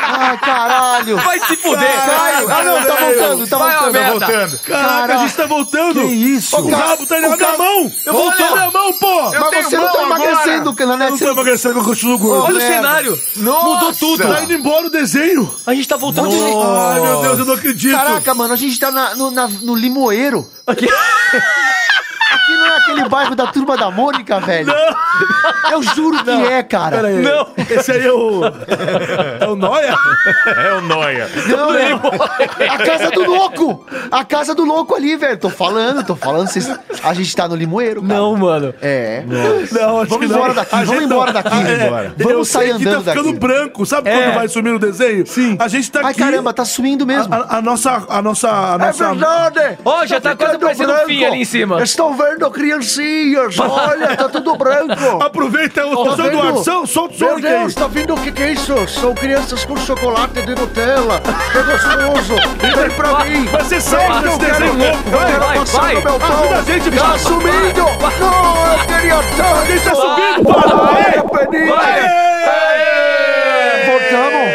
Speaker 17: Ai, caralho!
Speaker 1: Vai se fuder.
Speaker 17: Caio! Ah, não, tá
Speaker 1: Caralho.
Speaker 17: voltando, tá voltando,
Speaker 1: Vai,
Speaker 17: tá
Speaker 1: Alberta.
Speaker 17: voltando.
Speaker 1: Caraca, a gente tá voltando.
Speaker 17: Que isso?
Speaker 1: O rabo tá na minha mão.
Speaker 17: Eu
Speaker 1: Olha
Speaker 17: voltou.
Speaker 1: na minha mão, pô. Eu
Speaker 17: Mas
Speaker 1: tenho
Speaker 17: você não tá
Speaker 1: mão agora.
Speaker 17: emagrecendo, Cananete.
Speaker 1: Eu não tá tô emagrecendo, eu continuo gordo.
Speaker 17: Olha o cenário.
Speaker 1: Mudou tudo. Tá indo embora o desenho.
Speaker 2: A gente tá voltando.
Speaker 17: Onde a gente-
Speaker 1: Ai, meu Deus, eu não acredito.
Speaker 17: Caraca, mano, a gente tá na- no, na- no Limoeiro. Aqui... não é aquele bairro da Turma da Mônica, velho? Eu juro que é, cara.
Speaker 1: Pera aí. Não. Esse aí é o... [LAUGHS] É o Noia?
Speaker 5: É o Noia.
Speaker 17: Não, é a casa do louco! A casa do louco ali, velho. Tô falando, tô falando. Vocês... A gente tá no limoeiro, cara. Não,
Speaker 2: mano.
Speaker 17: É.
Speaker 1: Não, acho
Speaker 17: vamos
Speaker 1: que não.
Speaker 17: embora daqui,
Speaker 1: A
Speaker 17: vamos
Speaker 1: gente
Speaker 17: embora
Speaker 1: não-
Speaker 17: daqui.
Speaker 1: Ah, é.
Speaker 17: Vamos
Speaker 1: Eu
Speaker 17: sair
Speaker 1: sei que tá
Speaker 17: andando
Speaker 1: ficando
Speaker 17: daqui.
Speaker 1: branco. Sabe
Speaker 17: É.
Speaker 1: quando vai sumir o desenho? Sim. A gente tá
Speaker 17: Ai,
Speaker 1: aqui. É
Speaker 17: caramba, É tá sumindo mesmo.
Speaker 1: A, a- a nossa... A nossa... A nossa...
Speaker 2: Ó, já tá quase
Speaker 17: ficando
Speaker 2: parecendo um fim
Speaker 17: branco.
Speaker 2: ali em cima.
Speaker 17: Estão vendo criancinhas, olha, tá tudo branco.
Speaker 1: Aproveita o
Speaker 17: Tá
Speaker 1: seu
Speaker 17: vendo?
Speaker 1: Eduardo, são- solta o
Speaker 17: Meu
Speaker 1: Sonic aí.
Speaker 17: Deus, tá vendo o que que é isso? São crianças com chocolate de Nutella. Que gostoso. Vem pra mim.
Speaker 1: Mas você sabe
Speaker 17: eu
Speaker 1: desse
Speaker 17: quero
Speaker 1: desenho louco,
Speaker 17: Eu
Speaker 1: vai,
Speaker 17: quero
Speaker 1: vai,
Speaker 17: passar
Speaker 1: vai.
Speaker 17: no meu pau.
Speaker 1: Ajuda a gente,
Speaker 17: Tá
Speaker 1: vai.
Speaker 17: sumindo. Não, eu queria tanto.
Speaker 1: Quem tá subindo, para!
Speaker 17: Peninha. Voltamos.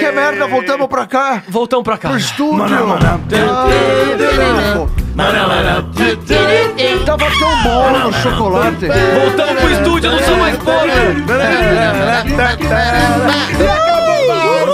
Speaker 17: Que
Speaker 4: merda, voltamos pra cá.
Speaker 2: Voltamos pra cá.
Speaker 4: Pro estúdio. Ah, Tava tão bom no chocolate.
Speaker 2: Voltamos pro estúdio, não sou mais
Speaker 1: Mas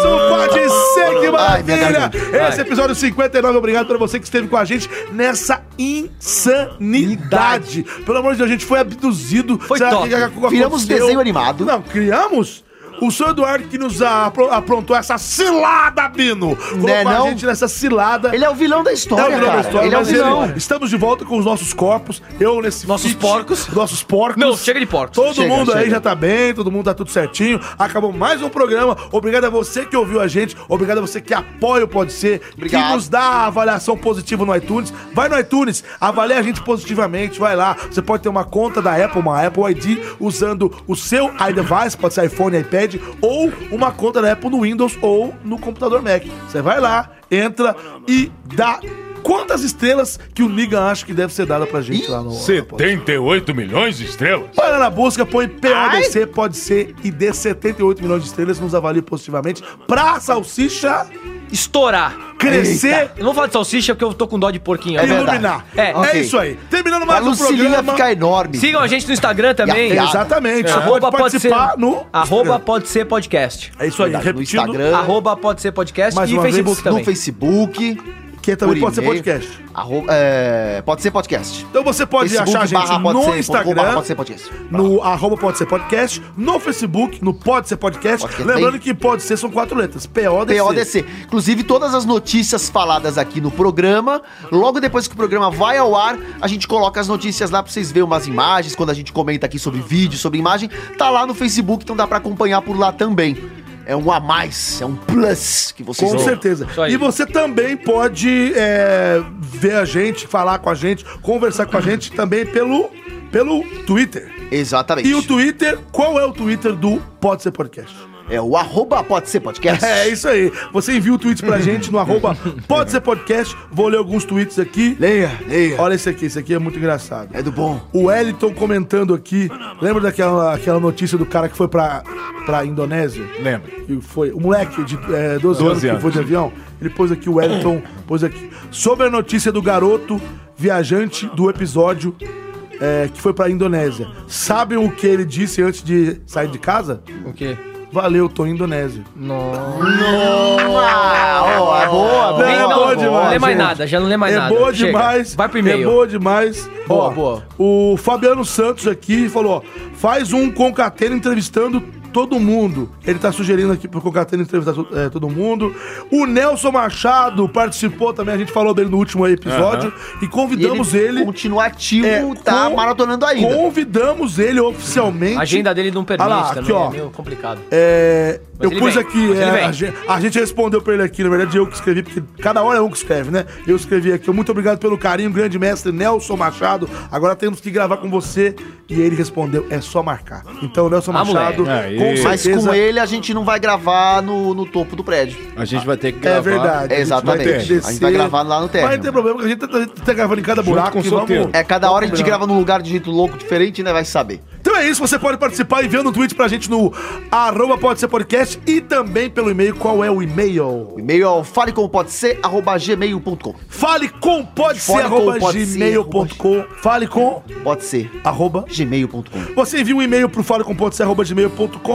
Speaker 1: não pode ser que maravilha! Esse episódio 59, obrigado pra você que esteve com a gente nessa insanidade. Pelo amor de Deus, a gente foi abduzido. Foi
Speaker 17: top. Criamos desenho animado.
Speaker 1: Não, criamos? O senhor Eduardo que nos apro- aprontou essa cilada, Bino! Colocou
Speaker 17: Né, não?
Speaker 1: a gente nessa cilada. Ele
Speaker 17: é o vilão da história, cara. Ele é o
Speaker 1: mas
Speaker 17: vilão.
Speaker 1: Estamos de volta com os nossos corpos. Eu nesse Nossos porcos. Nossos porcos.
Speaker 2: Não, chega de porcos.
Speaker 1: Todo
Speaker 2: Chega,
Speaker 1: mundo aí
Speaker 2: chega.
Speaker 1: já tá bem, todo mundo tá tudo certinho. Acabou mais um programa. Obrigado a você que ouviu a gente. Obrigado a você que apoia o Pode Ser. Que nos dá a avaliação positiva no iTunes. Vai no iTunes, avalia a gente positivamente. Vai lá. Você pode ter uma conta da Apple, uma Apple ID, usando o seu iDevice, pode ser iPhone, iPad, ou uma conta da Apple no Windows ou no computador Mac. Você vai lá, entra e dá. Quantas estrelas que o Niga acha que deve ser dada pra gente lá no.
Speaker 18: 78 milhões de estrelas?
Speaker 1: Para na busca, põe PODC, pode ser, e dê 78 milhões de estrelas, nos avalie positivamente. Pra salsicha.
Speaker 2: Estourar.
Speaker 1: Crescer.
Speaker 2: Eu não vou falar de salsicha porque eu tô com dó de porquinho.
Speaker 1: É
Speaker 2: agora.
Speaker 1: iluminar.
Speaker 2: É,
Speaker 1: Ok. é isso aí. Terminando mais
Speaker 2: A
Speaker 1: um
Speaker 2: Lucilina
Speaker 1: programa.
Speaker 2: fica enorme. Sigam a gente no Instagram também.
Speaker 1: um- E a piada. Exatamente.
Speaker 2: É.
Speaker 1: Você
Speaker 2: Arroba
Speaker 1: pode
Speaker 2: pode ser,
Speaker 1: participar no
Speaker 2: arroba
Speaker 1: Instagram.
Speaker 2: pode ser podcast.
Speaker 1: É isso aí, Verdade, no repetindo. Instagram.
Speaker 2: Arroba pode ser podcast
Speaker 1: Mais
Speaker 2: e
Speaker 1: uma vez,
Speaker 2: Facebook
Speaker 1: no
Speaker 2: também.
Speaker 1: Face-
Speaker 17: Facebook.
Speaker 1: Que também pode ser podcast.
Speaker 17: Arroba, é, pode ser podcast.
Speaker 1: Então você pode
Speaker 17: Facebook
Speaker 1: achar a gente
Speaker 17: barra pode
Speaker 1: no
Speaker 17: ser,
Speaker 1: Instagram,
Speaker 17: barra pode ser podcast.
Speaker 1: no arroba pode ser podcast, no Facebook, no pode ser podcast.
Speaker 17: Podcast
Speaker 1: Lembrando
Speaker 17: tem.
Speaker 1: que pode ser são quatro letras. PODC.
Speaker 17: PODC. Inclusive, todas as notícias faladas aqui no programa, logo depois que o programa vai ao ar, a gente coloca as notícias lá pra vocês verem umas imagens, quando a gente comenta aqui sobre vídeo, sobre imagem, tá lá no Facebook, então dá pra acompanhar por lá também. É um a mais, é um plus que vocês
Speaker 1: Com
Speaker 17: vão-
Speaker 1: certeza. E você também pode é, ver a gente, falar com a gente, conversar com a gente também pelo, pelo Twitter.
Speaker 17: Exatamente.
Speaker 1: E o Twitter, qual é o Twitter do Pode Ser Podcast?
Speaker 17: É o arroba pode ser podcast.
Speaker 1: [LAUGHS] É isso aí. Você envia o tweet pra gente no arroba pode ser podcast. Vou ler alguns tweets aqui.
Speaker 17: Leia, leia.
Speaker 1: Olha esse aqui, esse aqui é muito engraçado.
Speaker 17: É do bom.
Speaker 1: O Wellington comentando aqui. Lembra daquela aquela notícia do cara que foi pra, pra Indonésia?
Speaker 5: Lembra.
Speaker 1: Que foi um moleque de é, 12,
Speaker 5: 12
Speaker 1: anos que
Speaker 5: anos.
Speaker 1: foi de avião. Ele pôs aqui, o Wellington pôs aqui. Sobre a notícia do garoto viajante do episódio é, que foi pra Indonésia. Sabem o que ele disse antes de sair de casa?
Speaker 2: O quê?
Speaker 1: Valeu, tô em Indonésia.
Speaker 17: Ah, ó, é boa, boa.
Speaker 1: Não, é boa demais.
Speaker 2: lê mais
Speaker 1: gente.
Speaker 2: nada, já não lê mais
Speaker 1: é
Speaker 2: nada.
Speaker 1: É boa
Speaker 2: Chega.
Speaker 1: demais.
Speaker 2: Vai pro e-mail.
Speaker 1: É boa demais.
Speaker 2: Boa,
Speaker 1: Ó,
Speaker 2: boa.
Speaker 1: O Fabiano Santos aqui falou: ó, faz um concatena entrevistando todo mundo. Ele tá sugerindo aqui pro concatena entrevistar to- é, todo mundo. O Nelson Machado participou também, a gente falou dele no último episódio. E convidamos
Speaker 17: E ele
Speaker 1: ele. É,
Speaker 17: Continua ativo, tá
Speaker 1: com-
Speaker 17: maratonando ainda.
Speaker 1: Convidamos ele oficialmente.
Speaker 2: A agenda dele não permite
Speaker 1: Ah lá,
Speaker 2: também,
Speaker 1: aqui, ó.
Speaker 2: é meio complicado.
Speaker 1: É,
Speaker 2: Mas
Speaker 1: eu
Speaker 2: ele
Speaker 1: pus
Speaker 2: vem,
Speaker 1: aqui,
Speaker 2: mas ele
Speaker 1: é,
Speaker 2: vem.
Speaker 1: a, gente, a gente respondeu pra ele aqui, na verdade eu que escrevi, porque cada hora é um que escreve, né? Eu escrevi aqui, muito obrigado pelo carinho, grande mestre Nelson Machado. Agora temos que gravar com você. E ele respondeu, é só marcar. Então, Nelson
Speaker 17: Ah,
Speaker 1: Machado,
Speaker 17: moleque.
Speaker 1: com
Speaker 17: Mas
Speaker 1: certeza.
Speaker 17: com ele a gente não vai gravar no, no topo do prédio.
Speaker 5: A gente vai ter que
Speaker 17: É
Speaker 5: gravar.
Speaker 17: verdade. Exatamente.
Speaker 5: A gente
Speaker 17: A gente
Speaker 5: vai
Speaker 17: vai
Speaker 5: gravar.
Speaker 17: gravar lá no térreo.
Speaker 1: Mas não tem problema, que a gente tá, tá- tá gravando em cada
Speaker 17: Junto
Speaker 1: buraco.
Speaker 17: com
Speaker 1: e
Speaker 17: sorteio.
Speaker 1: vamos-
Speaker 17: É, cada hora a gente
Speaker 1: vamos
Speaker 17: grava num lugar de jeito louco, diferente, né? Vai saber.
Speaker 1: Então é isso, você pode participar enviando um tweet pra gente no arroba pode ser podcast e também pelo e-mail. Qual é o e-mail?
Speaker 17: O e-mail é o falecompodc.gmail.com
Speaker 1: Fale com pode ser
Speaker 17: Fale com
Speaker 1: arroba
Speaker 17: pode ser,
Speaker 1: gmail.com. Fale com
Speaker 17: Pode ser.
Speaker 1: arroba
Speaker 17: gmail.com
Speaker 1: Você envia um e-mail pro falecom.com.br.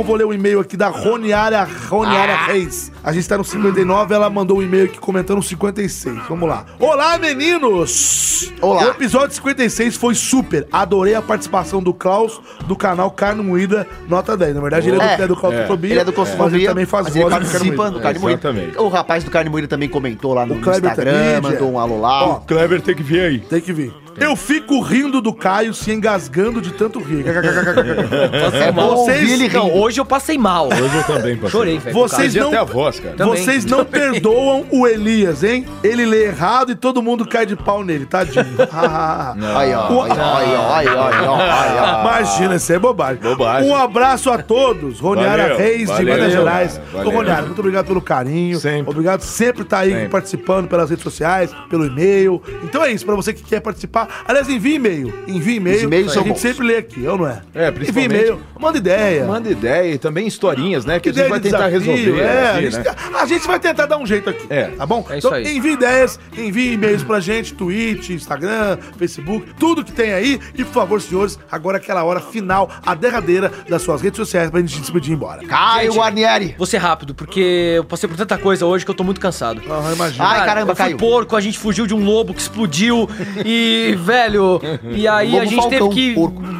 Speaker 1: Vou ler o e-mail aqui da Roniara, Roniara
Speaker 17: Ah.
Speaker 1: Reis. A gente tá no 59, ela mandou um e-mail aqui comentando o 56. Vamos lá. Olá, meninos! Olá! O episódio 56 foi super. Adorei a participação do Klaus do canal Carne Moída, nota 10. Na verdade, ele é do, é do Klaus Fobia,
Speaker 17: Ele é do
Speaker 1: mas ele
Speaker 17: Claustrofobia.
Speaker 1: também faz
Speaker 17: mas
Speaker 1: voz
Speaker 17: ele
Speaker 1: do Carne
Speaker 17: participa do Carne Moída.
Speaker 5: Exatamente.
Speaker 17: O rapaz do Carne Moída também comentou lá no, no
Speaker 1: Kleber
Speaker 17: Instagram,
Speaker 1: Tanid,
Speaker 17: mandou
Speaker 1: é.
Speaker 17: um alô lá.
Speaker 1: Ó,
Speaker 5: Kleber tem que vir aí.
Speaker 1: É, Tem que vir. Eu fico rindo do Caio se engasgando de tanto
Speaker 17: um
Speaker 1: [LAUGHS] rir.
Speaker 2: Passei mal.
Speaker 1: é Vocês-
Speaker 2: não, hoje eu passei mal.
Speaker 5: Hoje eu também passei.
Speaker 2: Chorei, velho.
Speaker 1: Vocês
Speaker 5: Perdi
Speaker 1: não,
Speaker 5: até a voz, cara.
Speaker 1: Também. Vocês não [LAUGHS] perdoam o Elias, hein? Ele lê errado e todo mundo cai de pau nele, tadinho.
Speaker 5: [LAUGHS]
Speaker 1: Ah,
Speaker 17: Aí, ó, aí, ó, aí, ó, aí, ó, aí, ó, aí, ó.
Speaker 1: Imagina, isso é bobagem.
Speaker 5: Bobagem.
Speaker 1: Um abraço a todos. Roniara
Speaker 5: Valeu,
Speaker 1: Reis, de
Speaker 5: valeu,
Speaker 1: Minas Gerais.
Speaker 5: cara,
Speaker 1: Ô,
Speaker 5: valeu.
Speaker 1: Roniara, muito obrigado pelo carinho. Obrigado sempre estar aí
Speaker 5: Sempre.
Speaker 1: participando pelas redes sociais, pelo e-mail. Então é isso, pra você que quer participar, participar. Aliás, envie e-mail. Envie e-mail.
Speaker 5: Os e-mails
Speaker 1: A
Speaker 5: são
Speaker 1: gente
Speaker 5: bons.
Speaker 1: sempre lê aqui, ou não é?
Speaker 5: É, principalmente.
Speaker 1: Envie e-mail, manda ideia.
Speaker 5: Manda ideia e também historinhas, né? Que a gente
Speaker 1: Ideia
Speaker 5: vai
Speaker 1: de
Speaker 5: tentar
Speaker 1: desafio,
Speaker 5: resolver.
Speaker 1: É,
Speaker 5: aqui,
Speaker 1: a, gente,
Speaker 5: né?
Speaker 1: a gente vai tentar dar um jeito aqui.
Speaker 5: É.
Speaker 1: Tá bom?
Speaker 5: É isso
Speaker 1: então,
Speaker 5: aí.
Speaker 1: envie ideias, envie e-mails pra gente, Twitch, Instagram, Facebook, tudo que tem aí. E, por favor, senhores, agora é aquela hora final, a derradeira das suas redes sociais pra gente se despedir e ir embora.
Speaker 4: Caio
Speaker 2: Gente,
Speaker 4: Guarnieri.
Speaker 2: Vou ser rápido, porque eu passei por tanta coisa hoje que eu tô muito cansado.
Speaker 1: Ah, imagina.
Speaker 4: Ai, caramba,
Speaker 2: eu fui
Speaker 4: Caio.
Speaker 2: porco, a gente fugiu de um lobo que explodiu [LAUGHS] e, velho, e aí
Speaker 4: Lobo
Speaker 2: a gente
Speaker 4: falcão,
Speaker 2: teve que...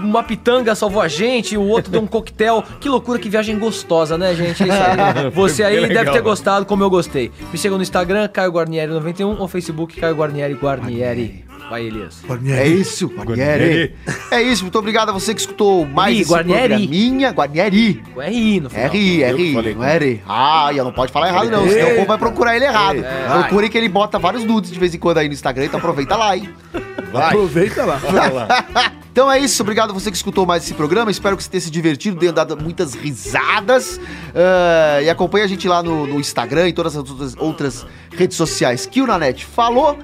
Speaker 2: Uma pitanga salvou a gente, o outro deu um coquetel. Que loucura, que viagem gostosa, né, gente? É isso [LAUGHS] aí. Você
Speaker 19: Foi bem
Speaker 2: aí deve
Speaker 19: legal.
Speaker 2: ter gostado como eu gostei. Me sigam no Instagram, Caio Guarnieri91, ou Facebook, Caio Guarnieri Guarnieri. Vai, Elias.
Speaker 4: É isso, Guarnieri. É isso, muito obrigado a você que escutou mais
Speaker 2: Ih, Guarnieri.
Speaker 4: Minha Guarnieri.
Speaker 2: R.I. É no final.
Speaker 4: R.I.,
Speaker 2: Eu que
Speaker 4: R.I.,
Speaker 2: falei.
Speaker 4: não é R. Ah, e ela não pode falar errado não,
Speaker 2: Ei,
Speaker 4: senão o povo vai procurar ele errado.
Speaker 2: É, vai.
Speaker 4: Procure que ele bota vários nudes de vez em quando aí no Instagram, então aproveita lá, hein.
Speaker 1: Aproveita lá.
Speaker 4: Então é isso, obrigado a você que escutou mais esse programa. Espero que você tenha se divertido, tenha dado muitas risadas. Ah, e acompanha a gente lá no, no Instagram e todas as outras, outras redes sociais que o Nanete
Speaker 5: [LAUGHS]
Speaker 4: falou.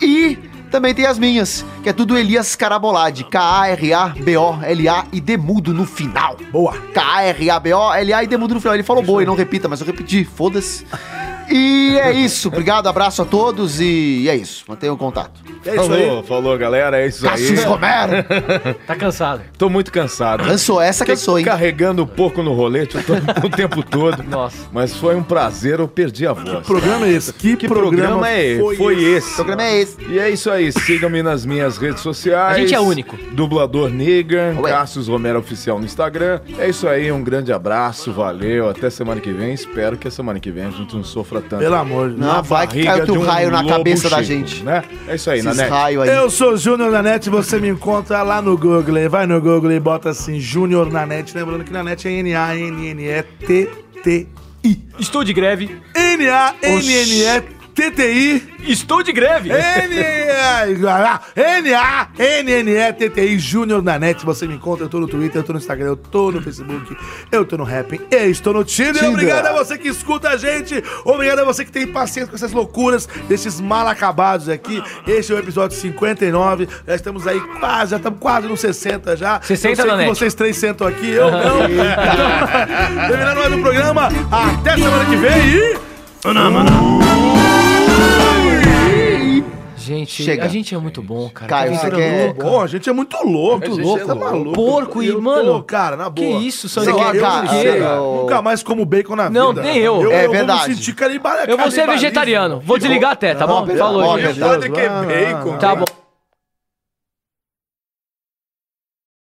Speaker 4: e também tem as minhas, que é tudo Elias Carabolade. K-A-R-A-B-O-L-A-I-D mudo no final.
Speaker 1: Boa.
Speaker 4: K-A-R-A-B-O-L-A-I-D mudo no final. Ele falou boa e não repita, mas eu repeti, foda-se. E
Speaker 5: [LAUGHS]
Speaker 4: é isso, obrigado, abraço a todos e é isso, mantenham o contato.
Speaker 5: É isso aí. falou, falou, galera. É isso
Speaker 4: Cassius
Speaker 5: aí. [LAUGHS]
Speaker 4: Romero.
Speaker 2: Tá cansado.
Speaker 5: Tô muito cansado.
Speaker 4: Cansou, essa
Speaker 5: Fiquei
Speaker 4: cansou, hein?
Speaker 5: Carregando um pouco no rolete o to- [LAUGHS] o tempo todo.
Speaker 2: Nossa.
Speaker 5: Mas foi um prazer, eu perdi a voz. Que
Speaker 1: programa é esse? Que, programa
Speaker 5: é esse?
Speaker 1: foi
Speaker 5: Foi,
Speaker 1: esse?
Speaker 5: esse. programa é esse. E é isso aí. Sigam-me nas minhas redes sociais.
Speaker 2: A gente é único.
Speaker 5: Dublador Negan, Cassius Romero Oficial no Instagram. É isso aí, um grande abraço, valeu. Até semana que vem. Espero que a semana que vem a gente não sofra tanto.
Speaker 1: Pelo amor de Deus.
Speaker 5: Na
Speaker 1: Não, vai que
Speaker 5: barriga
Speaker 1: caiu teu
Speaker 5: de um
Speaker 1: raio na
Speaker 5: lobo
Speaker 1: cabeça da
Speaker 5: chico,
Speaker 1: gente.
Speaker 5: Né? É isso aí, Nanete.
Speaker 1: Eu sou o Júnior Nanete, você me encontra lá no Google. Vai no Google e bota assim, Júnior Nanete. Lembrando que Nanete é N-A-N-N-E-T-T-I.
Speaker 2: Estou de greve.
Speaker 1: N-A-N-N-E-T-T-I.
Speaker 2: Estou de greve.
Speaker 1: N-A-N-N-E-T-T-I, Júnior Nanete. Você me encontra, eu tô no Twitter, eu tô no Instagram, eu tô no Facebook, eu tô no Rapping, eu estou no Tinder.
Speaker 5: Tinder.
Speaker 1: Obrigado a você que escuta a gente. Obrigado a você que tem paciência com essas loucuras, desses mal acabados aqui. Este é o episódio 59. Já estamos aí quase, já estamos quase nos 60 já.
Speaker 2: 60,
Speaker 1: eu sei
Speaker 2: Nanete.
Speaker 1: que vocês três sentam aqui, eu não. Então, [LAUGHS] Terminando mais um programa. Até semana que vem e...
Speaker 2: Gente,
Speaker 1: Chega.
Speaker 2: a gente é muito bom, cara.
Speaker 1: Caio,
Speaker 2: Que
Speaker 1: você
Speaker 2: aventura
Speaker 1: quer-
Speaker 2: louca.
Speaker 1: Pô, a gente é muito louco,
Speaker 2: Muito
Speaker 1: gente,
Speaker 2: é louco.
Speaker 1: tá maluco.
Speaker 2: Porco e,
Speaker 1: Eu tô,
Speaker 2: mano...
Speaker 1: cara, na boa.
Speaker 2: Que isso, Sandro?
Speaker 1: Sei lá, eu
Speaker 2: Cara,
Speaker 1: sei
Speaker 2: cara,
Speaker 1: lá,
Speaker 2: eu-
Speaker 1: Nunca mais como bacon na vida.
Speaker 2: Não, nem eu. É
Speaker 1: Vou
Speaker 2: verdade.
Speaker 1: me sentir canibal,
Speaker 2: Eu vou ser
Speaker 1: canibalismo.
Speaker 2: vegetariano. é Vou desligar até, tá
Speaker 1: Não,
Speaker 2: bom?
Speaker 1: pelo
Speaker 2: Falou,
Speaker 1: amor de
Speaker 2: gente.
Speaker 1: é Deus, vai, vai, vai.
Speaker 2: Tá bom.